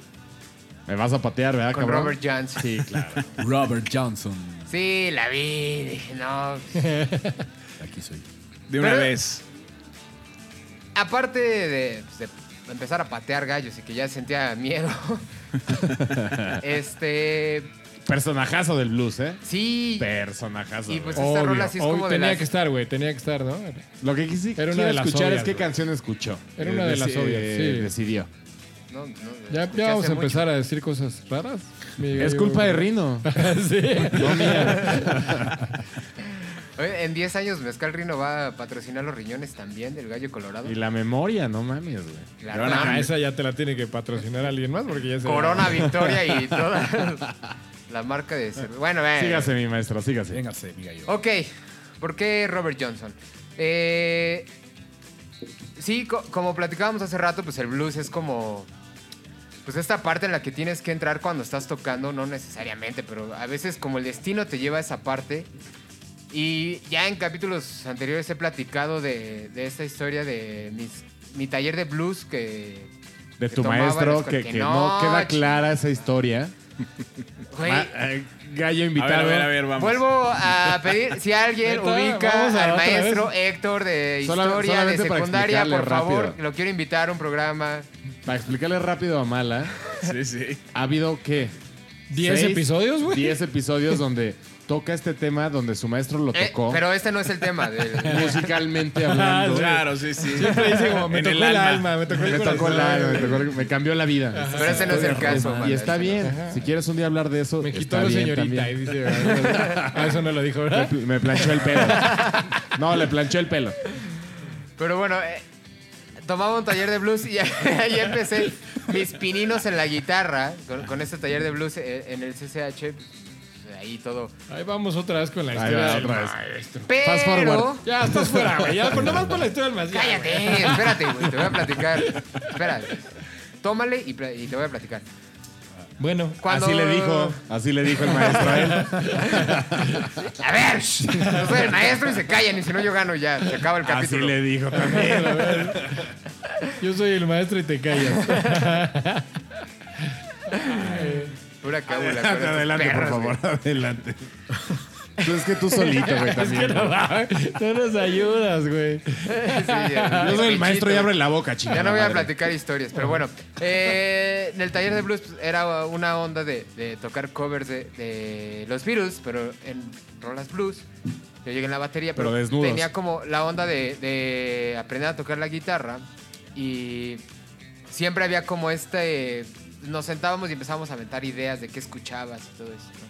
[SPEAKER 4] Me vas a patear,
[SPEAKER 3] Ah,
[SPEAKER 4] ¿verdad,
[SPEAKER 1] con
[SPEAKER 4] cabrón?
[SPEAKER 1] Robert Johnson.
[SPEAKER 4] Sí, claro.
[SPEAKER 2] Robert Johnson.
[SPEAKER 1] Sí, la vi, dije, no.
[SPEAKER 2] Aquí soy.
[SPEAKER 5] De una
[SPEAKER 1] Pero-
[SPEAKER 5] vez.
[SPEAKER 1] Aparte de, pues, de empezar a patear gallos y que ya sentía miedo. este.
[SPEAKER 4] Personajazo del blues, ¿eh?
[SPEAKER 1] Sí.
[SPEAKER 4] Personajazo.
[SPEAKER 1] Y
[SPEAKER 4] güey.
[SPEAKER 1] pues esta rola sí es
[SPEAKER 3] Obvio,
[SPEAKER 1] como de
[SPEAKER 3] tenía
[SPEAKER 1] las- Pues
[SPEAKER 3] que estar, güey, tenía que estar, ¿no?
[SPEAKER 4] Lo que quise
[SPEAKER 3] Era una
[SPEAKER 4] quiero
[SPEAKER 3] de las
[SPEAKER 4] escuchar
[SPEAKER 3] obvias,
[SPEAKER 4] es qué
[SPEAKER 3] güey.
[SPEAKER 4] canción escuchó. Eh,
[SPEAKER 3] Era una de las
[SPEAKER 4] deci-
[SPEAKER 3] obvias, sí.
[SPEAKER 4] Decidió.
[SPEAKER 1] No, no,
[SPEAKER 3] Ya,
[SPEAKER 1] escuché
[SPEAKER 3] ya vamos
[SPEAKER 1] hace
[SPEAKER 3] a
[SPEAKER 1] mucho.
[SPEAKER 3] empezar a decir cosas raras. mi
[SPEAKER 4] Es
[SPEAKER 3] gallo.
[SPEAKER 4] culpa de Rino.
[SPEAKER 3] sí.
[SPEAKER 4] No mía.
[SPEAKER 1] Oye, En 10 años, Mezcal Rino va a patrocinar los riñones también del gallo colorado.
[SPEAKER 4] Y la memoria, no mames, güey.
[SPEAKER 1] La
[SPEAKER 5] Pero van a
[SPEAKER 1] RAM.
[SPEAKER 3] Ah, esa ya te la tiene que patrocinar alguien más porque ya se
[SPEAKER 1] Corona, Victoria y toda la marca de cerveza. Bueno, eh.
[SPEAKER 4] Sígase, mi maestro, sígase.
[SPEAKER 2] Véngase, mi gallo.
[SPEAKER 1] Ok, ¿por qué Robert Johnson? Eh, sí, co- como platicábamos hace rato, pues el blues es como... Pues esta parte en la que tienes que entrar cuando estás tocando, no necesariamente, pero a veces como el destino te lleva a esa parte Y ya en capítulos anteriores he platicado de, de esta historia de mis- mi taller de blues que...
[SPEAKER 4] De
[SPEAKER 1] que
[SPEAKER 4] tu
[SPEAKER 1] tomaba en la
[SPEAKER 4] maestro,
[SPEAKER 1] escuela.
[SPEAKER 4] que, que no queda
[SPEAKER 1] ch-
[SPEAKER 4] clara esa historia.
[SPEAKER 1] güey,
[SPEAKER 4] Ma- eh, Gallo
[SPEAKER 5] A ver,
[SPEAKER 4] invitado.
[SPEAKER 5] a ver, a ver, vamos.
[SPEAKER 1] Vuelvo a pedir, si alguien
[SPEAKER 3] Neta,
[SPEAKER 1] ubica
[SPEAKER 3] vamos a
[SPEAKER 1] al
[SPEAKER 3] otra
[SPEAKER 1] maestro Héctor de
[SPEAKER 4] Sola-
[SPEAKER 1] Historia de
[SPEAKER 4] solamente para
[SPEAKER 1] Secundaria,
[SPEAKER 4] explicarle
[SPEAKER 1] por favor,
[SPEAKER 4] rápido.
[SPEAKER 1] lo quiero invitar a un programa.
[SPEAKER 4] Para explicarle rápido a Mala,
[SPEAKER 5] Sí, sí.
[SPEAKER 4] ha habido qué?
[SPEAKER 3] ¿Diez
[SPEAKER 4] ¿Seis?
[SPEAKER 3] episodios, güey?
[SPEAKER 4] 10 episodios donde toca este tema, donde su maestro lo
[SPEAKER 1] Eh,
[SPEAKER 4] tocó.
[SPEAKER 1] pero este no es el tema. del-
[SPEAKER 4] musicalmente hablando.
[SPEAKER 5] Claro, sí, sí.
[SPEAKER 3] Siempre dice como, me
[SPEAKER 5] En
[SPEAKER 3] tocó el, alma. me tocó el
[SPEAKER 4] Me
[SPEAKER 3] corazón.
[SPEAKER 4] tocó el alma, me, tocó el- me cambió la vida.
[SPEAKER 1] pero ese no es el caso.
[SPEAKER 4] y
[SPEAKER 1] Manuel.
[SPEAKER 4] está bien. Si quieres un día hablar de eso,
[SPEAKER 3] Me quitó
[SPEAKER 4] está
[SPEAKER 3] la
[SPEAKER 4] bien
[SPEAKER 3] señorita. eh. Y
[SPEAKER 4] también.
[SPEAKER 3] dice, ah, eso no lo dijo,
[SPEAKER 4] Me
[SPEAKER 3] ¿verdad?
[SPEAKER 4] pl- Me planchó el pelo. No, le planchó el pelo.
[SPEAKER 1] Pero bueno, eh, tomaba un taller de blues y ahí empecé mis pininos en la guitarra con, con este taller de blues eh, en el CCH. pues, Ahí todo.
[SPEAKER 3] Ahí vamos otra vez con la
[SPEAKER 4] Ahí
[SPEAKER 3] historia
[SPEAKER 4] va,
[SPEAKER 3] del
[SPEAKER 4] otra vez.
[SPEAKER 3] maestro.
[SPEAKER 1] Pero...
[SPEAKER 4] forward.
[SPEAKER 3] Ya estás fuera, güey. Ya, pues nomás por la historia del más. ya, güey.
[SPEAKER 1] Cállate, espérate, güey. Te voy a platicar. Espérate. Tómale y, pla- y te voy a platicar.
[SPEAKER 3] Bueno,
[SPEAKER 1] Cuando-
[SPEAKER 4] Así le dijo, así le dijo el maestro a él.
[SPEAKER 1] A ver, yo soy el maestro y se callan y si no yo gano ya. Se acaba el
[SPEAKER 4] Así
[SPEAKER 1] capítulo.
[SPEAKER 4] le dijo también.
[SPEAKER 3] yo soy el maestro y te callas.
[SPEAKER 1] Pura cábula. con estos
[SPEAKER 4] Adelante, por
[SPEAKER 1] perros,
[SPEAKER 4] favor,
[SPEAKER 1] güey.
[SPEAKER 4] adelante. Tú Pues es que tú solito, güey, también.
[SPEAKER 3] No, va, no nos ayudas, güey.
[SPEAKER 1] Sí, ya.
[SPEAKER 4] Yo soy el maestro y
[SPEAKER 1] Bichito.
[SPEAKER 4] abre la boca, chingada.
[SPEAKER 1] Ya no voy a
[SPEAKER 4] madre.
[SPEAKER 1] platicar historias, pero bueno. Eh, en el taller de blues pues, era una onda de, de tocar covers de, de los Beatles, pero en rolas blues. Yo llegué en la batería, pero,
[SPEAKER 4] Pero desnudos.
[SPEAKER 1] tenía como la onda de, de aprender a tocar la guitarra y siempre había como este... Nos sentábamos y empezábamos a aventar ideas de qué escuchabas y todo eso. ¿no?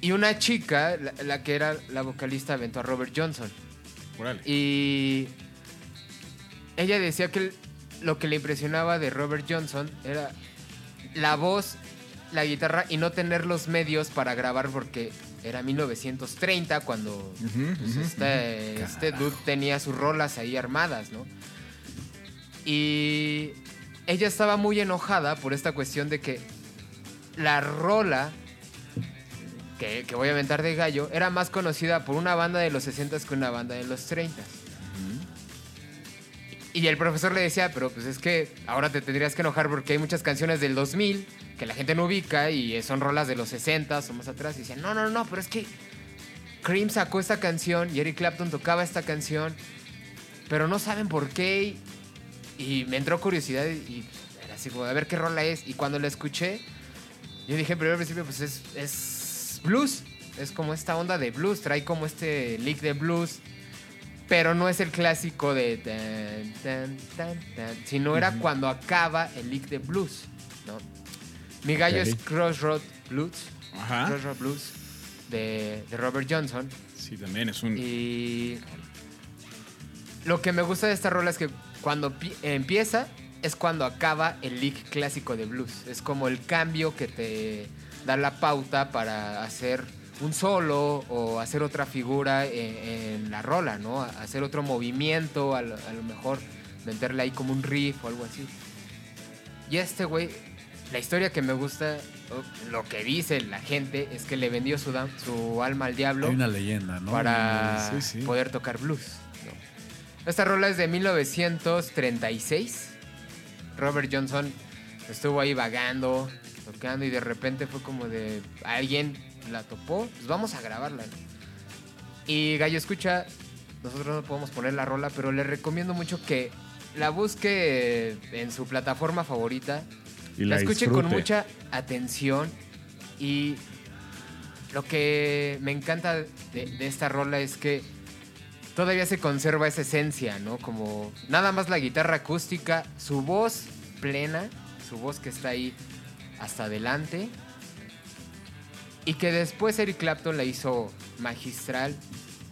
[SPEAKER 1] Y una chica, la, la que era la vocalista, aventó a Robert Johnson. Y ella decía que l- lo que le impresionaba de Robert Johnson era la voz, la guitarra y no tener los medios para grabar porque era 1930 cuando pues, este, este dude tenía sus rolas ahí armadas, ¿no? Y ella estaba muy enojada por esta cuestión de que la rola que, que voy a inventar de gallo era más conocida por una banda de los 60s que una banda de los 30s. Y el profesor le decía, pero pues es que ahora te tendrías que enojar porque hay muchas canciones del 2000 que la gente no ubica y eh, son rolas de los 60 o más atrás. Y decía, no, no, no, pero es que Cream sacó esta canción y Eric Clapton tocaba esta canción, pero no saben por qué. Y, y me entró curiosidad y, y era así como, a ver qué rola es. Y cuando la escuché, yo dije, primero al principio, pues es, es blues. Es como esta onda de blues. Trae como este lick de blues. Pero no es el clásico de. tan, tan, tan, tan, sino era cuando acaba el lick de blues. ¿no? Mi gallo es Crossroad Blues.
[SPEAKER 5] Ajá.
[SPEAKER 1] Crossroad Blues de, de Robert Johnson.
[SPEAKER 5] Sí, también es un.
[SPEAKER 1] Y lo que me gusta de esta rola es que cuando pi- empieza es cuando acaba el lick clásico de blues. Es como el cambio que te da la pauta para hacer un solo o hacer otra figura en, en la rola, ¿no? A- Hacer otro movimiento, a lo, a lo mejor meterle ahí como un riff o algo así. Y este güey, la historia que me gusta, o lo que dice la gente, es que le vendió su, dam- su alma al diablo
[SPEAKER 2] Hay una leyenda, ¿no?
[SPEAKER 1] para
[SPEAKER 5] Sí, sí.
[SPEAKER 1] poder tocar blues. Esta rola es de 1936. Robert Johnson estuvo ahí vagando, tocando y de repente fue como de alguien la topó, pues vamos a grabarla. ¿no? Y Gallo escucha, nosotros no podemos poner la rola, pero le recomiendo mucho que la busque en su plataforma favorita,
[SPEAKER 4] Y
[SPEAKER 1] la,
[SPEAKER 4] la
[SPEAKER 1] escuche con
[SPEAKER 4] disfrute.
[SPEAKER 1] mucha atención y lo que me encanta de, de esta rola es que todavía se conserva esa esencia, ¿no? Como nada más la guitarra acústica, su voz plena, su voz que está ahí hasta adelante y que después Eric Clapton la hizo magistral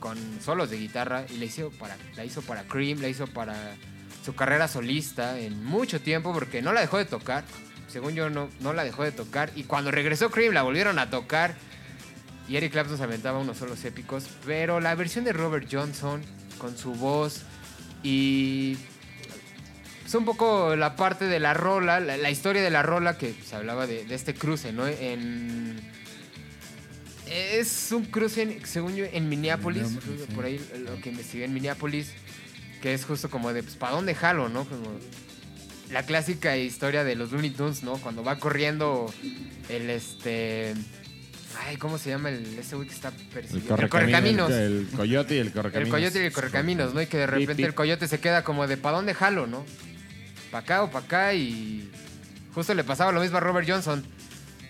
[SPEAKER 1] con solos de guitarra y la hizo para, la hizo para Cream, la hizo para su carrera solista en mucho tiempo porque no la dejó de tocar. Según yo, no, no la dejó de tocar. Y cuando regresó Cream, la volvieron a tocar. Y Eric Clapton se aventaba unos solos épicos. Pero la versión de Robert Johnson, con su voz y. Es pues, un poco la parte de la rola, la, la historia de la rola que se hablaba de, de este cruce, ¿no? En Es un cruce, en- según yo, en Minneapolis. creo que Por ahí lo que investigué en Minneapolis. Que es justo como de, pues, ¿para dónde jalo, no? Como la clásica historia de los Looney Tunes, ¿no? Cuando va corriendo el, este... Ay, ¿cómo se llama el, ese güey que está
[SPEAKER 4] El
[SPEAKER 1] persiguiendo?
[SPEAKER 4] correcaminos. El, coyote y el
[SPEAKER 1] El
[SPEAKER 4] correcaminos.
[SPEAKER 1] coyote y el correcaminos, ¿no? Y que de repente el coyote se queda como de ¿para dónde jalo, no? ¿Para acá o para acá? Y justo le pasaba lo mismo a Robert Johnson.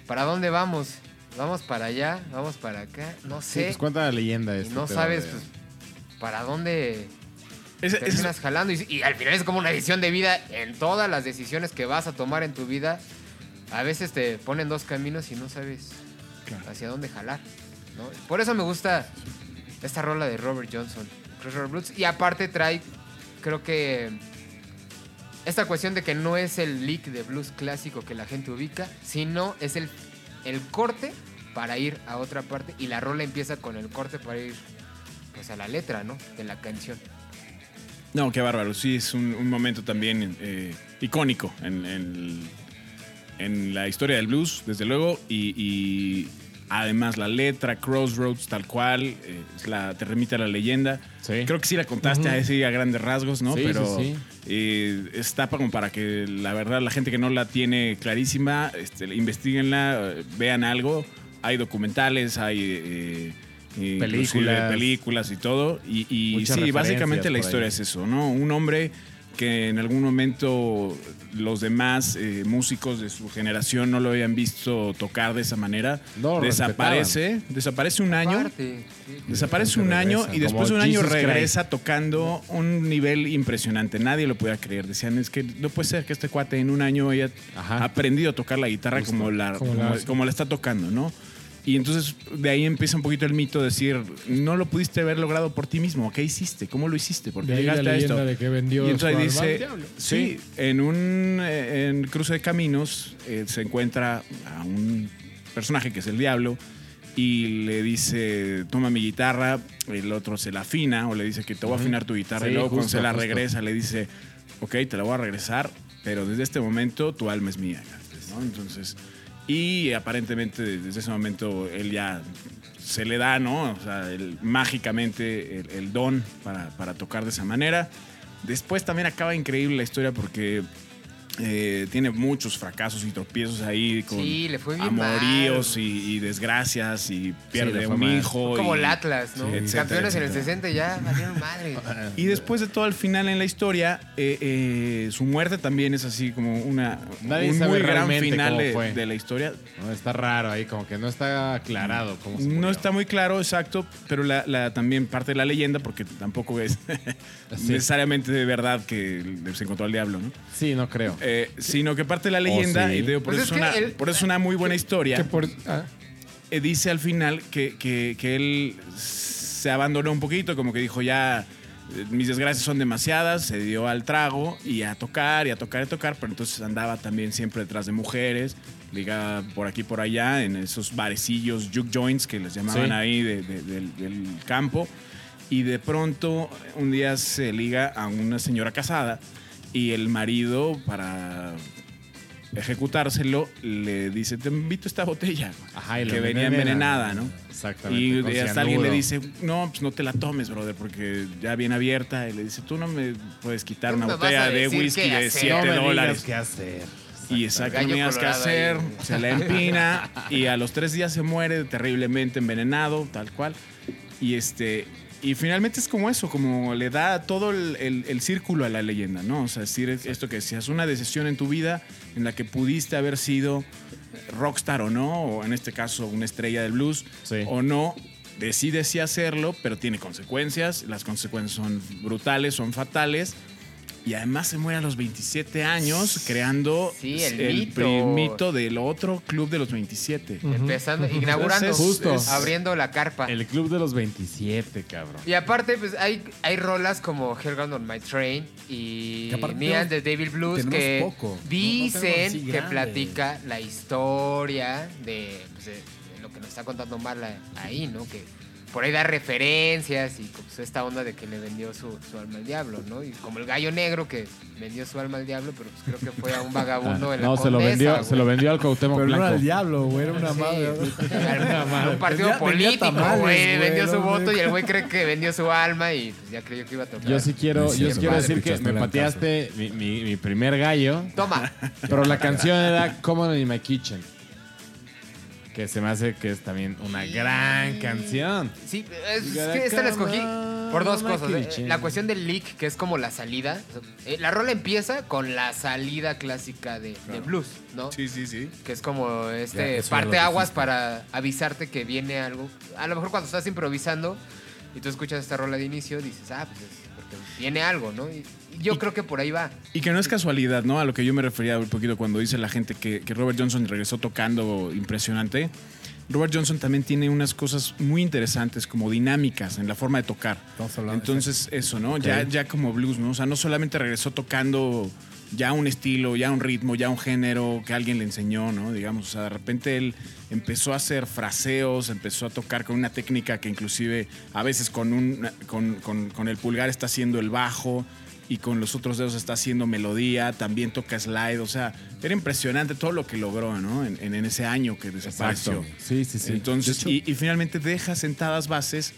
[SPEAKER 1] ¿Para dónde vamos? ¿Vamos para allá? ¿Vamos para acá? No
[SPEAKER 4] Sí,
[SPEAKER 1] sé.
[SPEAKER 4] pues cuenta la leyenda.
[SPEAKER 1] y
[SPEAKER 4] este
[SPEAKER 1] no
[SPEAKER 4] pedo
[SPEAKER 1] sabes
[SPEAKER 4] de-
[SPEAKER 1] pues, para dónde
[SPEAKER 5] Ese- ese es-
[SPEAKER 1] terminas jalando. Y, y al final es como una decisión de vida. En todas las decisiones que vas a tomar en tu vida, a veces te ponen dos caminos y no sabes hacia dónde jalar. ¿no? Por eso me gusta esta rola de Robert Johnson, Crossroad Blues. Y aparte trae, creo que esta cuestión de que no es el lick de blues clásico que la gente ubica, sino es el, el corte para ir a otra parte. Y la rola empieza con el corte para ir pues, a la letra, ¿no? De la canción.
[SPEAKER 5] No, qué bárbaro. Sí, es un, un momento también eh, icónico en, en- en la historia del blues, desde luego. Y, y además la letra, Crossroads, tal cual, eh, es la, te remite a la leyenda.
[SPEAKER 4] Sí.
[SPEAKER 5] Creo que sí la contaste así a grandes rasgos, ¿no?
[SPEAKER 4] Sí, sí,
[SPEAKER 5] Pero
[SPEAKER 4] sí.
[SPEAKER 5] eh, está como para que la verdad la gente que no la tiene clarísima, este, investiguenla, eh, vean algo. Hay documentales, hay... eh, inclusive
[SPEAKER 4] Películas.
[SPEAKER 5] películas y todo. Y, y y
[SPEAKER 4] Muchas
[SPEAKER 5] sí,
[SPEAKER 4] referencias
[SPEAKER 5] básicamente la
[SPEAKER 4] por
[SPEAKER 5] historia
[SPEAKER 4] ahí.
[SPEAKER 5] es eso, ¿no? Un hombre que en algún momento los demás eh, músicos de su generación no lo habían visto tocar de esa manera.
[SPEAKER 4] No lo
[SPEAKER 5] desaparece, desaparece un año.
[SPEAKER 1] Aparte, sí.
[SPEAKER 5] Desaparece un año y después de
[SPEAKER 4] Como
[SPEAKER 5] un año
[SPEAKER 4] Jesus Christ.
[SPEAKER 5] regresa tocando un nivel impresionante. Nadie lo podía creer. Decían, es que no puede ser que este cuate en un año haya
[SPEAKER 4] Ajá.
[SPEAKER 5] aprendido a tocar la guitarra como la,
[SPEAKER 3] Como
[SPEAKER 5] como,
[SPEAKER 3] la-
[SPEAKER 5] como la está tocando, ¿no? Y entonces de ahí empieza un poquito el mito de decir, no lo pudiste haber logrado por ti mismo. ¿Qué hiciste? ¿Cómo lo hiciste? ¿Por qué
[SPEAKER 3] De ahí la
[SPEAKER 5] llegaste a esto?
[SPEAKER 3] leyenda de que vendió
[SPEAKER 5] y entonces
[SPEAKER 3] su alma al
[SPEAKER 5] dice,
[SPEAKER 3] diablo.
[SPEAKER 5] sí, en un eh, en cruce de caminos eh, se encuentra a un personaje que es el diablo y le dice, toma mi guitarra, el otro se la afina o le dice que te voy a afinar tu guitarra y
[SPEAKER 4] Sí,
[SPEAKER 5] luego cuando
[SPEAKER 4] justo,
[SPEAKER 5] se la
[SPEAKER 4] justo.
[SPEAKER 5] regresa le dice, ok, te la voy a regresar, pero desde este momento tu alma es mía. ¿no? Entonces, y aparentemente desde ese momento él ya se le da, ¿no? O sea, el- mágicamente el, el don para, para tocar de esa manera. Después también acaba increíble la historia porque eh, tiene muchos fracasos y tropiezos ahí con
[SPEAKER 1] Sí, le fue bien
[SPEAKER 5] amoríos
[SPEAKER 1] mal.
[SPEAKER 5] y, y desgracias y pierde
[SPEAKER 4] le fue
[SPEAKER 5] un
[SPEAKER 4] mal.
[SPEAKER 5] hijo.
[SPEAKER 1] Como
[SPEAKER 5] y-
[SPEAKER 1] el Atlas, ¿no?
[SPEAKER 5] Sí, etcétera,
[SPEAKER 1] Campeones en el
[SPEAKER 5] etcétera.
[SPEAKER 1] 60 ya valieron madre.
[SPEAKER 5] Y después de todo, al final en la historia, eh, eh, su muerte también es así como una,
[SPEAKER 4] Nadie
[SPEAKER 5] un
[SPEAKER 4] sabe
[SPEAKER 5] muy gran
[SPEAKER 4] realmente
[SPEAKER 5] final
[SPEAKER 4] cómo
[SPEAKER 5] de-
[SPEAKER 4] fue.
[SPEAKER 5] de la historia.
[SPEAKER 4] No, está raro ahí, como que no está aclarado. Cómo se
[SPEAKER 5] No
[SPEAKER 4] murió.
[SPEAKER 5] está muy claro, exacto, pero la, la- también parte de la leyenda, porque tampoco es necesariamente de verdad que se encontró al diablo, ¿no?
[SPEAKER 4] Sí, no creo.
[SPEAKER 5] Eh, sino que parte de la leyenda,
[SPEAKER 4] sí.
[SPEAKER 5] y digo, por,
[SPEAKER 1] Pues
[SPEAKER 5] eso
[SPEAKER 1] es
[SPEAKER 5] es
[SPEAKER 1] que
[SPEAKER 5] una,
[SPEAKER 1] el-
[SPEAKER 5] por eso es una muy buena historia,
[SPEAKER 3] Que por- ah,
[SPEAKER 5] eh, dice al final que, que- que él se abandonó un poquito, como que dijo ya... eh, Mis desgracias son demasiadas, se dio al trago y a tocar y a tocar y a tocar, pero entonces andaba también siempre detrás de mujeres, ligaba por aquí por allá, en esos barecillos, juke joints que les llamaban
[SPEAKER 4] Sí.
[SPEAKER 5] ahí de- de- del, del campo. Y de pronto un día se liga a una señora casada y el marido para ejecutárselo le dice, te invito esta botella
[SPEAKER 4] Ajá, y lo
[SPEAKER 5] que venía
[SPEAKER 4] envenena.
[SPEAKER 5] envenenada, ¿no?
[SPEAKER 4] Exactamente.
[SPEAKER 5] Y
[SPEAKER 4] con
[SPEAKER 5] hasta alguien le
[SPEAKER 4] cianuro.
[SPEAKER 5] dice, no, pues no te la tomes, brother, porque ya viene abierta. Y le dice, tú no me puedes quitar
[SPEAKER 1] ¿Tú
[SPEAKER 5] una
[SPEAKER 1] me vas
[SPEAKER 5] botella
[SPEAKER 1] a
[SPEAKER 5] de
[SPEAKER 1] decir
[SPEAKER 5] whisky
[SPEAKER 1] qué
[SPEAKER 5] de
[SPEAKER 1] hacer?
[SPEAKER 5] 7
[SPEAKER 1] No
[SPEAKER 4] me digas
[SPEAKER 5] dólares.
[SPEAKER 4] qué hacer.
[SPEAKER 5] Y exacto,
[SPEAKER 1] Gallo
[SPEAKER 5] no tenías que
[SPEAKER 1] colorado
[SPEAKER 5] hacer,
[SPEAKER 1] ahí.
[SPEAKER 5] se la empina y a los tres días se muere terriblemente envenenado, tal cual. Y este y finalmente es como eso, como le da todo el, el- el círculo a la leyenda, ¿no? O sea, es decir esto que decías, una decisión en tu vida en la que pudiste haber sido rockstar o no, o en este caso una estrella del blues
[SPEAKER 4] Sí.
[SPEAKER 5] o no, decides sí hacerlo, pero tiene consecuencias, las consecuencias son brutales, son fatales. Y además se muere a los 27 años creando
[SPEAKER 1] Sí, el mito.
[SPEAKER 5] primito del otro club de los 27.
[SPEAKER 1] Empezando, inaugurando,
[SPEAKER 5] Entonces,
[SPEAKER 4] Justo.
[SPEAKER 5] es-
[SPEAKER 1] abriendo la carpa.
[SPEAKER 4] El club de los 27, cabrón.
[SPEAKER 1] Y aparte, pues hay, hay rolas como Hellground on My Train y
[SPEAKER 2] Que aparte
[SPEAKER 1] Me and
[SPEAKER 2] tenemos-
[SPEAKER 1] the Devil Blues
[SPEAKER 2] tenemos
[SPEAKER 1] que
[SPEAKER 2] poco. No- no tenemos
[SPEAKER 1] dicen
[SPEAKER 2] así
[SPEAKER 1] que
[SPEAKER 2] grandes.
[SPEAKER 1] platica la historia de, pues, de- de lo que nos está contando Marla ahí, ¿no? Que por ahí da referencias y pues, esta onda de que le vendió su, su alma al diablo, ¿no? Y como el gallo negro que vendió su alma al diablo, pero pues creo que fue a un vagabundo en la
[SPEAKER 4] Ah. No, se lo
[SPEAKER 1] Condesa,
[SPEAKER 4] vendió,
[SPEAKER 1] güey.
[SPEAKER 4] se lo vendió al Cuauhtémoc
[SPEAKER 2] Pero no era
[SPEAKER 4] Blanco.
[SPEAKER 2] el diablo, güey. Era una
[SPEAKER 1] Sí,
[SPEAKER 2] madre. ¿no?
[SPEAKER 1] al- a un partido
[SPEAKER 2] Vendía- vendía
[SPEAKER 1] político,
[SPEAKER 2] tamales,
[SPEAKER 1] güey.
[SPEAKER 2] güey,
[SPEAKER 1] Vendió
[SPEAKER 2] no
[SPEAKER 1] su
[SPEAKER 2] mames.
[SPEAKER 1] voto y el güey cree que vendió su alma y pues ya creyó que iba a tocar.
[SPEAKER 4] Yo sí quiero,
[SPEAKER 6] No es
[SPEAKER 4] yo sí
[SPEAKER 6] cierto,
[SPEAKER 4] quiero
[SPEAKER 6] madre,
[SPEAKER 4] decir que
[SPEAKER 6] pichaste
[SPEAKER 4] me
[SPEAKER 6] blancazo.
[SPEAKER 4] pateaste mi, mi- mi primer gallo,
[SPEAKER 1] Toma.
[SPEAKER 4] pero la canción era Common in My Kitchen. Que se me hace que es también una gran canción.
[SPEAKER 1] Sí, es que esta la escogí por dos
[SPEAKER 4] Cama,
[SPEAKER 1] cosas. eh.
[SPEAKER 4] kitchen.
[SPEAKER 1] La cuestión del leak, que es como la salida. O sea, eh, La rola empieza con la salida clásica de, de blues, ¿no?
[SPEAKER 5] Sí, sí, sí.
[SPEAKER 1] Que es como
[SPEAKER 6] Ya,
[SPEAKER 1] este
[SPEAKER 6] eso ya
[SPEAKER 1] parte
[SPEAKER 6] lo
[SPEAKER 1] aguas
[SPEAKER 6] dijiste.
[SPEAKER 1] para avisarte que viene algo. A lo mejor cuando estás improvisando y tú escuchas esta rola de inicio, dices, ah, pues es porque viene algo, ¿no? Y y yo creo que por ahí va.
[SPEAKER 5] Y que no es casualidad, ¿no? A lo que yo me refería un poquito cuando dice la gente que, que Robert Johnson regresó tocando impresionante. Robert Johnson también tiene unas cosas muy interesantes como dinámicas en la forma de tocar.
[SPEAKER 2] Estamos hablando-
[SPEAKER 5] Entonces, eso, ¿no? Ya, ya como blues, ¿no? O sea, no solamente regresó tocando ya un estilo, ya un ritmo, ya un género que alguien le enseñó, ¿no? Digamos, o sea, de repente él empezó a hacer fraseos, empezó a tocar con una técnica que inclusive a veces con, un, con, con- con el pulgar está haciendo el bajo y con los otros dedos está haciendo melodía, también toca slide, o sea, era impresionante todo lo que logró, ¿no? En, en- en ese año que desapareció.
[SPEAKER 4] Exacto. Sí, sí, sí.
[SPEAKER 5] Entonces, y, y finalmente deja sentadas bases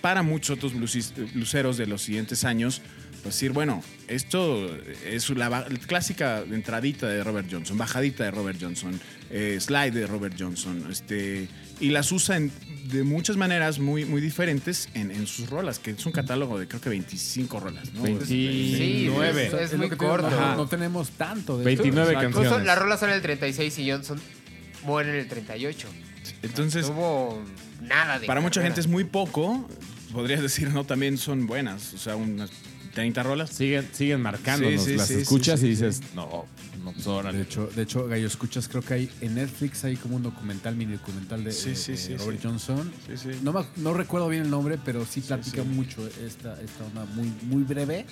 [SPEAKER 5] para muchos otros bluesis- bluseros de los siguientes años. Pues decir, bueno, esto es la ba- clásica entradita de Robert Johnson, bajadita de Robert Johnson, eh, slide de Robert Johnson, este, y las usa en- de muchas maneras muy, muy diferentes en, en sus rolas, que es un catálogo de creo que 25 rolas, ¿no?
[SPEAKER 4] 29.
[SPEAKER 1] Sí, es
[SPEAKER 2] lo
[SPEAKER 1] muy
[SPEAKER 2] que te digo,
[SPEAKER 1] corto.
[SPEAKER 2] No,
[SPEAKER 4] Ajá.
[SPEAKER 2] no tenemos tanto de
[SPEAKER 4] 29
[SPEAKER 2] canciones.
[SPEAKER 1] Justo
[SPEAKER 4] canciones.
[SPEAKER 1] la rola sale el 36 y Johnson muere en el 38.
[SPEAKER 2] Pues
[SPEAKER 5] Entonces,
[SPEAKER 1] no hubo nada de.
[SPEAKER 5] Para mucha
[SPEAKER 1] carrera.
[SPEAKER 5] gente es muy poco. Podrías decir, no, también son buenas. O sea, unas 30 rolas.
[SPEAKER 4] Siguen, siguen marcándonos,
[SPEAKER 5] Sí, sí,
[SPEAKER 4] las
[SPEAKER 5] sí,
[SPEAKER 4] escuchas
[SPEAKER 5] sí,
[SPEAKER 4] y dices, no, no, pues órale".
[SPEAKER 2] De hecho, de hecho, Gallo Escuchas, creo que hay en Netflix hay como un documental, mini documental de,
[SPEAKER 5] Sí,
[SPEAKER 2] de-
[SPEAKER 5] sí,
[SPEAKER 2] de
[SPEAKER 5] sí,
[SPEAKER 2] Robert
[SPEAKER 5] sí.
[SPEAKER 2] Johnson.
[SPEAKER 5] Sí, sí.
[SPEAKER 2] No, me- no recuerdo bien el nombre, pero sí platica mucho esta, esta onda muy, muy breve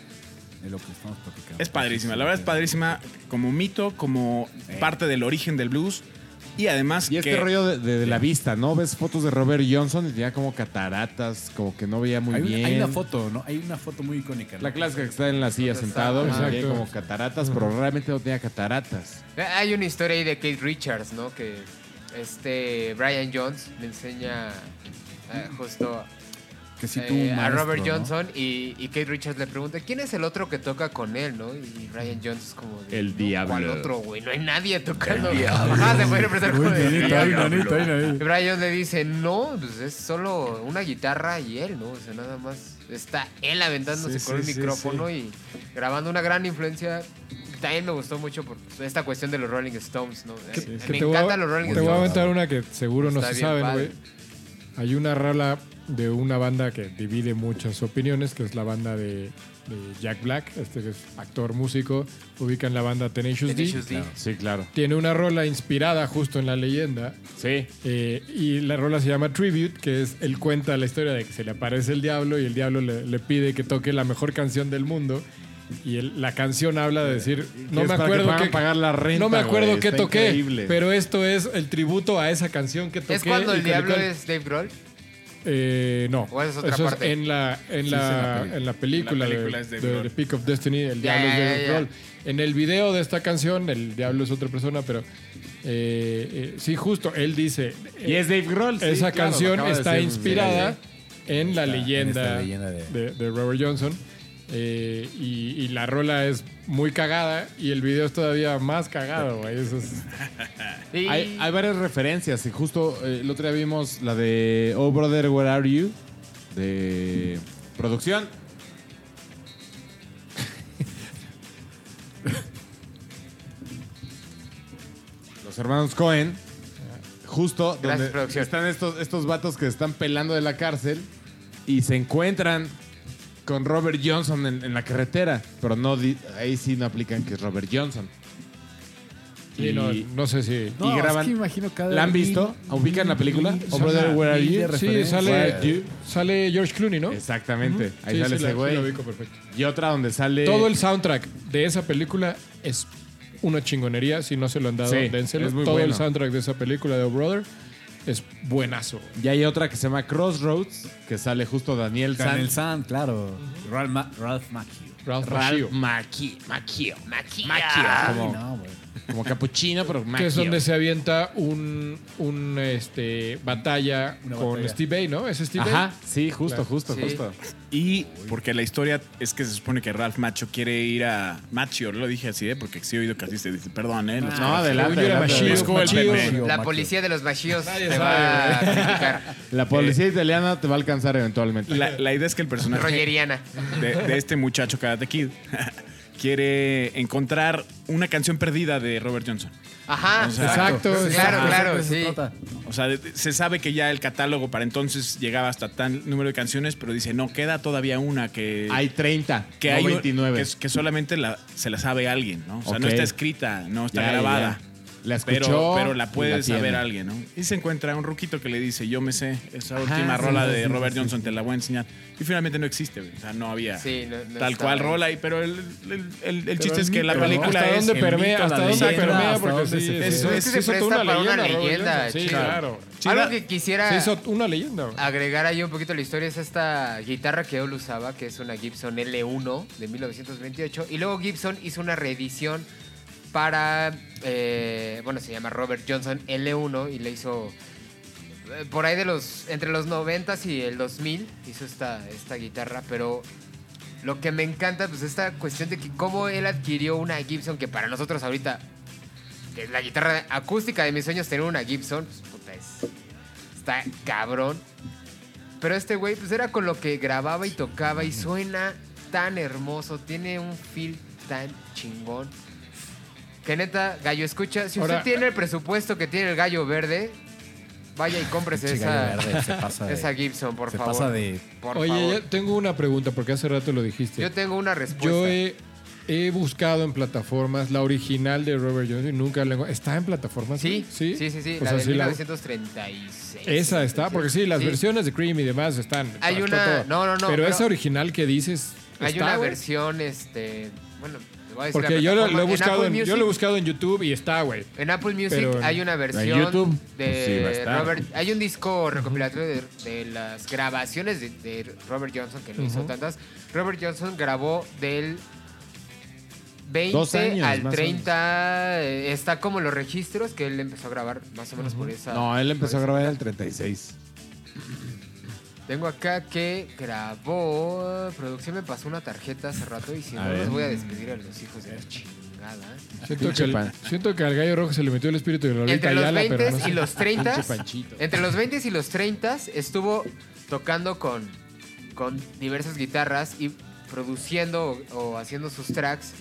[SPEAKER 2] de lo que estamos platicando.
[SPEAKER 5] Es padrísima, la verdad es padrísima como mito, como parte del origen del blues. Y además
[SPEAKER 4] Y este
[SPEAKER 5] que
[SPEAKER 4] rollo de, de- de la vista, ¿no? Ves fotos de Robert Johnson y tenía como cataratas, como que no veía muy
[SPEAKER 2] Hay, un-
[SPEAKER 4] bien.
[SPEAKER 2] hay una foto, ¿no? Hay una foto muy icónica. ¿no?
[SPEAKER 4] La clásica que está en la silla sentado, y tiene como cataratas, pero realmente no tenía cataratas.
[SPEAKER 1] Hay una historia ahí de Kate Richards, ¿no? Que este Brian Jones le enseña eh, justo
[SPEAKER 2] que sí
[SPEAKER 1] eh,
[SPEAKER 2] tuvo un
[SPEAKER 1] a
[SPEAKER 2] maestro,
[SPEAKER 1] Robert
[SPEAKER 2] ¿no?
[SPEAKER 1] Johnson y, y Kate Richards le pregunta quién es el otro que toca con él, ¿no? Y Brian Jones es como de,
[SPEAKER 4] El
[SPEAKER 1] "No,
[SPEAKER 4] diablo".
[SPEAKER 1] ¿Cuál otro, güey? No hay nadie tocando. Ajá, se puede representar como de-
[SPEAKER 2] Nanito, ay, nanito, ay, nanito.
[SPEAKER 1] Y Brian Jones le dice, no, pues es solo una guitarra y él, ¿no? O sea, nada más está él aventándose
[SPEAKER 5] Sí,
[SPEAKER 1] con
[SPEAKER 5] sí,
[SPEAKER 1] un
[SPEAKER 5] sí,
[SPEAKER 1] micrófono y grabando una gran influencia. También me gustó mucho por esta cuestión de los Rolling Stones, ¿no?
[SPEAKER 3] Que-
[SPEAKER 1] Eh,
[SPEAKER 3] que
[SPEAKER 1] me
[SPEAKER 3] te voy a-
[SPEAKER 1] encantan los Rolling
[SPEAKER 3] Te voy a
[SPEAKER 1] Stones.
[SPEAKER 3] aventar una que seguro no
[SPEAKER 1] Está
[SPEAKER 3] se
[SPEAKER 1] bien
[SPEAKER 3] saben,
[SPEAKER 1] padre.
[SPEAKER 3] güey. Hay una rola de una banda que divide muchas opiniones, que es la banda de, de Jack Black, este que es actor, músico. Ubican la banda Tenacious,
[SPEAKER 1] Tenacious
[SPEAKER 3] D.
[SPEAKER 1] D.
[SPEAKER 4] Sí, claro.
[SPEAKER 3] Tiene una rola inspirada justo en la leyenda.
[SPEAKER 4] Sí.
[SPEAKER 3] eh, y la rola se llama Tribute, que es él cuenta la historia de que se le aparece el diablo y el diablo le, le pide que toque la mejor canción del mundo. Y él- la canción habla de decir, no
[SPEAKER 4] es
[SPEAKER 3] me
[SPEAKER 4] para que
[SPEAKER 3] acuerdo
[SPEAKER 4] puedan
[SPEAKER 3] que,
[SPEAKER 4] pagar la renta,
[SPEAKER 3] no me acuerdo
[SPEAKER 4] güey,
[SPEAKER 3] qué
[SPEAKER 4] está
[SPEAKER 3] toqué,
[SPEAKER 4] increíble.
[SPEAKER 3] pero esto es el tributo a esa canción que toqué.
[SPEAKER 1] ¿Es cuando
[SPEAKER 3] y
[SPEAKER 1] el
[SPEAKER 3] con
[SPEAKER 1] diablo
[SPEAKER 3] cual-
[SPEAKER 1] es Dave Grohl?
[SPEAKER 3] Eh, no,
[SPEAKER 1] ¿O esa es otra
[SPEAKER 3] eso
[SPEAKER 1] parte?
[SPEAKER 3] es en la, en la, en la película,
[SPEAKER 5] La película
[SPEAKER 3] de,
[SPEAKER 5] es de
[SPEAKER 3] de
[SPEAKER 5] Grohl.
[SPEAKER 3] The Peak of Destiny, el
[SPEAKER 1] Ya,
[SPEAKER 3] diablo es
[SPEAKER 1] ya,
[SPEAKER 3] Dave
[SPEAKER 1] ya.
[SPEAKER 3] Grohl. En el video de esta canción, el diablo es otra persona, pero eh, eh, sí, justo, él dice...
[SPEAKER 4] Y es Dave Grohl. sí,
[SPEAKER 3] Esa
[SPEAKER 4] claro,
[SPEAKER 3] canción
[SPEAKER 4] acaba de
[SPEAKER 3] está
[SPEAKER 4] decir.
[SPEAKER 3] inspirada en la
[SPEAKER 2] Esta- en
[SPEAKER 3] leyenda,
[SPEAKER 2] esta leyenda de-
[SPEAKER 3] de, de Robert Johnson. Eh, y, y la rola es muy cagada y el video es todavía más cagado, güey. Eso es-
[SPEAKER 1] Y-
[SPEAKER 4] Hay, hay varias referencias. Y justo eh, el otro día vimos la de Oh Brother, Where Are You? De producción. Los hermanos Cohen. Justo
[SPEAKER 1] Gracias,
[SPEAKER 4] donde
[SPEAKER 1] producción.
[SPEAKER 4] están estos, estos vatos que se están pelando de la cárcel y se encuentran con Robert Johnson en, en la carretera. Pero no di- ahí sí no aplican que es Robert Johnson.
[SPEAKER 3] sí, no, no sé si...
[SPEAKER 2] No,
[SPEAKER 4] y graban-
[SPEAKER 2] es que imagino cada
[SPEAKER 4] ¿La han visto?
[SPEAKER 2] mil-
[SPEAKER 4] ¿Ubican la película?
[SPEAKER 2] mil-
[SPEAKER 4] Oh, brother, where are
[SPEAKER 2] mil
[SPEAKER 4] you?
[SPEAKER 2] de
[SPEAKER 3] Sí,
[SPEAKER 2] referencias.
[SPEAKER 3] sale, sale George Clooney,
[SPEAKER 4] Este
[SPEAKER 3] ¿no?
[SPEAKER 4] Exactamente. Ahí sale
[SPEAKER 3] Sí, sí, la-
[SPEAKER 4] ese
[SPEAKER 3] sí, la
[SPEAKER 4] güey.
[SPEAKER 3] ubico perfecto.
[SPEAKER 4] Y otra donde sale.
[SPEAKER 3] Todo el soundtrack de esa película es una chingonería. Si no se lo han dado,
[SPEAKER 4] Sí,
[SPEAKER 3] dénselo.
[SPEAKER 4] es muy
[SPEAKER 3] Todo
[SPEAKER 4] bueno.
[SPEAKER 3] el soundtrack de esa película de Oh Brother es buenazo.
[SPEAKER 4] Y hay otra que se llama Crossroads, que sale justo Daniel
[SPEAKER 2] Daniel
[SPEAKER 4] Sanz.
[SPEAKER 2] San, claro. Ralph, Ma- Ralph Macchio.
[SPEAKER 3] Ralph Macchio.
[SPEAKER 4] Ralph Macchio. Macchio. Como,
[SPEAKER 2] No, güey.
[SPEAKER 4] como capuchino, pero Macchio.
[SPEAKER 3] Que es donde se avienta un, un este, batalla
[SPEAKER 2] Una
[SPEAKER 3] con
[SPEAKER 2] batalla.
[SPEAKER 3] Steve Bay, ¿no? ¿Es Steve
[SPEAKER 4] Ajá,
[SPEAKER 3] Vai?
[SPEAKER 4] sí, justo,
[SPEAKER 3] Claro.
[SPEAKER 4] justo,
[SPEAKER 1] Sí.
[SPEAKER 4] justo.
[SPEAKER 5] Y porque la historia es que se supone que Ralph Macho quiere ir a Macho, lo dije así, ¿eh? porque sí he oído que así se dice, perdón, ¿eh? Los-
[SPEAKER 4] No, adelante.
[SPEAKER 3] Según yo era
[SPEAKER 4] adelante.
[SPEAKER 3] Macchio,
[SPEAKER 5] Discúlpenme.
[SPEAKER 3] Macchio.
[SPEAKER 1] La
[SPEAKER 2] Macchio.
[SPEAKER 1] policía de los bajíos
[SPEAKER 3] Nadie
[SPEAKER 1] te
[SPEAKER 3] sabe,
[SPEAKER 1] va a criticar.
[SPEAKER 4] La policía italiana te va a alcanzar eventualmente.
[SPEAKER 5] la, la idea es que el personaje
[SPEAKER 1] Rogeriana.
[SPEAKER 5] de, de este muchacho Karate Kid quiere encontrar una canción perdida de Robert Johnson.
[SPEAKER 1] Ajá.
[SPEAKER 3] Exacto.
[SPEAKER 1] Claro,
[SPEAKER 3] exacto.
[SPEAKER 1] claro,
[SPEAKER 2] De eso
[SPEAKER 1] sí.
[SPEAKER 2] se trata.
[SPEAKER 5] O sea, de- de- se sabe que ya el catálogo para entonces llegaba hasta tal número de canciones, pero dice, no, queda todavía una que...
[SPEAKER 4] Hay 30,
[SPEAKER 5] que
[SPEAKER 4] no
[SPEAKER 5] hay un-
[SPEAKER 4] 29.
[SPEAKER 5] que, que solamente la- se la sabe alguien, ¿no? O sea, no
[SPEAKER 4] Ok.
[SPEAKER 5] está escrita, no está
[SPEAKER 4] Ya,
[SPEAKER 5] grabada.
[SPEAKER 4] ya. La escuchó.
[SPEAKER 5] Pero, pero la puede
[SPEAKER 4] y la
[SPEAKER 5] saber
[SPEAKER 4] tiene.
[SPEAKER 5] alguien, ¿no? Y se encuentra un ruquito que le dice, yo me sé esa
[SPEAKER 4] Ajá,
[SPEAKER 5] última
[SPEAKER 4] sí,
[SPEAKER 5] rola
[SPEAKER 4] sí,
[SPEAKER 5] de
[SPEAKER 4] sí,
[SPEAKER 5] Robert
[SPEAKER 4] sí,
[SPEAKER 5] Johnson, te la voy a enseñar. Y finalmente no existe, güey. o sea, no había
[SPEAKER 1] Sí, no- no
[SPEAKER 5] tal
[SPEAKER 1] estaba
[SPEAKER 5] cual
[SPEAKER 1] ahí.
[SPEAKER 5] rola. ahí, Pero el, el- el- el chiste
[SPEAKER 3] Pero
[SPEAKER 5] es que la
[SPEAKER 3] pero
[SPEAKER 5] película
[SPEAKER 3] ¿Hasta
[SPEAKER 5] es...
[SPEAKER 3] dónde permea?
[SPEAKER 2] mito,
[SPEAKER 3] ¿Hasta
[SPEAKER 2] la
[SPEAKER 3] dónde
[SPEAKER 2] leyenda,
[SPEAKER 3] permea?
[SPEAKER 2] hasta
[SPEAKER 3] Porque
[SPEAKER 2] dónde
[SPEAKER 3] sí,
[SPEAKER 2] se-
[SPEAKER 3] es,
[SPEAKER 5] Eso
[SPEAKER 1] es que se
[SPEAKER 3] hizo toda
[SPEAKER 1] presta para una
[SPEAKER 3] Robert
[SPEAKER 1] leyenda,
[SPEAKER 3] Johnson. Sí,
[SPEAKER 1] chica.
[SPEAKER 3] claro.
[SPEAKER 1] Algo que quisiera
[SPEAKER 3] Se hizo una leyenda. güey.
[SPEAKER 1] agregar ahí un poquito a la historia es esta guitarra que él usaba, que es una Gibson L1 de 1928. Y luego Gibson hizo una reedición para, eh, bueno, se llama Robert Johnson L1 y le hizo eh, por ahí de los, entre los 90 y el 2000 hizo esta, esta guitarra, pero... Lo que me encanta, pues, esta cuestión de que cómo él adquirió una Gibson que para nosotros ahorita que es la guitarra acústica de mis sueños tener una Gibson, pues, puta, es- está cabrón. Pero este güey, pues era con lo que grababa y tocaba y suena tan hermoso, tiene un feel tan chingón. Que neta, gallo, escucha, si
[SPEAKER 3] Ahora-
[SPEAKER 1] usted tiene el presupuesto que tiene el gallo verde, vaya y cómprese
[SPEAKER 2] Pinche
[SPEAKER 1] esa,
[SPEAKER 2] gallo verde, se pasa de-
[SPEAKER 1] esa Gibson, por
[SPEAKER 2] se
[SPEAKER 1] favor.
[SPEAKER 2] pasa de-
[SPEAKER 1] Por
[SPEAKER 3] Oye,
[SPEAKER 1] favor.
[SPEAKER 3] ya tengo una pregunta, porque hace rato lo dijiste.
[SPEAKER 1] Yo tengo una respuesta.
[SPEAKER 3] Yo he, he buscado en plataformas la original de Robert Johnson y nunca la encuentro. ¿Está en plataformas?
[SPEAKER 1] Sí,
[SPEAKER 3] sí.
[SPEAKER 1] sí, sí, sí,
[SPEAKER 3] O
[SPEAKER 1] la
[SPEAKER 3] sea,
[SPEAKER 1] de
[SPEAKER 3] sí la-
[SPEAKER 1] 1936.
[SPEAKER 3] Esa está, porque sí, las
[SPEAKER 1] Sí.
[SPEAKER 3] versiones de Cream y demás están.
[SPEAKER 1] Hay
[SPEAKER 3] está
[SPEAKER 1] una-
[SPEAKER 3] toda.
[SPEAKER 1] no, no, no,
[SPEAKER 3] Pero,
[SPEAKER 1] pero-
[SPEAKER 3] esa original que dices.
[SPEAKER 1] Hay
[SPEAKER 3] está,
[SPEAKER 1] una
[SPEAKER 3] güey.
[SPEAKER 1] versión, este, bueno, te voy a decir la
[SPEAKER 3] Porque yo lo,
[SPEAKER 1] plataforma.
[SPEAKER 3] lo he
[SPEAKER 1] En
[SPEAKER 3] buscado
[SPEAKER 1] Apple
[SPEAKER 3] en, yo
[SPEAKER 1] Music-
[SPEAKER 3] lo he buscado en YouTube y está, güey.
[SPEAKER 1] En Apple Music
[SPEAKER 3] Pero-
[SPEAKER 1] hay una versión
[SPEAKER 4] YouTube,
[SPEAKER 1] de
[SPEAKER 4] pues sí, va a estar.
[SPEAKER 1] Robert. Hay un disco recopilatorio de, de las grabaciones de, de Robert Johnson, que no hizo
[SPEAKER 3] Ujú.
[SPEAKER 1] tantas. Robert Johnson grabó del 20
[SPEAKER 4] Dos años,
[SPEAKER 1] al
[SPEAKER 4] más o
[SPEAKER 1] 30. eh, Está como los registros que él empezó a grabar, más o menos por esa.
[SPEAKER 4] No, él empezó
[SPEAKER 1] por
[SPEAKER 4] a
[SPEAKER 1] esa-
[SPEAKER 4] grabar en el 36.
[SPEAKER 1] Tengo acá que grabó. Producción me pasó una tarjeta hace rato y si
[SPEAKER 4] A
[SPEAKER 1] no,
[SPEAKER 4] ver.
[SPEAKER 1] los voy a despedir a los hijos de la chingada.
[SPEAKER 3] Siento que,
[SPEAKER 4] Pinche
[SPEAKER 3] el-
[SPEAKER 4] pan.
[SPEAKER 3] siento que al gallo rojo se le metió el espíritu de Lolita
[SPEAKER 1] entre los
[SPEAKER 3] Ayala,
[SPEAKER 1] 20
[SPEAKER 3] pero no
[SPEAKER 1] y
[SPEAKER 3] sé.
[SPEAKER 1] los 30
[SPEAKER 4] Pinche Panchito.
[SPEAKER 1] entre los 20 y los 30 estuvo tocando con con diversas guitarras y produciendo o, o haciendo sus tracks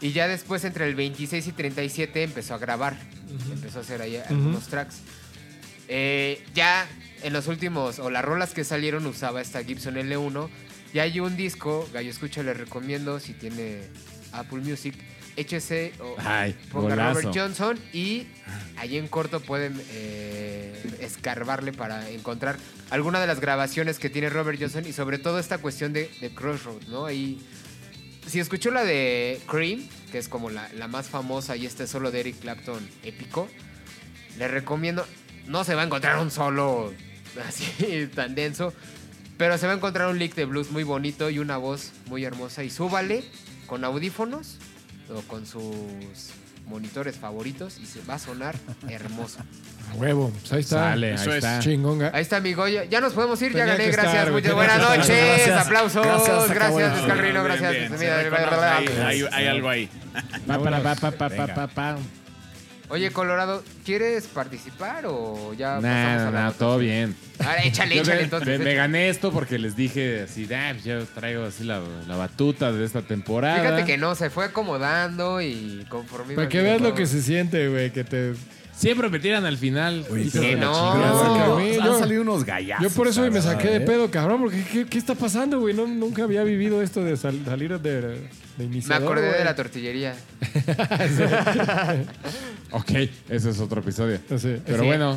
[SPEAKER 1] y ya después entre el 26 y 37 empezó a grabar empezó a hacer ahí algunos tracks Eh, ya en los últimos o las rolas que salieron usaba esta Gibson L1 y hay un disco Gallo Escucha le recomiendo si tiene Apple Music échese o
[SPEAKER 4] Ay,
[SPEAKER 1] ponga
[SPEAKER 4] golazo.
[SPEAKER 1] Robert Johnson y allí en corto pueden eh, escarbarle para encontrar alguna de las grabaciones que tiene Robert Johnson y sobre todo esta cuestión de, de Crossroads, ¿no? Ahí, si escuchó la de Cream, que es como la, la más famosa y este solo de Eric Clapton épico, le recomiendo, no se va a encontrar un solo así tan denso, pero se va a encontrar un lick de blues muy bonito y una voz muy hermosa. Y súbale con audífonos o con sus monitores favoritos y se va a sonar hermoso.
[SPEAKER 3] A huevo, pues ahí está.
[SPEAKER 4] Sale,
[SPEAKER 5] Eso
[SPEAKER 4] ahí
[SPEAKER 5] es.
[SPEAKER 4] está.
[SPEAKER 3] Chingonga.
[SPEAKER 1] Ahí está mi Goyo. Ya nos podemos ir, ya
[SPEAKER 3] Tenía
[SPEAKER 1] gané.
[SPEAKER 3] que estar,
[SPEAKER 1] Gracias,
[SPEAKER 3] güey,
[SPEAKER 1] muchas
[SPEAKER 3] tenía
[SPEAKER 1] buenas
[SPEAKER 3] que estar.
[SPEAKER 1] noches.
[SPEAKER 2] Gracias.
[SPEAKER 1] Aplausos.
[SPEAKER 2] Gracias,
[SPEAKER 1] Gracias,
[SPEAKER 2] se acabó la-
[SPEAKER 1] Descarrino,
[SPEAKER 5] Bien,
[SPEAKER 1] Gracias.
[SPEAKER 5] bien, bien.
[SPEAKER 1] Mira,
[SPEAKER 5] Se
[SPEAKER 1] bla, bla,
[SPEAKER 5] reconoce
[SPEAKER 1] bla.
[SPEAKER 5] ahí, Hay hay algo ahí.
[SPEAKER 4] Pa, para, pa, pa, pa,
[SPEAKER 2] Venga.
[SPEAKER 4] pa, pa.
[SPEAKER 1] Oye, Colorado, ¿quieres participar o ya pasamos
[SPEAKER 4] Nah,
[SPEAKER 1] a la
[SPEAKER 4] nah,
[SPEAKER 1] otra?
[SPEAKER 4] todo bien.
[SPEAKER 1] Ahora, échale,
[SPEAKER 4] Yo
[SPEAKER 1] échale
[SPEAKER 4] me-
[SPEAKER 1] entonces.
[SPEAKER 4] me, me
[SPEAKER 1] échale.
[SPEAKER 4] gané esto porque les dije así, "Ah, pues yo traigo así la, la batuta de esta temporada.
[SPEAKER 1] Fíjate que no, se fue acomodando y conforme...
[SPEAKER 3] Para que veas lo que se siente, güey, que te...
[SPEAKER 4] Siempre me tiran al final.
[SPEAKER 2] Oye,
[SPEAKER 4] Hijos
[SPEAKER 2] sí,
[SPEAKER 4] de la
[SPEAKER 1] no.
[SPEAKER 4] chingada.
[SPEAKER 2] Pero
[SPEAKER 3] No,
[SPEAKER 2] han salido-
[SPEAKER 3] güey,
[SPEAKER 2] han
[SPEAKER 3] yo-
[SPEAKER 2] salido unos gallazos.
[SPEAKER 3] Yo por eso
[SPEAKER 2] la
[SPEAKER 3] hoy me
[SPEAKER 2] verdad,
[SPEAKER 3] saqué de
[SPEAKER 2] ¿eh?
[SPEAKER 3] pedo, cabrón, porque ¿qué, qué está pasando, güey? No, nunca había vivido esto de sal- salir de, de
[SPEAKER 1] Me
[SPEAKER 3] iniciador,
[SPEAKER 1] acordé
[SPEAKER 3] güey.
[SPEAKER 1] de la tortillería.
[SPEAKER 4] Ok, ese es otro episodio.
[SPEAKER 3] Ah, Sí.
[SPEAKER 4] Pero
[SPEAKER 1] Sí.
[SPEAKER 4] bueno.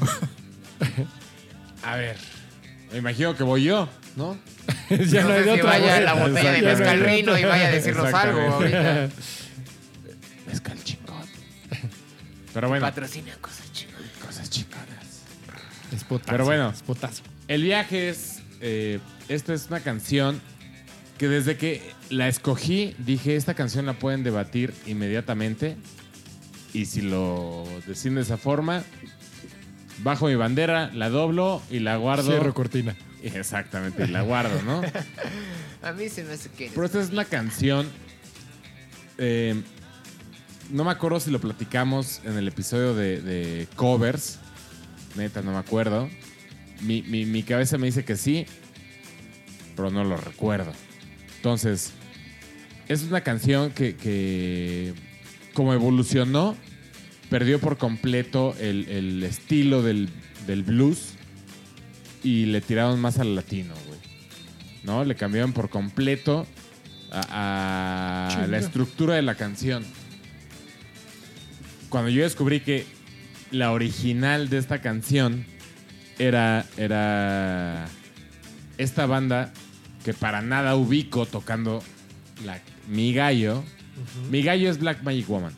[SPEAKER 4] A ver. Me imagino que voy yo, ¿no?
[SPEAKER 3] ya
[SPEAKER 1] no
[SPEAKER 3] no hay
[SPEAKER 1] sé
[SPEAKER 3] de
[SPEAKER 1] si
[SPEAKER 3] otra,
[SPEAKER 1] vaya
[SPEAKER 3] güey.
[SPEAKER 1] la botella de
[SPEAKER 3] Ya no hay
[SPEAKER 1] mezcal
[SPEAKER 3] de
[SPEAKER 1] vino y
[SPEAKER 3] otra.
[SPEAKER 1] vaya a decirnos algo
[SPEAKER 4] Exactamente.
[SPEAKER 1] ahorita.
[SPEAKER 4] Mezcal chingón. Pero bueno,
[SPEAKER 1] Patrocina cosas chingadas.
[SPEAKER 4] cosas chingonas.
[SPEAKER 3] Es potazo.
[SPEAKER 4] Pero bueno.
[SPEAKER 3] Es potazo.
[SPEAKER 4] El viaje es. eh, esta es una canción que desde que la escogí dije: Esta canción la pueden debatir inmediatamente. Y si lo deciden de esa forma, bajo mi bandera, la doblo y la guardo.
[SPEAKER 3] Cierro cortina.
[SPEAKER 4] Exactamente, y la guardo, ¿no?
[SPEAKER 1] A mí se me hace que...
[SPEAKER 4] Pero esta es una canción. eh, no me acuerdo si lo platicamos en el episodio de, de covers. Neta, no me acuerdo. Mi, mi- mi cabeza me dice que sí, pero no lo recuerdo. Entonces, es una canción que, que como evolucionó, perdió por completo el, el estilo del, del blues y le tiraron más al latino, güey. ¿No? Le cambiaron por completo a, a la estructura de la canción. Cuando yo descubrí que la original de esta canción era, era esta banda que para nada ubico tocando la- mi gallo. Mi gallo es Black Magic Woman,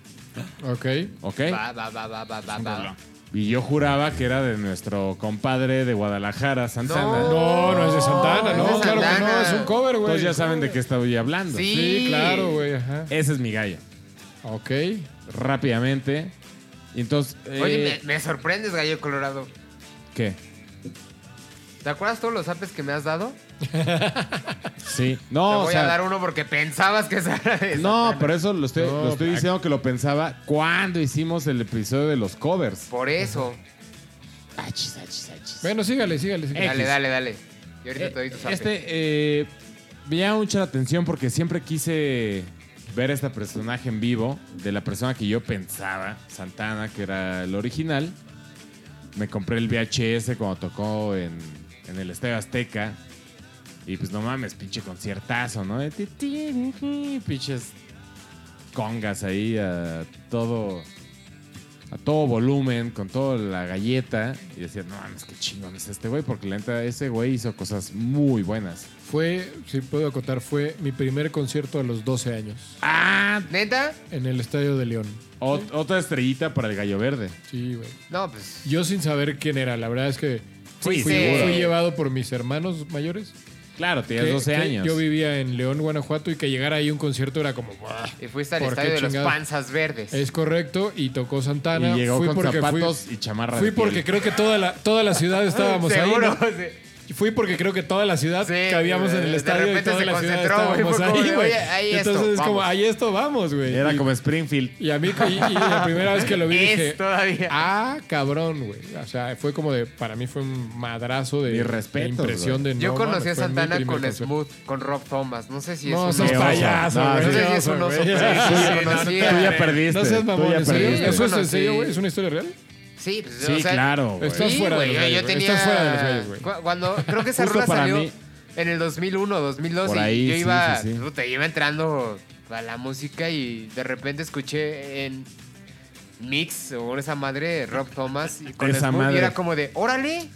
[SPEAKER 3] Ok.
[SPEAKER 4] ¿ok?
[SPEAKER 3] ¿eh?
[SPEAKER 1] Va, va, va, va, va, va, va.
[SPEAKER 4] Y yo juraba que era de nuestro compadre de Guadalajara, Santana.
[SPEAKER 3] No, no es de Santana,
[SPEAKER 1] No,
[SPEAKER 3] ¿no?
[SPEAKER 1] es de
[SPEAKER 3] claro que no,
[SPEAKER 1] Santana.
[SPEAKER 3] es un cover, güey.
[SPEAKER 4] Entonces Pues ya saben de qué estoy hablando.
[SPEAKER 1] Sí.
[SPEAKER 3] Sí, claro, güey. Ajá.
[SPEAKER 4] Ese es mi gallo.
[SPEAKER 3] Ok.
[SPEAKER 4] Rápidamente. Y entonces.
[SPEAKER 1] Oye,
[SPEAKER 4] eh,
[SPEAKER 1] me, me sorprendes, Gallo Colorado.
[SPEAKER 4] ¿Qué?
[SPEAKER 1] ¿Te acuerdas todos los apes que me has dado?
[SPEAKER 4] Sí.
[SPEAKER 1] Te
[SPEAKER 4] No,
[SPEAKER 1] voy
[SPEAKER 4] o sea,
[SPEAKER 1] a dar uno porque pensabas que esa era esa.
[SPEAKER 4] No, pero eso lo estoy,
[SPEAKER 3] No,
[SPEAKER 4] lo estoy
[SPEAKER 3] ac-
[SPEAKER 4] diciendo que lo pensaba cuando hicimos el episodio de los covers.
[SPEAKER 1] Por eso.
[SPEAKER 4] Achis, achis, achis.
[SPEAKER 3] Bueno, sígale, sígale. sígale.
[SPEAKER 1] Dale, dale, dale. Yo ahorita
[SPEAKER 4] Eh,
[SPEAKER 1] te doy tus apes.
[SPEAKER 4] este eh, me llama mucha la atención porque siempre quise ver a este personaje en vivo de la persona que yo pensaba, Santana, que era el original. Me compré el VHS cuando tocó en, en el Estadio Azteca. Y pues no mames, pinche conciertazo, ¿no? De ti, ti, ti, Pinches congas ahí a todo a todo volumen, con toda la galleta. Y decía, no mames, qué chingón es este güey, porque la neta, ese güey hizo cosas muy buenas.
[SPEAKER 3] Fue, si puedo acotar, fue mi primer concierto a los 12 años
[SPEAKER 4] ¡Ah!
[SPEAKER 1] ¿Neta?
[SPEAKER 3] en el Estadio de León.
[SPEAKER 4] Ot- Otra estrellita para el gallo verde.
[SPEAKER 3] Sí, güey.
[SPEAKER 1] No, pues.
[SPEAKER 3] Yo sin saber quién era, la verdad es que
[SPEAKER 4] Sí,
[SPEAKER 3] fui,
[SPEAKER 1] seguro.
[SPEAKER 3] fui llevado por mis hermanos mayores.
[SPEAKER 4] Claro, tienes
[SPEAKER 3] que-
[SPEAKER 4] 12
[SPEAKER 3] que
[SPEAKER 4] años.
[SPEAKER 3] Yo vivía en León, Guanajuato, y que llegara ahí un concierto era como... "Buah".
[SPEAKER 1] Y fuiste al
[SPEAKER 3] ¿Por qué
[SPEAKER 1] estadio de los
[SPEAKER 3] chingados?
[SPEAKER 1] panzas verdes.
[SPEAKER 3] Es correcto, y tocó Santana.
[SPEAKER 4] y llegó
[SPEAKER 3] fui
[SPEAKER 4] con
[SPEAKER 3] porque fui-
[SPEAKER 4] zapatos y chamarra
[SPEAKER 3] Fui
[SPEAKER 4] de piel.
[SPEAKER 3] porque creo que toda la, toda la ciudad estábamos ahí.
[SPEAKER 1] Seguro.
[SPEAKER 3] ¿no? Y Fui porque creo que toda la ciudad
[SPEAKER 1] Sí,
[SPEAKER 3] cabíamos en el
[SPEAKER 1] de
[SPEAKER 3] estadio y
[SPEAKER 1] repente
[SPEAKER 3] toda
[SPEAKER 1] se
[SPEAKER 3] la ciudad
[SPEAKER 1] concentró, güey,
[SPEAKER 3] estábamos
[SPEAKER 1] fue como
[SPEAKER 3] ahí,
[SPEAKER 1] de,
[SPEAKER 3] güey.
[SPEAKER 1] "Oye, ahí esto,
[SPEAKER 3] Entonces es como,
[SPEAKER 1] vamos".
[SPEAKER 3] ahí esto vamos, güey.
[SPEAKER 4] Era
[SPEAKER 3] Y-
[SPEAKER 4] como Springfield.
[SPEAKER 3] Y a mí, y, y la primera vez que lo vi, dije,
[SPEAKER 1] Es todavía.
[SPEAKER 3] ah, cabrón, güey. O sea, fue como de, para mí fue un madrazo de,
[SPEAKER 4] Mis
[SPEAKER 3] de
[SPEAKER 4] respetos,
[SPEAKER 3] impresión de no.
[SPEAKER 1] Yo conocí a
[SPEAKER 3] mames, fue mi
[SPEAKER 1] Santana
[SPEAKER 3] primer
[SPEAKER 1] con
[SPEAKER 3] concierto.
[SPEAKER 1] Smooth, con Rob Thomas. No sé si es
[SPEAKER 3] No, ¿eh?
[SPEAKER 1] un
[SPEAKER 3] seas
[SPEAKER 1] oso.
[SPEAKER 3] payaso,
[SPEAKER 4] No,
[SPEAKER 3] güey.
[SPEAKER 1] No sé si
[SPEAKER 3] Qué
[SPEAKER 1] es un
[SPEAKER 3] oso,
[SPEAKER 1] oso,
[SPEAKER 3] güey.
[SPEAKER 1] pero sí, sí,
[SPEAKER 5] Sí, no,
[SPEAKER 1] conocí
[SPEAKER 5] tú
[SPEAKER 1] a-
[SPEAKER 4] Tú ya perdiste.
[SPEAKER 3] No seas
[SPEAKER 4] tú
[SPEAKER 3] mamón,
[SPEAKER 4] ya
[SPEAKER 3] ¿en serio?
[SPEAKER 4] perdiste.
[SPEAKER 3] ¿Eso es en
[SPEAKER 1] Conocí-
[SPEAKER 3] serio, güey? ¿Es una historia real?
[SPEAKER 1] Sí, pues,
[SPEAKER 4] Sí,
[SPEAKER 1] o sea,
[SPEAKER 4] claro, güey.
[SPEAKER 3] Estás
[SPEAKER 1] sí,
[SPEAKER 3] fuera de
[SPEAKER 1] güey,
[SPEAKER 3] los
[SPEAKER 1] yo
[SPEAKER 3] gallos, güey.
[SPEAKER 1] tenía...
[SPEAKER 3] Estás fuera de los gallos, güey.
[SPEAKER 1] Cu- Cuando creo que esa
[SPEAKER 4] Justo
[SPEAKER 1] rola
[SPEAKER 4] para
[SPEAKER 1] salió
[SPEAKER 4] mí.
[SPEAKER 1] en el 2001, 2002
[SPEAKER 4] Por
[SPEAKER 1] y
[SPEAKER 4] ahí,
[SPEAKER 1] yo
[SPEAKER 4] sí,
[SPEAKER 1] iba,
[SPEAKER 4] sí, sí.
[SPEAKER 1] puta, iba entrando a la música y de repente escuché en Mix o esa madre Rob Thomas y con
[SPEAKER 4] Esa
[SPEAKER 1] Smooth y
[SPEAKER 4] madre.
[SPEAKER 1] era como de, "Órale,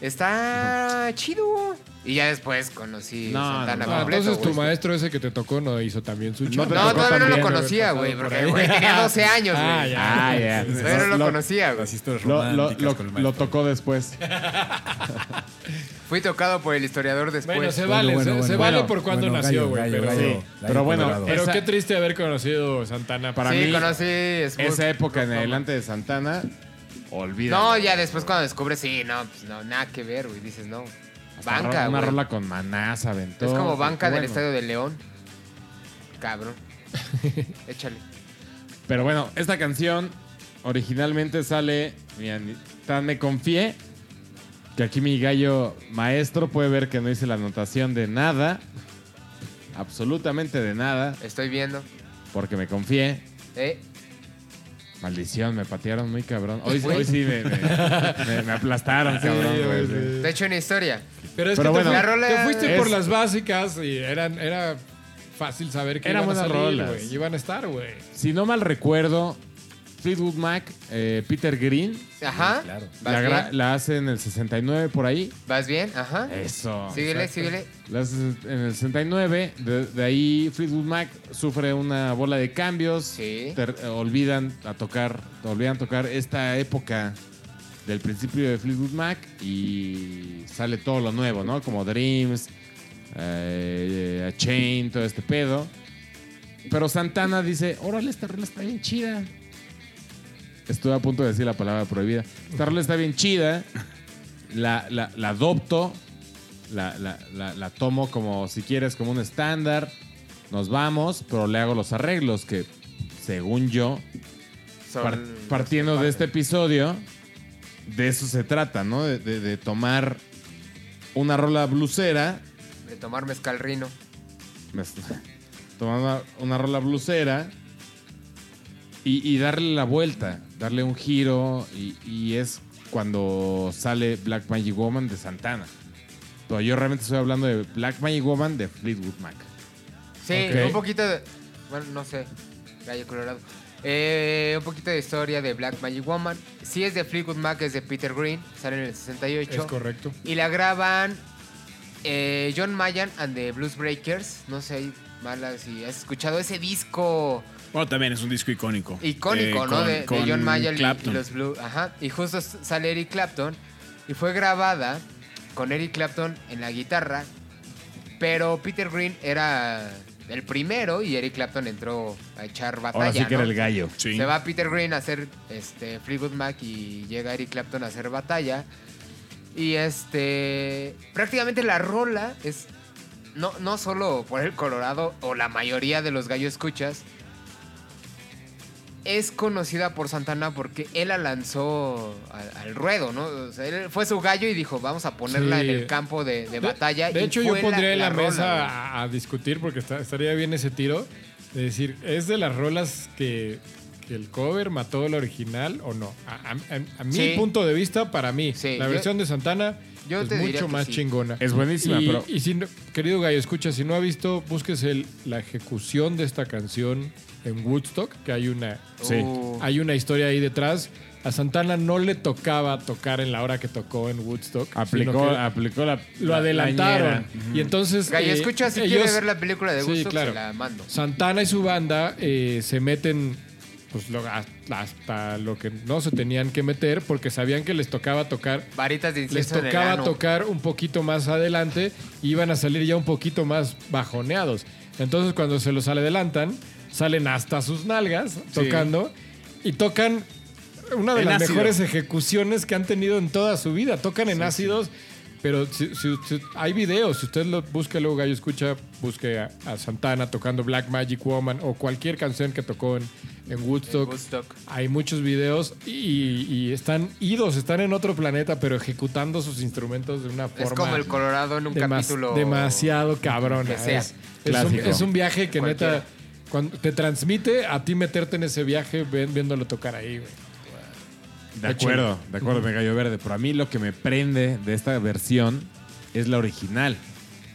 [SPEAKER 1] está chido." Y ya después conocí
[SPEAKER 4] No,
[SPEAKER 1] Santana
[SPEAKER 4] no,
[SPEAKER 3] Ah,
[SPEAKER 4] no.
[SPEAKER 1] completo,
[SPEAKER 3] entonces tu
[SPEAKER 1] güey.
[SPEAKER 3] maestro ese que te tocó no hizo también su chamba.
[SPEAKER 1] No,
[SPEAKER 4] tocó
[SPEAKER 1] todavía no lo
[SPEAKER 4] también.
[SPEAKER 1] conocía, güey,
[SPEAKER 3] Por
[SPEAKER 1] porque
[SPEAKER 3] ahí.
[SPEAKER 1] güey, tenía 12 años, güey.
[SPEAKER 3] Ah, ya.
[SPEAKER 4] Ah, ya.
[SPEAKER 1] Todavía no lo, conocía, güey.
[SPEAKER 6] Las historias
[SPEAKER 4] Lo, lo-
[SPEAKER 6] románticas
[SPEAKER 4] lo-
[SPEAKER 6] con el
[SPEAKER 4] lo
[SPEAKER 6] maestro.
[SPEAKER 4] tocó después.
[SPEAKER 1] Fui tocado por el historiador después.
[SPEAKER 3] Bueno, se vale,
[SPEAKER 2] bueno,
[SPEAKER 3] se,
[SPEAKER 2] bueno,
[SPEAKER 3] se
[SPEAKER 2] bueno.
[SPEAKER 3] vale por cuando
[SPEAKER 2] Bueno,
[SPEAKER 3] nació,
[SPEAKER 2] gallo,
[SPEAKER 3] güey.
[SPEAKER 2] gallo,
[SPEAKER 3] Pero,
[SPEAKER 2] gallo.
[SPEAKER 4] Sí, pero bueno,
[SPEAKER 2] colorado.
[SPEAKER 3] pero
[SPEAKER 4] esa-
[SPEAKER 3] qué triste haber conocido Santana.
[SPEAKER 4] Para
[SPEAKER 1] sí,
[SPEAKER 4] mí,
[SPEAKER 1] conocí Smooth.
[SPEAKER 4] esa época en adelante de Santana, olvídalo.
[SPEAKER 1] No, ya después cuando descubres, sí, no, pues no, nada que ver, güey. Dices, no.
[SPEAKER 4] Hasta
[SPEAKER 1] Banca,
[SPEAKER 4] ro- Una
[SPEAKER 1] güey.
[SPEAKER 4] rola con manás, aventó.
[SPEAKER 1] Es como banca del
[SPEAKER 4] Bueno.
[SPEAKER 1] Estadio de León. Cabrón. Échale.
[SPEAKER 4] Pero bueno, esta canción originalmente sale. mira, ni- tan me confié que aquí mi gallo maestro puede ver que no hice la anotación de nada. Absolutamente de nada.
[SPEAKER 1] Estoy viendo.
[SPEAKER 4] Porque me confié.
[SPEAKER 1] Eh,
[SPEAKER 4] Maldición, me patearon muy cabrón. Hoy,
[SPEAKER 1] Güey.
[SPEAKER 4] hoy sí me, me- me- me aplastaron, cabrón. güey, sí.
[SPEAKER 1] te echo una historia.
[SPEAKER 3] Pero es
[SPEAKER 4] Pero
[SPEAKER 3] que
[SPEAKER 4] bueno,
[SPEAKER 3] te,
[SPEAKER 1] la
[SPEAKER 3] fu-
[SPEAKER 1] rola
[SPEAKER 3] te fuiste
[SPEAKER 4] es-
[SPEAKER 3] por las básicas y eran, era fácil saber que
[SPEAKER 4] Eran
[SPEAKER 3] iban a
[SPEAKER 4] buenas
[SPEAKER 3] salir,
[SPEAKER 4] rolas.
[SPEAKER 3] güey. Iban a estar, güey.
[SPEAKER 4] Si no mal recuerdo, Fleetwood Mac, eh, Peter Green,
[SPEAKER 1] Ajá.
[SPEAKER 6] claro.
[SPEAKER 1] ¿Vas,
[SPEAKER 4] la, gra-
[SPEAKER 1] bien?
[SPEAKER 4] la hace en el 69 por ahí.
[SPEAKER 1] ¿Vas bien? Ajá.
[SPEAKER 4] Eso.
[SPEAKER 1] síguele,
[SPEAKER 4] exacto.
[SPEAKER 1] síguele.
[SPEAKER 4] Las- en el 69, de, de ahí Fleetwood Mac sufre una bola de cambios.
[SPEAKER 1] Sí.
[SPEAKER 4] Ter- eh, olvidan a tocar, olvidan tocar esta época del principio de Fleetwood Mac y sale todo lo nuevo, ¿no? Como Dreams, eh, A Chain, todo este pedo. Pero Santana dice, órale, esta rola está bien chida. Estuve a punto de decir la palabra prohibida. Esta rola está bien chida. La, la- la adopto, la, la- la- la tomo como, si quieres, como un estándar. Nos vamos, pero le hago los arreglos que, según yo,
[SPEAKER 1] Son-
[SPEAKER 4] par- partiendo de este episodio, de eso se trata, ¿no? De, de- de tomar una rola blusera,
[SPEAKER 1] De tomar mezcal rino.
[SPEAKER 4] me- tomar una, una rola blusera y, y darle la vuelta, darle un giro y, y es cuando sale Black Magic Woman de Santana. Pero yo realmente estoy hablando de Black Magic Woman de Fleetwood Mac.
[SPEAKER 1] Sí,
[SPEAKER 4] Ok.
[SPEAKER 1] un poquito de. Bueno, no sé. Gallo Colorado. Eh, un poquito de historia de Black Magic Woman. Sí es de Fleetwood Mac, es de Peter Green. Sale en el 68.
[SPEAKER 3] Es correcto.
[SPEAKER 1] Y la graban eh, John Mayan and the Blues Breakers. No sé, mala, si has escuchado ese disco
[SPEAKER 5] Bueno, también es un disco icónico. Eh,
[SPEAKER 1] icónico, ¿no?
[SPEAKER 5] con-
[SPEAKER 1] De, de
[SPEAKER 5] con
[SPEAKER 1] John Mayer y- y,
[SPEAKER 5] Clapton.
[SPEAKER 1] los Blue. Ajá. Y justo s- sale Eric Clapton y fue grabada con Eric Clapton en la guitarra, pero Peter Green era el primero y Eric Clapton entró a echar batalla.
[SPEAKER 4] Ahora sí que era
[SPEAKER 1] ¿no?
[SPEAKER 4] el gallo.
[SPEAKER 5] Sí.
[SPEAKER 1] Se va Peter Green a hacer este, Fleetwood Mac y llega Eric Clapton a hacer batalla. Y este. Prácticamente la rola es. No, no solo por el Colorado o la mayoría de los gallos escuchas. Es conocida por Santana porque él la lanzó al, al ruedo, ¿no? O sea, él fue su gallo y dijo, vamos a ponerla
[SPEAKER 3] Sí.
[SPEAKER 1] en el campo de, de batalla.
[SPEAKER 3] De
[SPEAKER 1] y
[SPEAKER 3] hecho,
[SPEAKER 1] fue
[SPEAKER 3] yo pondría en la,
[SPEAKER 1] rola,
[SPEAKER 3] mesa
[SPEAKER 1] güey.
[SPEAKER 3] a, a discutir porque está- estaría bien ese tiro. De decir, ¿es de las rolas que, que el cover mató el original o no? A, a- a- a mi
[SPEAKER 1] Sí.
[SPEAKER 3] punto de vista, para mí,
[SPEAKER 1] Sí,
[SPEAKER 3] la
[SPEAKER 1] yo-
[SPEAKER 3] versión de Santana
[SPEAKER 1] yo
[SPEAKER 3] es
[SPEAKER 1] te diría
[SPEAKER 3] mucho
[SPEAKER 1] que
[SPEAKER 3] más
[SPEAKER 1] sí.
[SPEAKER 3] chingona.
[SPEAKER 4] Es buenísima,
[SPEAKER 3] y,
[SPEAKER 4] pero-
[SPEAKER 3] Y si no- querido Gallo, escucha, si no ha visto, busques el- la ejecución de esta canción en Woodstock, que hay una,
[SPEAKER 4] Sí.
[SPEAKER 1] Uh,
[SPEAKER 3] hay una historia ahí detrás. A Santana no le tocaba tocar en la hora que tocó en Woodstock. sino
[SPEAKER 4] Aplicó,
[SPEAKER 3] que-
[SPEAKER 4] aplicó la.
[SPEAKER 3] lo
[SPEAKER 4] la
[SPEAKER 3] adelantaron.
[SPEAKER 4] ñera.
[SPEAKER 3] Y entonces.
[SPEAKER 1] Gallo,
[SPEAKER 3] eh,
[SPEAKER 1] escucha, si
[SPEAKER 3] ellos-
[SPEAKER 1] quiere ver la película de
[SPEAKER 3] Sí,
[SPEAKER 1] gusto,
[SPEAKER 3] claro.
[SPEAKER 1] se la mando.
[SPEAKER 3] Santana y su banda eh, se meten pues, lo- hasta, hasta lo que no se tenían que meter porque sabían que les tocaba tocar.
[SPEAKER 1] Varitas de
[SPEAKER 3] Les
[SPEAKER 1] incienso en el
[SPEAKER 3] tocaba
[SPEAKER 1] ano.
[SPEAKER 3] tocar un poquito más adelante y iban a salir ya un poquito más bajoneados. Entonces, cuando se los adelantan, salen hasta sus nalgas tocando y tocan una de
[SPEAKER 5] En
[SPEAKER 3] las
[SPEAKER 5] ácido.
[SPEAKER 3] mejores ejecuciones que han tenido en toda su vida. Tocan en ácidos, pero si, si- si- hay videos. Si usted lo busca luego, Gallo Escucha, busque a, a Santana tocando Black Magic Woman o cualquier canción que tocó en, en Woodstock.
[SPEAKER 1] Woodstock.
[SPEAKER 3] Hay muchos videos y, y están idos, están en otro planeta, pero ejecutando sus instrumentos de una forma.
[SPEAKER 1] Es como el Colorado en un
[SPEAKER 3] demas-
[SPEAKER 1] capítulo.
[SPEAKER 3] demasiado cabrón.
[SPEAKER 1] que sea.
[SPEAKER 3] Es, es un,
[SPEAKER 4] Clásico.
[SPEAKER 3] es un viaje que
[SPEAKER 1] Cualquiera.
[SPEAKER 3] neta cuando te transmite a ti meterte en ese viaje ven- viéndolo tocar ahí, güey.
[SPEAKER 4] De acuerdo, de acuerdo, me gallo verde. Pero a mí lo que me prende de esta versión es la original.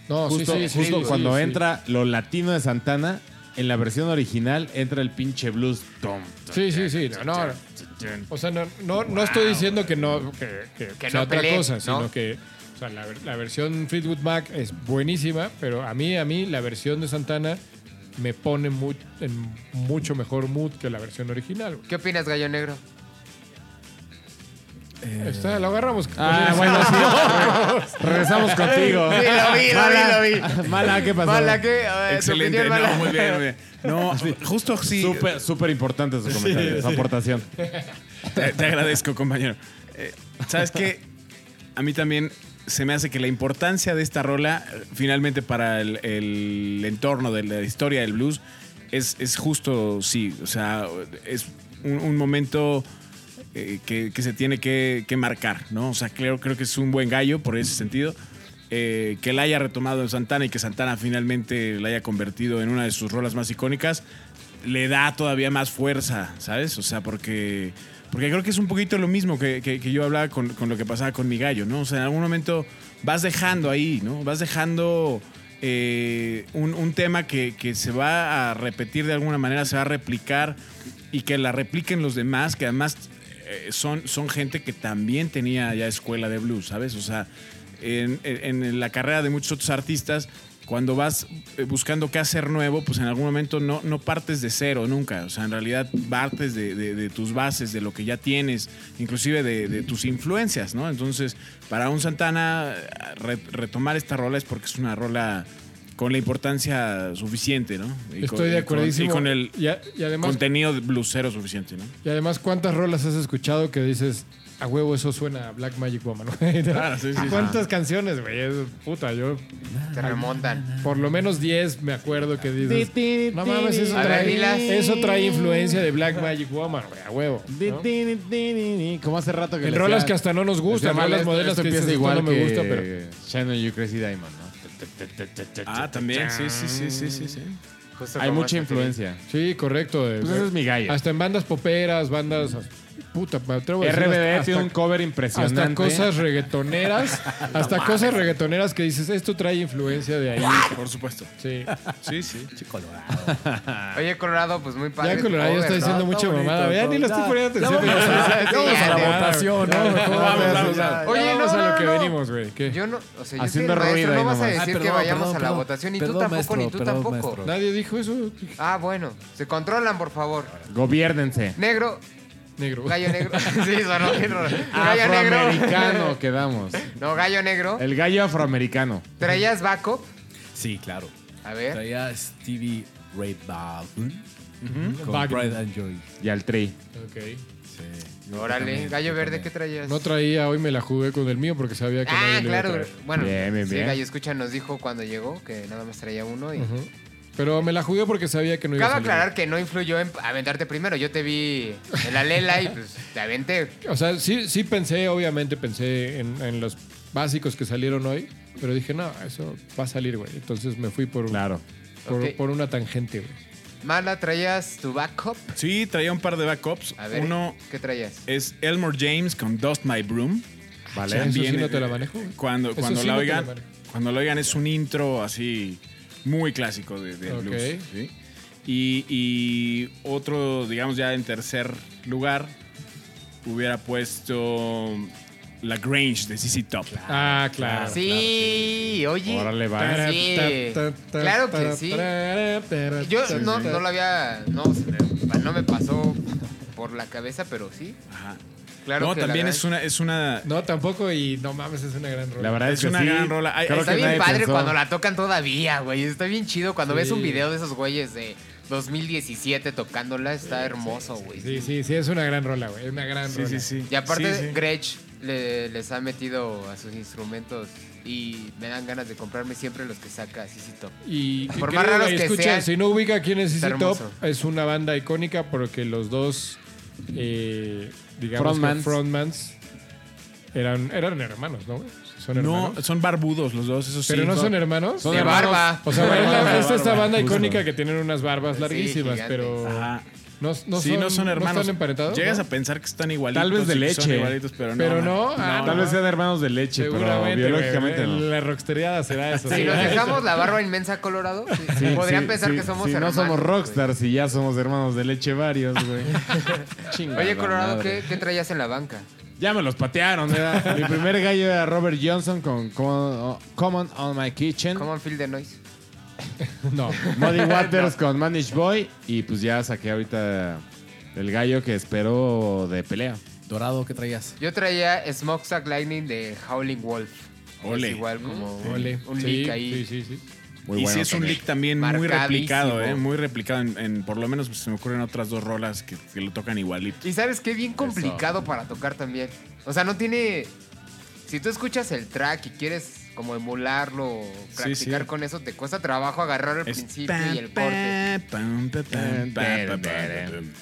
[SPEAKER 3] No, Oh, sí,
[SPEAKER 4] justo
[SPEAKER 3] sí, sí,
[SPEAKER 4] justo
[SPEAKER 3] sí,
[SPEAKER 4] cuando
[SPEAKER 3] sí.
[SPEAKER 4] entra lo latino de Santana, en la versión original entra el pinche blues. Tom,
[SPEAKER 3] Sí, sí, sí. No, no, no. O sea, no, no, no estoy diciendo que no, que, que-
[SPEAKER 1] Que
[SPEAKER 3] sea
[SPEAKER 1] no
[SPEAKER 3] otra
[SPEAKER 1] pelee,
[SPEAKER 3] cosa,
[SPEAKER 1] ¿no?
[SPEAKER 3] sino que o sea, la, ver- la versión Fleetwood Mac es buenísima, pero a mí, a mí, la versión de Santana me pone mu- en mucho mejor mood que la versión original. güey.
[SPEAKER 1] ¿Qué opinas, Gallo Negro?
[SPEAKER 3] Está, lo agarramos.
[SPEAKER 4] Eh. Ah, bueno, sí. Regresamos contigo.
[SPEAKER 1] Sí, lo vi, lo vi, lo vi.
[SPEAKER 4] Mala, ¿qué pasó?
[SPEAKER 1] Mala, ¿qué? A ver, Ah, tu
[SPEAKER 5] Excelente.
[SPEAKER 1] opinión,
[SPEAKER 5] No,
[SPEAKER 1] mala.
[SPEAKER 5] muy bien, muy bien. No, justo así.
[SPEAKER 4] Súper, súper importante su comentario, su aportación.
[SPEAKER 5] Te, te agradezco, compañero. Eh, ¿Sabes qué? A mí también se me hace que la importancia de esta rola, eh, finalmente para el, el entorno de la historia del blues, es, es justo, sí. O sea, es un, un momento eh, que, que se tiene que, que marcar, ¿no? O sea, creo, creo que es un buen gallo por ese sentido. eh, que la haya retomado en Santana y que Santana finalmente la haya convertido en una de sus rolas más icónicas, le da todavía más fuerza, ¿sabes? O sea, porque, porque creo que es un poquito lo mismo que, que- que yo hablaba con, con lo que pasaba con mi gallo, ¿no? O sea, en algún momento vas dejando ahí, ¿no? Vas dejando eh, un, un tema que, que se va a repetir de alguna manera, se va a replicar y que la repliquen los demás, que además eh, son, son gente que también tenía ya escuela de blues, ¿sabes? O sea, en, en- en la carrera de muchos otros artistas cuando vas eh, buscando qué hacer nuevo, pues en algún momento no, no partes de cero nunca. O sea, en realidad partes de, de- de tus bases, de lo que ya tienes, inclusive de, de tus influencias, ¿no? Entonces, para un Santana, eh, re- retomar esta rola es porque es una rola con la importancia suficiente, ¿no? Y con-
[SPEAKER 3] Estoy de
[SPEAKER 5] y con-
[SPEAKER 3] acuerdísimo.
[SPEAKER 5] Y con el
[SPEAKER 3] y, a- y además,
[SPEAKER 5] contenido blusero suficiente, ¿no?
[SPEAKER 3] y además, ¿cuántas rolas has escuchado que dices, a huevo, eso suena a Black Magic Woman? güey"?
[SPEAKER 5] Claro, Ah, sí, sí, sí.
[SPEAKER 3] ¿Cuántas canciones, güey? Es- Puta, yo
[SPEAKER 1] Te remontan.
[SPEAKER 3] por lo menos 10 me acuerdo que dices, no mames, eso
[SPEAKER 1] A ver, dilas.
[SPEAKER 3] trae, eso trae influencia de Black Magic Woman, güey, a huevo. ¿no?
[SPEAKER 4] Como hace rato que
[SPEAKER 3] En
[SPEAKER 4] le
[SPEAKER 3] rolas
[SPEAKER 4] decía-
[SPEAKER 3] que hasta no nos gustan,
[SPEAKER 4] Decía,
[SPEAKER 3] rolas
[SPEAKER 4] esto-
[SPEAKER 3] modernas
[SPEAKER 4] Pues esto
[SPEAKER 3] que dices,
[SPEAKER 4] empieza
[SPEAKER 3] igual no me
[SPEAKER 4] que
[SPEAKER 3] gusta, pero...
[SPEAKER 4] Shannon, You Crazy Diamond, ¿no?
[SPEAKER 5] Ah, también, sí, sí, sí, sí, sí, sí.
[SPEAKER 1] Justo
[SPEAKER 4] Hay
[SPEAKER 1] como
[SPEAKER 4] mucha
[SPEAKER 1] esta
[SPEAKER 4] influencia.
[SPEAKER 3] Sí, correcto. eh,
[SPEAKER 4] Pues
[SPEAKER 3] güey.
[SPEAKER 4] esa es mi gallo.
[SPEAKER 3] Hasta en bandas poperas, bandas... Puta, me atrevo a decir hasta-
[SPEAKER 4] RBD
[SPEAKER 3] hasta-
[SPEAKER 4] tiene un cover impresionante.
[SPEAKER 3] Hasta cosas reggaetoneras. hasta cosas reggaetoneras que dices, esto trae influencia de ahí.
[SPEAKER 5] Por supuesto.
[SPEAKER 3] Sí.
[SPEAKER 5] Sí, sí.
[SPEAKER 1] serie. Oye, Colorado, pues muy padre.
[SPEAKER 3] Ya Colorado ya está
[SPEAKER 1] Over, ¿no?
[SPEAKER 3] diciendo mucha mamada. Ya ni le estoy poniendo atención.
[SPEAKER 1] vamos a-
[SPEAKER 3] Ya,
[SPEAKER 1] ya vamos a la
[SPEAKER 3] ya,
[SPEAKER 2] votación, ¿no?
[SPEAKER 3] ya,
[SPEAKER 2] Mejor
[SPEAKER 3] vamos,
[SPEAKER 2] vamos,
[SPEAKER 3] vamos,
[SPEAKER 2] ya.
[SPEAKER 3] vamos.
[SPEAKER 1] Oye,
[SPEAKER 3] Ya
[SPEAKER 1] no,
[SPEAKER 3] vamos a
[SPEAKER 1] no,
[SPEAKER 3] lo que
[SPEAKER 1] no.
[SPEAKER 3] venimos, güey. ¿Qué?
[SPEAKER 1] Yo no, o sea, yo
[SPEAKER 4] Haciendo
[SPEAKER 1] soy el maestro,
[SPEAKER 4] ruido ahí
[SPEAKER 1] no vas a
[SPEAKER 4] nomás.
[SPEAKER 1] decir
[SPEAKER 2] Ay,
[SPEAKER 1] que
[SPEAKER 2] perdón,
[SPEAKER 1] vayamos
[SPEAKER 2] perdón,
[SPEAKER 1] a la
[SPEAKER 2] perdón.
[SPEAKER 1] votación, ni tú
[SPEAKER 2] Perdón,
[SPEAKER 1] tampoco,
[SPEAKER 2] maestro,
[SPEAKER 1] ni tú
[SPEAKER 2] perdón,
[SPEAKER 1] tampoco.
[SPEAKER 2] maestro.
[SPEAKER 3] Nadie dijo eso,
[SPEAKER 1] Ah, bueno, se controlan, por favor.
[SPEAKER 4] Gobiérnense.
[SPEAKER 1] Negro,
[SPEAKER 3] negro.
[SPEAKER 1] gallo negro. sí, sonó bien raro. Gallo negro.
[SPEAKER 4] Afroamericano quedamos.
[SPEAKER 1] no, gallo negro.
[SPEAKER 4] El gallo afroamericano.
[SPEAKER 1] ¿Traías backup?
[SPEAKER 2] Sí, claro.
[SPEAKER 1] A ver.
[SPEAKER 2] Traía Stevie Ray Vaughan con
[SPEAKER 3] Vaughan.
[SPEAKER 2] Pride and Joy.
[SPEAKER 4] Y al tri.
[SPEAKER 3] Ok.
[SPEAKER 1] Órale, gallo verde, ¿qué traías?
[SPEAKER 3] No traía, hoy me la jugué con el mío porque sabía que
[SPEAKER 1] Ah,
[SPEAKER 3] nadie le iba a
[SPEAKER 1] claro.
[SPEAKER 3] traer.
[SPEAKER 1] Bueno,
[SPEAKER 4] Bien, bien,
[SPEAKER 1] sí,
[SPEAKER 4] bien.
[SPEAKER 1] Gallo Escucha nos dijo cuando llegó que nada más traía uno. Y...
[SPEAKER 3] Ujú. Pero me la jugué porque sabía que no iba a
[SPEAKER 1] Cabe
[SPEAKER 3] salir.
[SPEAKER 1] aclarar que no influyó en aventarte primero. Yo te vi en la lela y pues te aventé.
[SPEAKER 3] O sea, sí, sí pensé, obviamente pensé en, en los básicos que salieron hoy, pero dije, no, eso va a salir, güey. Entonces me fui por,
[SPEAKER 4] Claro.
[SPEAKER 3] por,
[SPEAKER 1] Ok.
[SPEAKER 3] por una tangente, güey.
[SPEAKER 1] Mala, traías tu backup.
[SPEAKER 5] Sí, traía un par de backups.
[SPEAKER 1] A ver,
[SPEAKER 5] Uno
[SPEAKER 1] ¿qué traías?
[SPEAKER 5] es Elmore James con Dust My Broom.
[SPEAKER 3] Vale. Eso sí no te
[SPEAKER 5] eh,
[SPEAKER 3] la manejo, güey.
[SPEAKER 5] Cuando,
[SPEAKER 3] Eso
[SPEAKER 5] cuando
[SPEAKER 3] sí
[SPEAKER 5] la
[SPEAKER 3] no te la
[SPEAKER 5] oigan,
[SPEAKER 3] manejo.
[SPEAKER 5] cuando la oigan es un intro así muy clásico de, del
[SPEAKER 3] Ok.
[SPEAKER 5] blues. ¿sí? Y, y otro, digamos ya en tercer lugar, hubiera puesto La Grange de CC Top.
[SPEAKER 3] Ah, claro.
[SPEAKER 1] sí, oye.
[SPEAKER 4] Órale, va.
[SPEAKER 1] Sí. Claro que sí. Yo no, no lo había. No, se me- no me pasó por la cabeza, pero sí.
[SPEAKER 5] Ajá.
[SPEAKER 1] Claro
[SPEAKER 5] no,
[SPEAKER 1] que
[SPEAKER 5] también
[SPEAKER 1] la
[SPEAKER 5] es una, es una.
[SPEAKER 3] No, tampoco, y no mames, es una gran rola.
[SPEAKER 4] La verdad es,
[SPEAKER 5] Es
[SPEAKER 4] que
[SPEAKER 5] una
[SPEAKER 4] sí.
[SPEAKER 5] gran rola. Ay,
[SPEAKER 4] Creo
[SPEAKER 1] Está
[SPEAKER 4] que
[SPEAKER 1] bien
[SPEAKER 4] nadie
[SPEAKER 1] padre
[SPEAKER 4] pensó.
[SPEAKER 1] cuando la tocan todavía, güey. Está bien chido cuando ves
[SPEAKER 3] Sí.
[SPEAKER 1] un video de esos güeyes de 2017 tocándola. Está hermoso, güey.
[SPEAKER 3] Sí, sí, sí, es una gran rola, güey. Es una gran
[SPEAKER 5] Sí,
[SPEAKER 3] rola.
[SPEAKER 5] sí, sí.
[SPEAKER 1] Y aparte,
[SPEAKER 5] Sí, sí.
[SPEAKER 1] Gretsch le- les ha metido a sus instrumentos y me dan ganas de comprarme siempre los que saca CC Top.
[SPEAKER 3] Y
[SPEAKER 1] Por
[SPEAKER 3] y
[SPEAKER 1] más
[SPEAKER 3] creo,
[SPEAKER 1] raros
[SPEAKER 3] güey,
[SPEAKER 1] que
[SPEAKER 3] escuchen,
[SPEAKER 1] sean,
[SPEAKER 3] si no ubica quién es
[SPEAKER 1] está
[SPEAKER 3] CC Top,
[SPEAKER 1] hermoso.
[SPEAKER 3] es una banda icónica porque los dos, eh, digamos, frontmans,
[SPEAKER 4] Frontmans.
[SPEAKER 3] frontmans eran, eran hermanos, ¿no? güey? Son hermanos.
[SPEAKER 5] No, son barbudos los dos, esos
[SPEAKER 3] pero
[SPEAKER 5] sí,
[SPEAKER 3] no
[SPEAKER 5] son-
[SPEAKER 3] son hermanos.
[SPEAKER 4] Son
[SPEAKER 1] de
[SPEAKER 4] hermanos.
[SPEAKER 1] barba.
[SPEAKER 3] O sea, güey, es, la- es esta banda
[SPEAKER 4] Justo.
[SPEAKER 3] icónica que tienen unas barbas
[SPEAKER 1] Sí,
[SPEAKER 3] larguísimas,
[SPEAKER 1] gigantes.
[SPEAKER 3] pero
[SPEAKER 5] Ajá.
[SPEAKER 3] no, no
[SPEAKER 5] sí,
[SPEAKER 3] son,
[SPEAKER 5] no son hermanos.
[SPEAKER 3] están emparentados.
[SPEAKER 5] Llegas
[SPEAKER 3] ¿no?
[SPEAKER 5] a pensar que están igualitos.
[SPEAKER 4] Tal vez de
[SPEAKER 5] y que son
[SPEAKER 4] leche.
[SPEAKER 5] igualitos, pero no.
[SPEAKER 3] Pero no, ah,
[SPEAKER 4] Tal vez sean hermanos de leche, pero
[SPEAKER 3] Seguramente,
[SPEAKER 4] biológicamente
[SPEAKER 3] güey,
[SPEAKER 4] no.
[SPEAKER 3] La rocksteriada será eso.
[SPEAKER 1] Si
[SPEAKER 3] sí.
[SPEAKER 1] nos dejamos la barba inmensa colorado, sí,
[SPEAKER 4] Sí,
[SPEAKER 1] podrían
[SPEAKER 4] sí,
[SPEAKER 1] pensar
[SPEAKER 4] sí,
[SPEAKER 1] que somos
[SPEAKER 4] sí,
[SPEAKER 1] hermanos.
[SPEAKER 4] No somos
[SPEAKER 1] güey.
[SPEAKER 4] rockstars y ya somos hermanos de leche varios, güey. Chingada
[SPEAKER 1] Oye, Colorado,
[SPEAKER 4] madre.
[SPEAKER 1] ¿qué, ¿qué traías en la banca?
[SPEAKER 4] Ya me los patearon. era- Mi primer gallo era Robert Johnson con Common, Common on My Kitchen.
[SPEAKER 1] Common Field the Noise.
[SPEAKER 3] No.
[SPEAKER 4] Muddy Waters con Manish Boy. Y pues ya saqué ahorita el gallo que espero de pelea.
[SPEAKER 2] Dorado, ¿qué traías?
[SPEAKER 1] Yo traía Smokestack Lightning de Howling Wolf.
[SPEAKER 5] Ole.
[SPEAKER 1] Es igual como
[SPEAKER 3] Ole.
[SPEAKER 1] un
[SPEAKER 3] Mm. Sí,
[SPEAKER 1] leak ahí.
[SPEAKER 3] Sí, sí, sí.
[SPEAKER 4] Muy
[SPEAKER 5] y
[SPEAKER 4] bueno.
[SPEAKER 5] sí es un
[SPEAKER 4] también.
[SPEAKER 5] lick también muy
[SPEAKER 1] Marcadísimo.
[SPEAKER 5] replicado, ¿eh? Muy replicado. En, en- por lo menos pues, se me ocurren otras dos rolas que, que lo tocan igualito.
[SPEAKER 1] Y sabes qué bien complicado para tocar también. O sea, no tiene. Si tú escuchas el track y quieres como emularlo, o practicar
[SPEAKER 5] sí.
[SPEAKER 1] con eso, te cuesta trabajo agarrar el
[SPEAKER 5] Es
[SPEAKER 1] principio
[SPEAKER 5] pam,
[SPEAKER 1] y el corte.
[SPEAKER 5] pam, pam, pam, pam, pam,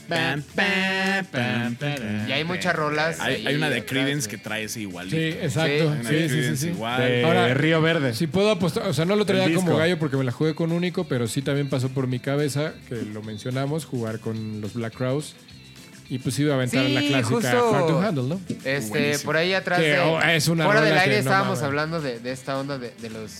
[SPEAKER 5] pam, pam, pam, pam.
[SPEAKER 1] Y hay muchas rolas.
[SPEAKER 5] Hay,
[SPEAKER 1] ahí
[SPEAKER 5] hay una de
[SPEAKER 1] atrás,
[SPEAKER 5] Creedence que
[SPEAKER 1] güey.
[SPEAKER 5] trae ese igualito.
[SPEAKER 3] Sí, exacto.
[SPEAKER 5] Hay una
[SPEAKER 3] Sí, sí,
[SPEAKER 5] de
[SPEAKER 3] sí.
[SPEAKER 5] Creedence
[SPEAKER 3] sí.
[SPEAKER 5] igual.
[SPEAKER 4] De
[SPEAKER 3] Ahora-
[SPEAKER 4] Río Verde.
[SPEAKER 3] Si puedo apostar, o sea, no lo traía
[SPEAKER 4] El
[SPEAKER 3] como
[SPEAKER 4] disco.
[SPEAKER 3] gallo porque me la jugué con único, pero sí también pasó por mi cabeza, que lo mencionamos, jugar con los Black Crowes. Y pues iba a aventar
[SPEAKER 1] Sí,
[SPEAKER 3] la clásica
[SPEAKER 1] justo.
[SPEAKER 3] Hard to Handle, ¿no?
[SPEAKER 1] Este,
[SPEAKER 5] Buenísimo.
[SPEAKER 1] por ahí atrás.
[SPEAKER 3] Que,
[SPEAKER 1] de-
[SPEAKER 3] oh, es una
[SPEAKER 1] fuera
[SPEAKER 3] rola
[SPEAKER 1] del aire
[SPEAKER 3] que no
[SPEAKER 1] estábamos
[SPEAKER 3] mames.
[SPEAKER 1] hablando de, de esta onda de, de los.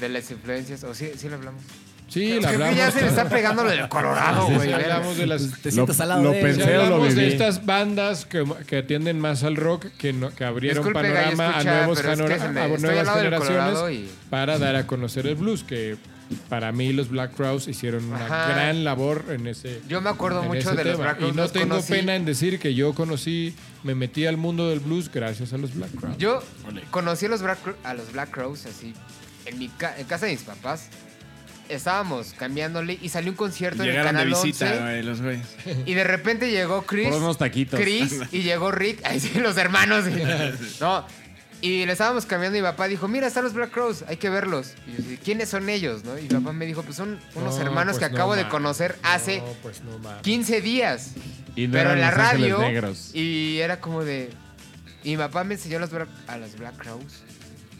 [SPEAKER 1] De las influencias. O sí, sí lo hablamos.
[SPEAKER 3] Sí,
[SPEAKER 1] Es
[SPEAKER 3] la
[SPEAKER 1] que
[SPEAKER 3] hablamos.
[SPEAKER 1] ya se le está pegando lo del Colorado, güey.
[SPEAKER 3] Ya
[SPEAKER 1] verga.
[SPEAKER 3] hablamos de las
[SPEAKER 7] Te
[SPEAKER 4] Lo-
[SPEAKER 7] sientas al lado
[SPEAKER 4] lo
[SPEAKER 7] de él.
[SPEAKER 4] pensé.
[SPEAKER 3] ya
[SPEAKER 4] Pero lo
[SPEAKER 3] hablamos de
[SPEAKER 4] viví.
[SPEAKER 3] estas bandas que, que atienden más al rock, que, no- que abrieron
[SPEAKER 1] Disculpe,
[SPEAKER 3] panorama
[SPEAKER 1] gallo,
[SPEAKER 3] a
[SPEAKER 1] escucha,
[SPEAKER 3] nuevos
[SPEAKER 1] pero es que
[SPEAKER 3] genera-
[SPEAKER 1] se me-
[SPEAKER 3] a
[SPEAKER 1] estoy al
[SPEAKER 3] nuevas
[SPEAKER 1] lado del Colorado
[SPEAKER 3] generaciones
[SPEAKER 1] y-
[SPEAKER 3] para dar a conocer el blues, que para mí los Black Crowes hicieron una
[SPEAKER 1] Ajá.
[SPEAKER 3] gran labor en ese
[SPEAKER 1] Yo me acuerdo
[SPEAKER 3] en
[SPEAKER 1] mucho de
[SPEAKER 3] ese
[SPEAKER 1] los
[SPEAKER 3] tema.
[SPEAKER 1] Black
[SPEAKER 3] Y
[SPEAKER 1] Crowes,
[SPEAKER 3] no
[SPEAKER 1] los
[SPEAKER 3] tengo
[SPEAKER 1] conocí.
[SPEAKER 3] pena en decir que yo conocí, me metí al mundo del blues gracias a los Black Crowes.
[SPEAKER 1] Yo conocí a los Black, Cro- a los Black Crows así en mi ca- en casa de mis papás. Estábamos cambiándole y salió un concierto en el
[SPEAKER 5] Llegaron de
[SPEAKER 1] canal
[SPEAKER 5] visita,
[SPEAKER 1] 11
[SPEAKER 5] güey, los güeyes.
[SPEAKER 1] y de repente llegó Chris,
[SPEAKER 4] Por unos taquitos.
[SPEAKER 1] Chris y llegó Rick, ahí sí, los hermanos. y- no. Y le estábamos cambiando y mi papá dijo, mira, están los Black Crows, hay que verlos. Y yo dije, ¿quiénes son ellos? ¿no? Y mi papá me dijo, pues son unos
[SPEAKER 3] No,
[SPEAKER 1] hermanos
[SPEAKER 3] pues
[SPEAKER 1] que
[SPEAKER 3] no
[SPEAKER 1] acabo de
[SPEAKER 3] mames.
[SPEAKER 1] conocer hace
[SPEAKER 3] No, pues no mames.
[SPEAKER 1] 15 días.
[SPEAKER 4] Y no
[SPEAKER 1] pero
[SPEAKER 4] eran
[SPEAKER 1] en la
[SPEAKER 4] Los Ángeles
[SPEAKER 1] radio.
[SPEAKER 4] Negros.
[SPEAKER 1] Y era como de. Y mi papá me enseñó a los Black, a los Black Crowes.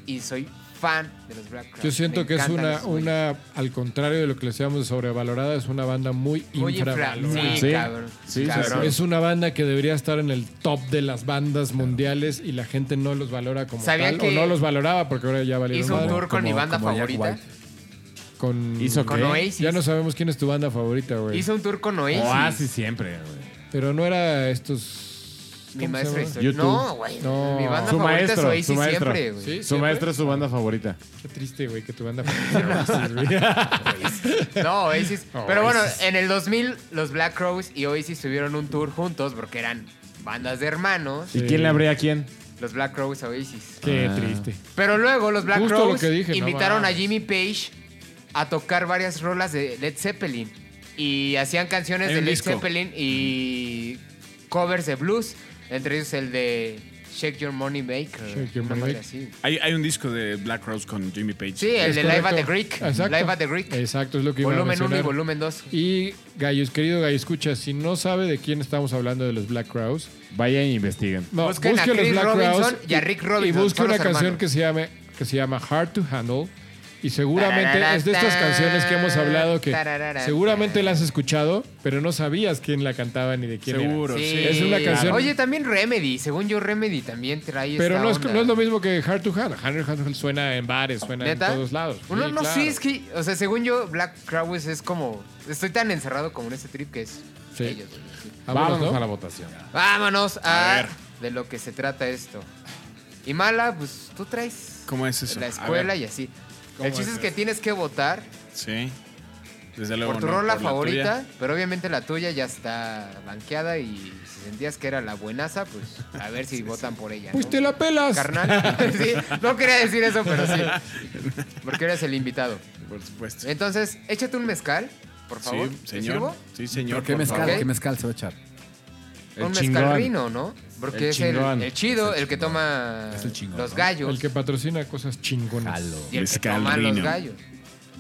[SPEAKER 1] Y soy fan de los Black Crowes.
[SPEAKER 3] Yo
[SPEAKER 1] Me
[SPEAKER 3] siento que es
[SPEAKER 1] encantan
[SPEAKER 3] una,
[SPEAKER 1] esos güeyes.
[SPEAKER 3] una, al contrario de lo que le decíamos sobrevalorada, es una banda muy,
[SPEAKER 1] Muy infra.
[SPEAKER 3] infravalorada.
[SPEAKER 1] Sí,
[SPEAKER 4] Sí.
[SPEAKER 1] cabrón.
[SPEAKER 4] Sí, sí,
[SPEAKER 1] cabrón.
[SPEAKER 3] Es una banda que debería estar en el top de las bandas mundiales y la gente no los valora como
[SPEAKER 1] ¿Sabían
[SPEAKER 3] tal.
[SPEAKER 1] que
[SPEAKER 3] O no los valoraba porque ahora ya valieron
[SPEAKER 1] Hizo un
[SPEAKER 3] madre.
[SPEAKER 1] tour con mi banda
[SPEAKER 2] como Jack
[SPEAKER 1] favorita.
[SPEAKER 2] White.
[SPEAKER 3] Con,
[SPEAKER 4] ¿Hizo
[SPEAKER 1] Con
[SPEAKER 4] qué?
[SPEAKER 1] Oasis.
[SPEAKER 3] Ya no sabemos quién es tu banda favorita, güey.
[SPEAKER 1] Hizo un tour con Oasis.
[SPEAKER 4] Oasis Ah, siempre, güey.
[SPEAKER 3] Pero no era estos...
[SPEAKER 1] Mi
[SPEAKER 3] ¿cómo
[SPEAKER 1] maestro
[SPEAKER 3] se
[SPEAKER 1] de
[SPEAKER 3] llama?
[SPEAKER 1] historia.
[SPEAKER 4] YouTube.
[SPEAKER 1] No, güey.
[SPEAKER 3] No.
[SPEAKER 1] Mi banda
[SPEAKER 4] Su
[SPEAKER 1] favorita es
[SPEAKER 4] maestro,
[SPEAKER 1] Oasis
[SPEAKER 4] su maestro.
[SPEAKER 1] siempre, güey.
[SPEAKER 3] Sí,
[SPEAKER 4] Su
[SPEAKER 3] siempre.
[SPEAKER 4] maestra es su banda favorita.
[SPEAKER 3] Qué triste, güey, que tu banda favorita sea Oasis, güey.
[SPEAKER 1] No, Oasis. Pero bueno, en el 2000 los Black Crowes y Oasis tuvieron un tour juntos porque eran bandas de hermanos.
[SPEAKER 4] ¿Y quién le abría a quién?
[SPEAKER 1] Los Black Crowes a Oasis.
[SPEAKER 3] Qué triste.
[SPEAKER 1] Pero luego los Black
[SPEAKER 3] Justo
[SPEAKER 1] Crowes
[SPEAKER 3] lo que dije, no
[SPEAKER 1] invitaron a
[SPEAKER 3] mames.
[SPEAKER 1] Jimmy Page a tocar varias rolas de Led Zeppelin. Y hacían canciones
[SPEAKER 5] Hay
[SPEAKER 1] de
[SPEAKER 5] un
[SPEAKER 1] Led
[SPEAKER 5] disco.
[SPEAKER 1] Zeppelin y covers de blues. Entre ellos el de Shake Your Money Maker.
[SPEAKER 3] Shake Your
[SPEAKER 1] una madre
[SPEAKER 3] Money Maker.
[SPEAKER 1] así.
[SPEAKER 5] Hay, hay un disco de Black Rose con Jimmy Page.
[SPEAKER 1] Sí, el
[SPEAKER 3] Es
[SPEAKER 1] de Live at the
[SPEAKER 3] correcto.
[SPEAKER 1] Greek.
[SPEAKER 3] Exacto.
[SPEAKER 1] Live at the Greek.
[SPEAKER 3] Exacto, es lo que iba a
[SPEAKER 1] volumen 1 y
[SPEAKER 3] mencionar.
[SPEAKER 1] volumen 2.
[SPEAKER 3] Y Gallos, querido Gallo, escucha, si no sabe de quién estamos hablando de los Black Crowes,
[SPEAKER 4] Vayan e investiguen.
[SPEAKER 3] no,
[SPEAKER 1] Busquen
[SPEAKER 3] busque
[SPEAKER 1] a
[SPEAKER 3] los
[SPEAKER 1] Chris
[SPEAKER 3] Black
[SPEAKER 1] Robinson
[SPEAKER 3] Crowes
[SPEAKER 1] y a Rick Robinson,
[SPEAKER 3] Y busque
[SPEAKER 1] son
[SPEAKER 3] una
[SPEAKER 1] los
[SPEAKER 3] canción
[SPEAKER 1] hermanos.
[SPEAKER 3] que se, llame, que se llama Hard to Handle. Y seguramente
[SPEAKER 1] Tararara,
[SPEAKER 3] es de estas canciones que hemos hablado que
[SPEAKER 1] tararara,
[SPEAKER 3] seguramente la has escuchado, pero no sabías quién la cantaba ni de quién era.
[SPEAKER 5] Seguro, sí.
[SPEAKER 3] Es una canción-
[SPEAKER 1] Oye, también Remedy. Según yo, Remedy también trae
[SPEAKER 3] Pero
[SPEAKER 1] esta
[SPEAKER 3] no es,
[SPEAKER 1] onda.
[SPEAKER 3] no es lo mismo que Hard to Handle. Hard to Handle suena en bares, suena
[SPEAKER 1] ¿Neta?
[SPEAKER 3] en todos lados.
[SPEAKER 1] Uno
[SPEAKER 3] Sí,
[SPEAKER 1] no
[SPEAKER 3] claro.
[SPEAKER 1] sí, es que, o sea, según yo, Black Crowes es como. Estoy tan encerrado como en este trip que es.
[SPEAKER 3] Sí.
[SPEAKER 1] ellos, güey, sí.
[SPEAKER 3] Vámonos,
[SPEAKER 4] Vámonos
[SPEAKER 3] Ah, ¿no?
[SPEAKER 4] a la votación.
[SPEAKER 1] Vámonos a,
[SPEAKER 5] A ver.
[SPEAKER 1] de lo que se trata esto. Y mala, pues tú traes
[SPEAKER 5] ¿Cómo es eso?
[SPEAKER 1] la
[SPEAKER 5] A
[SPEAKER 1] escuela
[SPEAKER 5] ver,
[SPEAKER 1] y así. El chiste es que tienes que votar
[SPEAKER 5] Sí. Desde luego.
[SPEAKER 1] por tu
[SPEAKER 5] no,
[SPEAKER 1] rola
[SPEAKER 5] por la
[SPEAKER 1] favorita,
[SPEAKER 5] tuya.
[SPEAKER 1] pero obviamente la tuya ya está banqueada y si sentías que era la buenaza, pues a ver si votan por ella.
[SPEAKER 3] Pues
[SPEAKER 1] ¿no?
[SPEAKER 3] te la pelas.
[SPEAKER 1] Carnal. Sí, no quería decir eso, pero sí. Porque eres el invitado.
[SPEAKER 5] Por supuesto.
[SPEAKER 1] Entonces, échate un mezcal, por favor.
[SPEAKER 5] Sí,
[SPEAKER 1] ¿Te
[SPEAKER 5] señor.
[SPEAKER 1] sirvo?
[SPEAKER 5] Sí, señor.
[SPEAKER 2] ¿Pero qué
[SPEAKER 5] por
[SPEAKER 2] mezcal?
[SPEAKER 1] favor.
[SPEAKER 2] ¿Qué mezcal se va a echar?
[SPEAKER 4] El
[SPEAKER 1] un
[SPEAKER 4] chingón.
[SPEAKER 1] mezcal rino, ¿no? Porque
[SPEAKER 4] El
[SPEAKER 1] es el,
[SPEAKER 4] chingón.
[SPEAKER 1] el chido, el, que toma
[SPEAKER 2] Es el chingón,
[SPEAKER 1] los
[SPEAKER 2] ¿no?
[SPEAKER 1] gallos
[SPEAKER 3] El que patrocina cosas chingonas.
[SPEAKER 1] y el
[SPEAKER 5] Mezcal
[SPEAKER 1] que toma los
[SPEAKER 5] rino.
[SPEAKER 1] gallos.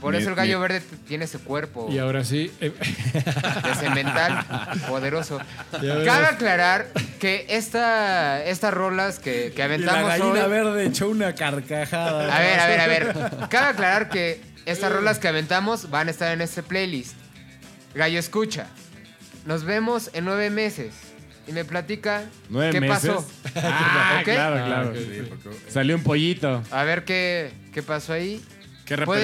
[SPEAKER 1] Por
[SPEAKER 5] Mi-
[SPEAKER 1] eso el gallo
[SPEAKER 5] mi-
[SPEAKER 1] verde t- tiene ese cuerpo
[SPEAKER 3] Y ahora sí, eh,
[SPEAKER 1] de cemental poderoso.
[SPEAKER 3] verás.
[SPEAKER 1] Cabe aclarar que esta, estas rolas que, que
[SPEAKER 7] Y la
[SPEAKER 1] aventamos
[SPEAKER 7] gallina
[SPEAKER 1] hoy...
[SPEAKER 7] verde echó una carcajada.
[SPEAKER 1] A ver, a ver, a ver. Cabe aclarar que estas rolas que aventamos van a estar en este playlist. Gallo escucha. Nos vemos en nueve meses. Y me platica
[SPEAKER 4] ¿Nueve
[SPEAKER 1] qué
[SPEAKER 4] meses?
[SPEAKER 1] pasó.
[SPEAKER 4] Ah,
[SPEAKER 1] ¿Ok?
[SPEAKER 4] claro, claro. Salió un pollito.
[SPEAKER 1] A ver qué, qué pasó ahí.
[SPEAKER 5] ¿Qué
[SPEAKER 1] Puede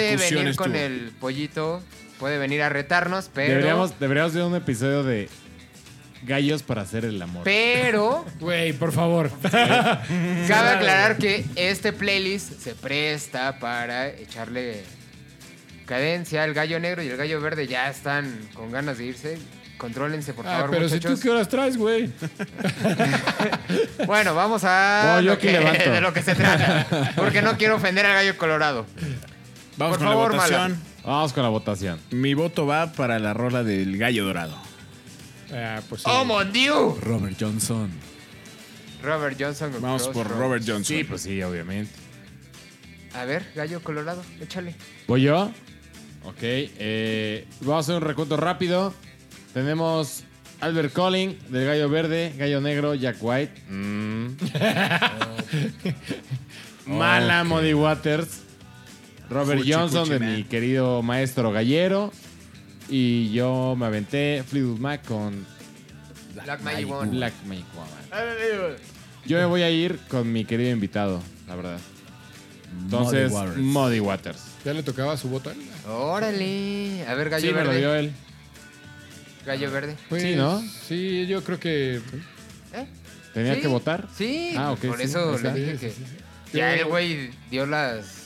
[SPEAKER 1] venir
[SPEAKER 5] repercusiones
[SPEAKER 1] con
[SPEAKER 5] tuvo?
[SPEAKER 1] el pollito, puede venir a retarnos, pero.
[SPEAKER 4] Deberíamos, deberíamos de un episodio de Gallos para hacer el amor.
[SPEAKER 1] Pero
[SPEAKER 3] Güey, por favor.
[SPEAKER 1] cabe aclarar que este playlist se presta para echarle cadencia. El gallo negro y el gallo verde ya están con ganas de irse. Contrólense, por
[SPEAKER 3] Ah,
[SPEAKER 1] favor.
[SPEAKER 3] pero si
[SPEAKER 1] muchachos.
[SPEAKER 3] tú qué horas traes, güey.
[SPEAKER 1] Bueno, vamos a
[SPEAKER 4] No, yo
[SPEAKER 1] lo
[SPEAKER 4] aquí
[SPEAKER 1] que-
[SPEAKER 4] levanto.
[SPEAKER 1] de lo que se trata. Porque no quiero ofender al gallo colorado.
[SPEAKER 5] Vamos
[SPEAKER 1] Por
[SPEAKER 5] con
[SPEAKER 1] favor,
[SPEAKER 5] la votación.
[SPEAKER 1] Mala.
[SPEAKER 4] Vamos con la votación.
[SPEAKER 5] Mi voto va para la rola del gallo dorado.
[SPEAKER 3] Ah, pues sí.
[SPEAKER 1] ¡Oh, mon Dios!
[SPEAKER 2] Robert Johnson.
[SPEAKER 1] Robert Johnson. con
[SPEAKER 5] Vamos por
[SPEAKER 1] Crossroads.
[SPEAKER 5] Robert Johnson.
[SPEAKER 4] Sí, pues sí, obviamente.
[SPEAKER 1] A ver, gallo colorado, échale.
[SPEAKER 4] ¿Voy yo? Ok. eh, vamos a hacer un recuento rápido. Tenemos Albert Colling, del Gallo Verde, Gallo Negro, Jack White. Mm. Mala Muddy Waters. Robert
[SPEAKER 5] Fuchi,
[SPEAKER 4] Johnson,
[SPEAKER 5] fuchi,
[SPEAKER 4] de
[SPEAKER 5] man.
[SPEAKER 4] mi querido maestro gallero. Y yo me aventé Fleetwood Mac con
[SPEAKER 1] Black Magic Wand.
[SPEAKER 4] Black Magic Woman. Yo me voy a ir con mi querido invitado, la verdad. Entonces,
[SPEAKER 2] Muddy Waters.
[SPEAKER 4] Muddy Waters.
[SPEAKER 3] Ya le tocaba su bota.
[SPEAKER 1] Órale. A ver, gallo
[SPEAKER 4] Sí, me lo
[SPEAKER 1] verde.
[SPEAKER 4] dio él.
[SPEAKER 1] Gallo verde.
[SPEAKER 3] Pues,
[SPEAKER 4] Sí, ¿no?
[SPEAKER 3] Sí, yo creo que.
[SPEAKER 1] ¿Eh?
[SPEAKER 4] ¿Tenía
[SPEAKER 1] Sí,
[SPEAKER 4] que votar?
[SPEAKER 1] Sí,
[SPEAKER 4] Ah, ok,
[SPEAKER 1] por
[SPEAKER 4] sí, ahí
[SPEAKER 1] eso
[SPEAKER 4] está.
[SPEAKER 1] le dije que. Ya el güey dio las.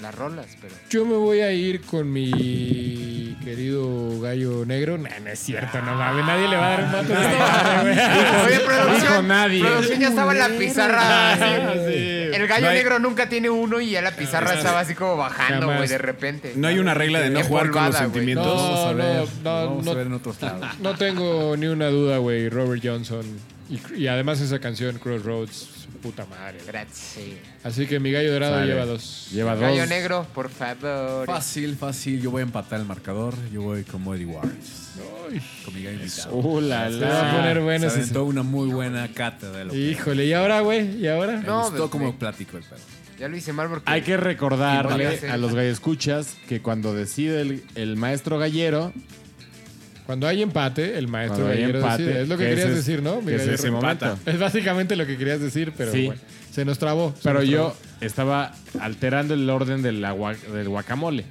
[SPEAKER 1] las rolas, pero.
[SPEAKER 3] Yo me voy a ir con mi querido gallo negro. No, no es cierto, no mames. Nadie le va a dar un dato.
[SPEAKER 1] Oye,
[SPEAKER 4] dijo
[SPEAKER 1] producción.
[SPEAKER 4] nadie.
[SPEAKER 1] Producción ya estaba en la pizarra. así.
[SPEAKER 3] Sí.
[SPEAKER 1] El gallo
[SPEAKER 5] No hay-
[SPEAKER 1] negro nunca tiene uno y ya la pizarra estaba así como bajando,
[SPEAKER 3] Jamás.
[SPEAKER 1] güey, de repente.
[SPEAKER 5] No hay una regla de no
[SPEAKER 1] Qué
[SPEAKER 5] jugar con los
[SPEAKER 1] polvada, güey.
[SPEAKER 5] sentimientos.
[SPEAKER 3] No,
[SPEAKER 2] Vamos a ver,
[SPEAKER 3] no,
[SPEAKER 2] lo
[SPEAKER 3] no,
[SPEAKER 2] vamos
[SPEAKER 3] no.
[SPEAKER 2] a ver en otros lados.
[SPEAKER 3] No tengo ni una duda, güey. Robert Johnson. Y, y además esa canción, Crossroads, su puta madre.
[SPEAKER 1] Gracias.
[SPEAKER 3] Así que mi gallo dorado
[SPEAKER 4] Sale.
[SPEAKER 3] lleva dos.
[SPEAKER 4] Lleva dos.
[SPEAKER 1] Gallo negro, por favor.
[SPEAKER 2] Fácil, fácil. Yo voy a empatar el marcador. Yo voy con Muddy Waters. Con mi gallo invitado. Ah,
[SPEAKER 4] Uh, la,
[SPEAKER 3] Te va a
[SPEAKER 4] la.
[SPEAKER 3] poner
[SPEAKER 2] Se
[SPEAKER 3] buenas.
[SPEAKER 2] aventó una muy buena cátedra de lo que
[SPEAKER 3] Híjole, ¿y ahora, güey? ¿Y ahora?
[SPEAKER 2] Me
[SPEAKER 1] No,
[SPEAKER 2] gustó
[SPEAKER 1] pues,
[SPEAKER 2] como
[SPEAKER 1] me-
[SPEAKER 2] platico el perro.
[SPEAKER 1] Ya lo hice mal porque.
[SPEAKER 4] Hay que recordarle
[SPEAKER 1] Híjole.
[SPEAKER 4] a los escuchas que cuando decide el, el maestro gallero,
[SPEAKER 3] Cuando hay empate, el maestro
[SPEAKER 4] Cuando hay
[SPEAKER 3] gallero
[SPEAKER 4] empate,
[SPEAKER 3] decide. Es lo que,
[SPEAKER 4] que
[SPEAKER 3] querías
[SPEAKER 4] ese es-
[SPEAKER 3] decir, ¿no? mi
[SPEAKER 4] que ese
[SPEAKER 3] gallo?
[SPEAKER 4] es el
[SPEAKER 5] empata.
[SPEAKER 4] momento.
[SPEAKER 3] Es básicamente lo que querías decir, pero
[SPEAKER 4] Sí.
[SPEAKER 3] bueno, se nos trabó. se
[SPEAKER 4] Pero
[SPEAKER 3] nos
[SPEAKER 4] yo estaba alterando el orden del, agua- del guacamole.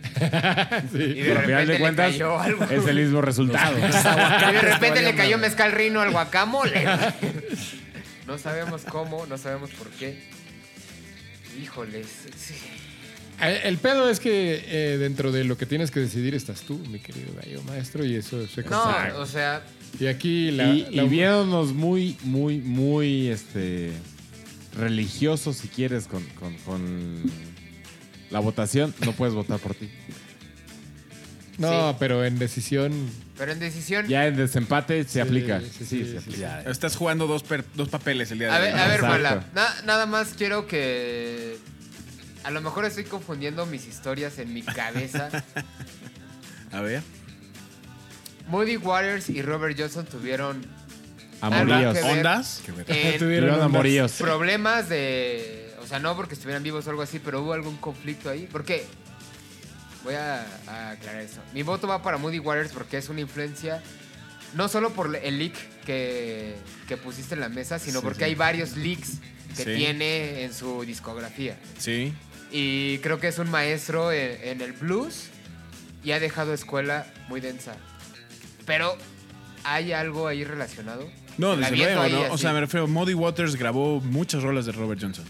[SPEAKER 1] Y de
[SPEAKER 4] Pero al final
[SPEAKER 1] repente
[SPEAKER 4] de
[SPEAKER 1] le
[SPEAKER 4] cuentas,
[SPEAKER 1] cayó algo.
[SPEAKER 4] es el mismo resultado.
[SPEAKER 1] Y de repente le cayó mezcal rino al guacamole. No sabemos cómo, no sabemos por qué. Híjoles. sí.
[SPEAKER 3] Eh, El pedo es que eh, dentro de lo que tienes que decidir estás tú, mi querido gallo maestro, y eso se
[SPEAKER 1] No,
[SPEAKER 3] consagra.
[SPEAKER 1] o sea,
[SPEAKER 3] Y aquí la,
[SPEAKER 4] y
[SPEAKER 3] la-
[SPEAKER 4] y viéndonos muy, muy, muy este, religiosos, si quieres, con, con- con la votación, no puedes votar por ti.
[SPEAKER 3] No, pero en decisión.
[SPEAKER 1] pero en decisión.
[SPEAKER 4] Ya en desempate se aplica.
[SPEAKER 3] sí, sí,
[SPEAKER 4] Sí, se
[SPEAKER 3] sí,
[SPEAKER 4] aplica.
[SPEAKER 2] eh,
[SPEAKER 5] Estás jugando dos, per- dos papeles el día de
[SPEAKER 1] A
[SPEAKER 5] hoy.
[SPEAKER 1] ver, a ver,
[SPEAKER 4] Exacto.
[SPEAKER 1] Mala, na- nada más quiero que. A lo mejor estoy confundiendo mis historias en mi cabeza.
[SPEAKER 5] A ver.
[SPEAKER 1] Moody Waters y Robert Johnson tuvieron
[SPEAKER 3] Ah,
[SPEAKER 1] Nada
[SPEAKER 4] Amoríos.
[SPEAKER 1] que ver.
[SPEAKER 5] ¿Ondas?
[SPEAKER 1] en
[SPEAKER 3] Tuvieron
[SPEAKER 4] Tuvieron
[SPEAKER 3] ondas.
[SPEAKER 4] amoríos.
[SPEAKER 1] problemas de. O sea, no porque estuvieran vivos o algo así, pero hubo algún conflicto ahí. ¿Por qué? Voy a, a aclarar eso. Mi voto va para Moody Waters porque es una influencia. No solo por el leak que, que pusiste en la mesa, sino porque hay varios leaks que
[SPEAKER 5] Sí.
[SPEAKER 1] tiene en su discografía.
[SPEAKER 5] Sí.
[SPEAKER 1] Y creo que es un maestro en, en el blues y ha dejado escuela muy densa. Pero hay algo ahí relacionado.
[SPEAKER 5] No,
[SPEAKER 1] La
[SPEAKER 5] desde
[SPEAKER 1] aviento
[SPEAKER 5] luego,
[SPEAKER 1] ahí
[SPEAKER 5] ¿no? O
[SPEAKER 1] así.
[SPEAKER 5] sea, me refiero, Muddy Waters grabó muchas rolas de Robert Johnson.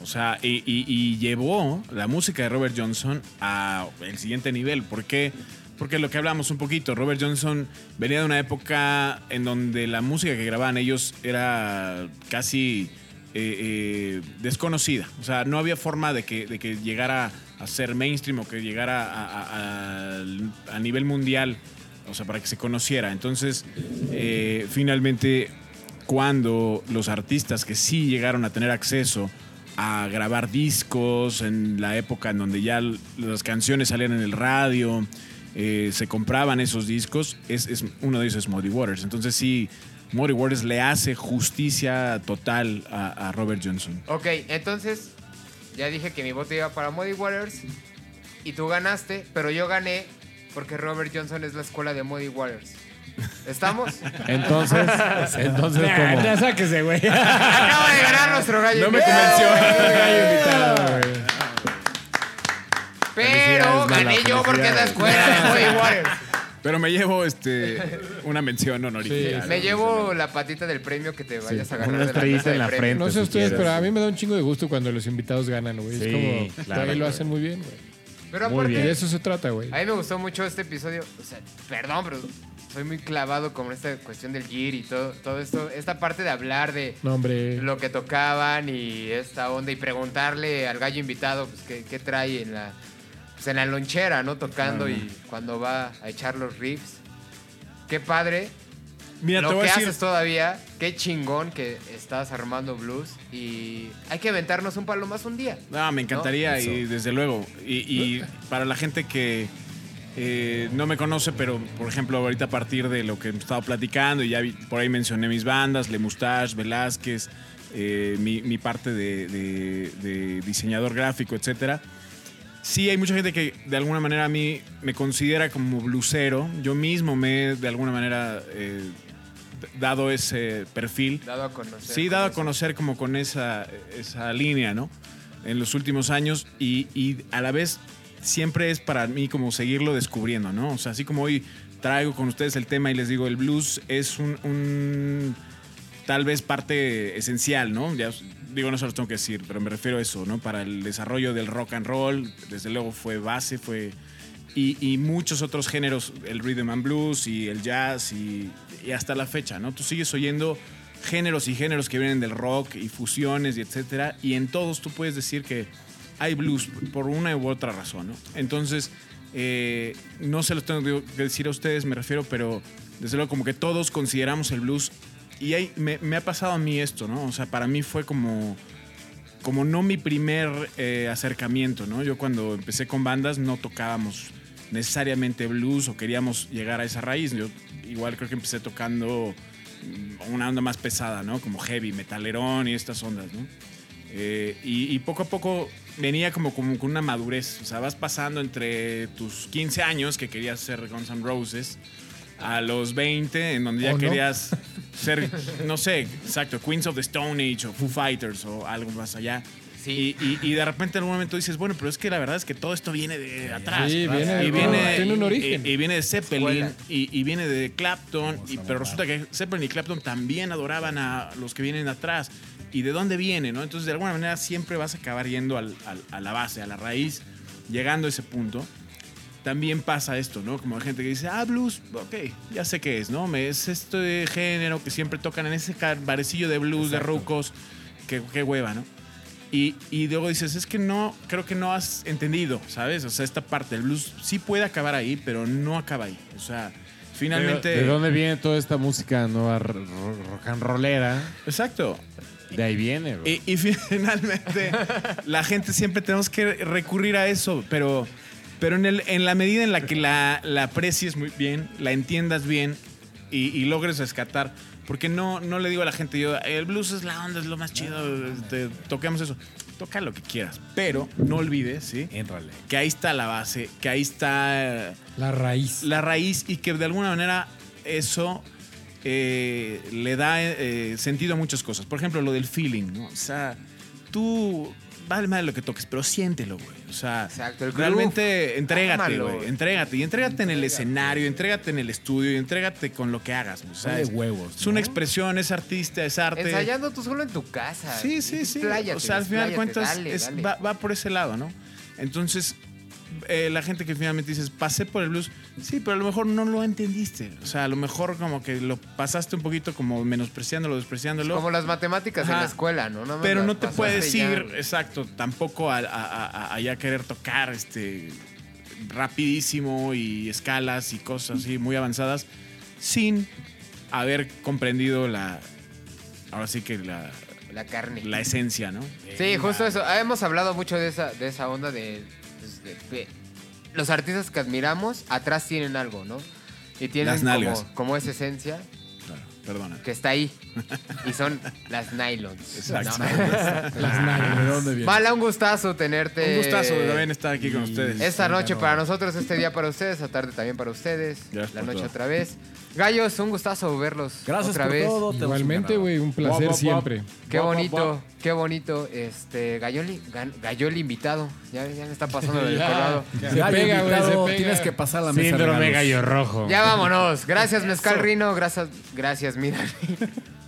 [SPEAKER 5] O sea, y, y- y llevó la música de Robert Johnson a el siguiente nivel. ¿Por qué? Porque lo que hablamos un poquito, Robert Johnson venía de una época en donde la música que grababan ellos era casi eh, eh, desconocida. O sea, no había forma de que, de que llegara a ser mainstream o que llegara a- a- a- a nivel mundial o sea, para que se conociera. Entonces, eh, finalmente, cuando los artistas que sí llegaron a tener acceso a grabar discos, en la época en donde ya l- las canciones salían en el radio, eh, se compraban esos discos, es, es- uno de ellos es Muddy Waters. Entonces sí, Muddy Waters le hace justicia total a, a Robert Johnson.
[SPEAKER 1] Ok, entonces ya dije que mi voto iba para Muddy Waters y tú ganaste, pero yo gané porque Robert Johnson es la escuela de Muddy Waters. ¿Estamos?
[SPEAKER 4] Entonces, entonces ¿cómo?
[SPEAKER 7] sáquese, güey.
[SPEAKER 1] Acaba de ganar nuestro gallo. No me Pero
[SPEAKER 4] Felicidades, Mala,
[SPEAKER 1] gané yo porque es la
[SPEAKER 4] felicidades.
[SPEAKER 1] escuela de Muddy Waters.
[SPEAKER 5] Pero me llevo este, una mención honorífica.
[SPEAKER 1] Me llevo la patita del premio que te vayas a ganar.
[SPEAKER 4] una
[SPEAKER 1] de la
[SPEAKER 4] estrellita
[SPEAKER 1] taza
[SPEAKER 4] en
[SPEAKER 1] de
[SPEAKER 4] la
[SPEAKER 1] premio.
[SPEAKER 4] frente.
[SPEAKER 3] No sé
[SPEAKER 4] si
[SPEAKER 3] ustedes,
[SPEAKER 4] quieres.
[SPEAKER 3] pero a mí me da un chingo de gusto cuando los invitados ganan, güey.
[SPEAKER 4] Sí,
[SPEAKER 3] es como.
[SPEAKER 4] claro,
[SPEAKER 3] ahí lo
[SPEAKER 4] güey.
[SPEAKER 3] hacen muy bien, güey.
[SPEAKER 1] Pero
[SPEAKER 4] Muy
[SPEAKER 1] aparte,
[SPEAKER 3] Y de eso se trata, güey.
[SPEAKER 1] a mí me gustó mucho este episodio. O sea, perdón, pero soy muy clavado con esta cuestión del gear y todo, todo esto. Esta parte de hablar de
[SPEAKER 3] No, hombre.
[SPEAKER 1] lo que tocaban y esta onda y preguntarle al gallo invitado pues, qué, qué trae en la, pues, en la lonchera, ¿no? Tocando y cuando va a echar los riffs. Qué padre.
[SPEAKER 5] Mira, te
[SPEAKER 1] lo
[SPEAKER 5] voy
[SPEAKER 1] que
[SPEAKER 5] a decir,
[SPEAKER 1] haces todavía, qué chingón que estás armando blues y hay que aventarnos un palo más un día.
[SPEAKER 5] No, me encantaría
[SPEAKER 1] ¿No?
[SPEAKER 5] y desde luego. Y, y para la gente que eh, no me conoce, pero por ejemplo, ahorita a partir de lo que he estado platicando, y ya vi- por ahí mencioné mis bandas, Le Moustache, Velázquez, eh, mi, mi parte de, de- de diseñador gráfico, etcétera. Sí, hay mucha gente que de alguna manera a mí me considera como blusero. Yo mismo me he de alguna manera eh, dado ese perfil.
[SPEAKER 1] Dado a conocer.
[SPEAKER 5] Sí, dado a
[SPEAKER 1] con eso.
[SPEAKER 5] conocer como con esa, esa línea, ¿no? en los últimos años y, y a la vez siempre es para mí como seguirlo descubriendo, ¿no? O sea, así como hoy traigo con ustedes el tema y les digo, el blues es un, un- tal vez parte esencial, ¿no? Ya os- digo, no se los tengo que decir, pero me refiero a eso, ¿no? Para el desarrollo del rock and roll, desde luego fue base, fue... Y, y muchos otros géneros, el rhythm and blues y el jazz y, y hasta la fecha, ¿no? Tú sigues oyendo géneros y géneros que vienen del rock y fusiones y etcétera, y en todos tú puedes decir que hay blues por una u otra razón, ¿no? Entonces, eh, no se los tengo que decir a ustedes, me refiero, pero desde luego como que todos consideramos el blues y ahí me, me ha pasado a mí esto, ¿no? O sea, para mí fue como, como no mi primer eh, acercamiento, ¿no? Yo cuando empecé con bandas no tocábamos necesariamente blues o queríamos llegar a esa raíz. Yo igual creo que empecé tocando mm, una onda más pesada, ¿no? Como heavy, metalerón y estas ondas, ¿no? Eh, y, y poco a poco venía como, como con una madurez. O sea, vas pasando entre tus 15 años que querías ser Guns N' Roses a los 20 en donde ya
[SPEAKER 3] ¿O no?
[SPEAKER 5] querías ser, no sé, exacto, Queens of the Stone Age o Foo Fighters o algo más allá.
[SPEAKER 1] Sí.
[SPEAKER 5] Y, y- y de repente en algún momento dices, bueno, pero es que la verdad es que todo esto viene de atrás.
[SPEAKER 3] Sí, viene-
[SPEAKER 5] y viene,
[SPEAKER 3] tiene un origen.
[SPEAKER 5] Y, y viene de Zeppelin
[SPEAKER 1] Escuela.
[SPEAKER 5] y, y viene de Clapton, y, pero resulta que Zeppelin y Clapton también adoraban a los que vienen atrás. ¿Y de dónde viene? ¿no? Entonces, de alguna manera siempre vas a acabar yendo al- al- a la base, a la raíz, llegando a ese punto. También pasa esto, ¿no? Como hay gente que dice, ah, blues, ok, ya sé qué es, ¿no? Me- Es este género que siempre tocan en ese car- barecillo de blues, de rucos, que, qué hueva, ¿no? Y, y luego dices, es que no, creo que no has entendido, ¿sabes? O sea, esta parte, el blues sí puede acabar ahí, pero no acaba ahí. O sea, finalmente...
[SPEAKER 4] ¿De dónde viene toda esta música nueva ro- ro- rock and rollera?
[SPEAKER 5] Exacto.
[SPEAKER 4] De ahí viene, güey.
[SPEAKER 5] Y, y finalmente, la gente siempre tenemos que recurrir a eso, pero, pero en, el- en la medida en la que la, la aprecies muy bien, la entiendas bien y, y logres rescatar. Porque no, no le digo a la gente, yo, el blues es la onda, es lo más chido, este, toquemos eso. Toca lo que quieras, pero no olvides, ¿sí?
[SPEAKER 2] Éntrale.
[SPEAKER 5] Que ahí está la base, que ahí está eh,
[SPEAKER 3] La raíz.
[SPEAKER 5] la raíz y que de alguna manera eso eh, le da eh, sentido a muchas cosas. Por ejemplo, lo del feeling, ¿no? O sea, tú vale madre lo que toques, pero siéntelo, güey. O sea,
[SPEAKER 1] Exacto, el groove.
[SPEAKER 5] realmente entrégate,
[SPEAKER 1] Ámalo,
[SPEAKER 5] güey.
[SPEAKER 1] güey.
[SPEAKER 5] Entrégate. Y entrégate en el escenario, entrégate en el estudio, y entrégate con lo que hagas. güey. O sea,
[SPEAKER 2] Ponle
[SPEAKER 5] es,
[SPEAKER 2] huevos,
[SPEAKER 5] es una
[SPEAKER 2] ¿no?
[SPEAKER 5] expresión, es artista, es arte.
[SPEAKER 1] Ensayando tú solo en tu casa.
[SPEAKER 5] Sí, sí, sí.
[SPEAKER 1] Expláyate,
[SPEAKER 5] o sea, al final de
[SPEAKER 1] expláyate,
[SPEAKER 5] cuentas
[SPEAKER 1] dale,
[SPEAKER 5] es-
[SPEAKER 1] dale.
[SPEAKER 5] Va, va por ese lado, ¿no? Entonces, eh, la gente que finalmente dices, pasé por el blues, sí, pero a lo mejor no lo entendiste. O sea, a lo mejor como que lo pasaste un poquito como menospreciándolo,
[SPEAKER 1] Es
[SPEAKER 5] despreciándolo.
[SPEAKER 1] como las matemáticas en
[SPEAKER 5] Ajá.
[SPEAKER 1] la escuela, ¿no? Nada más
[SPEAKER 5] pero
[SPEAKER 1] las
[SPEAKER 5] no te
[SPEAKER 1] pasaste
[SPEAKER 5] puedes
[SPEAKER 1] y ya.
[SPEAKER 5] ir, exacto, tampoco a, a- a- a- a ya querer tocar este rapidísimo y escalas y cosas así muy avanzadas sin haber comprendido la... Ahora sí que la,
[SPEAKER 1] La carne.
[SPEAKER 5] la esencia, ¿no?
[SPEAKER 1] Sí, justo eso. Ah, Hemos hablado mucho de esa, de esa onda de, pues, de- de- Los artistas que admiramos atrás tienen algo, ¿no? Y tienen
[SPEAKER 5] Las nalgas.
[SPEAKER 1] como, como esa esencia
[SPEAKER 5] Claro, perdona.
[SPEAKER 1] que está ahí. Y son las nylons.
[SPEAKER 5] Exacto.
[SPEAKER 3] Las nalgas.
[SPEAKER 2] ¿De dónde viene?
[SPEAKER 1] Mala, un gustazo tenerte.
[SPEAKER 5] Un gustazo de también estar aquí con
[SPEAKER 2] Y-
[SPEAKER 5] ustedes.
[SPEAKER 1] Esta noche para nosotros, este día para ustedes, esta tarde también para ustedes,
[SPEAKER 5] Gracias
[SPEAKER 1] la
[SPEAKER 5] por
[SPEAKER 1] noche
[SPEAKER 5] todo.
[SPEAKER 1] otra vez. Gallos, un gustazo verlos
[SPEAKER 7] Gracias
[SPEAKER 1] otra
[SPEAKER 7] por
[SPEAKER 1] vez.
[SPEAKER 7] todo. te vas a
[SPEAKER 3] Igualmente, güey, un placer
[SPEAKER 4] Guap, guap,
[SPEAKER 3] siempre.
[SPEAKER 4] guap.
[SPEAKER 1] Qué
[SPEAKER 4] Guap, guap,
[SPEAKER 1] bonito,
[SPEAKER 4] guap.
[SPEAKER 1] qué bonito. Este, Gayoli, gan- Gayoli invitado. Ya, ya me está pasando el
[SPEAKER 3] Ya.
[SPEAKER 1] colado.
[SPEAKER 3] Se
[SPEAKER 2] Gallo
[SPEAKER 3] pega, güey, se
[SPEAKER 2] invitado,
[SPEAKER 3] pega.
[SPEAKER 2] Tienes que pasar a la mesa.
[SPEAKER 4] Síndrome
[SPEAKER 2] regalos.
[SPEAKER 4] gallo rojo.
[SPEAKER 1] Ya vámonos. Gracias, Mezcal Rino. Gracias, gracias, mira.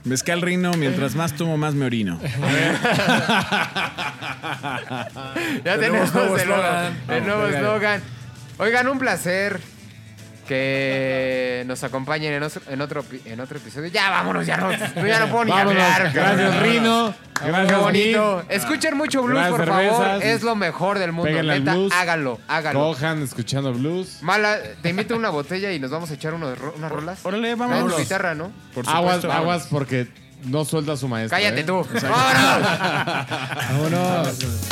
[SPEAKER 5] Mezcal Rino, mientras más tomo, más me orino.
[SPEAKER 1] Ya tenemos,
[SPEAKER 2] Tenemos nuevo
[SPEAKER 1] el nuevo-
[SPEAKER 2] eslogan.
[SPEAKER 1] el
[SPEAKER 2] Vamos,
[SPEAKER 1] nuevo
[SPEAKER 2] venga.
[SPEAKER 1] eslogan. Oigan, un placer que nos acompañen en, os- en otro, pi- en otro episodio. Ya vámonos, ya no, ya no puedo ni
[SPEAKER 4] Vámonos.
[SPEAKER 1] hablar. cabrón.
[SPEAKER 4] Gracias, Rino.
[SPEAKER 1] Qué
[SPEAKER 4] Gracias,
[SPEAKER 1] bonito. Escuchen mucho blues,
[SPEAKER 4] Gracias,
[SPEAKER 1] por favor.
[SPEAKER 4] cervezas.
[SPEAKER 1] Es lo mejor del mundo.
[SPEAKER 4] Pégale al
[SPEAKER 1] Neta,
[SPEAKER 4] blues.
[SPEAKER 1] hágalo, hágalo.
[SPEAKER 4] Cojan escuchando blues.
[SPEAKER 1] Mala, te invito a una botella y nos vamos a echar uno de ro- unas rolas.
[SPEAKER 5] Órale,
[SPEAKER 1] Traes tu
[SPEAKER 5] vámonos.
[SPEAKER 1] guitarra, ¿no?
[SPEAKER 5] Por supuesto.
[SPEAKER 4] Aguas, aguas porque no suelta a su maestro.
[SPEAKER 1] Cállate
[SPEAKER 4] ¿eh?
[SPEAKER 1] tú. ¡Vámonos!
[SPEAKER 3] Vámonos.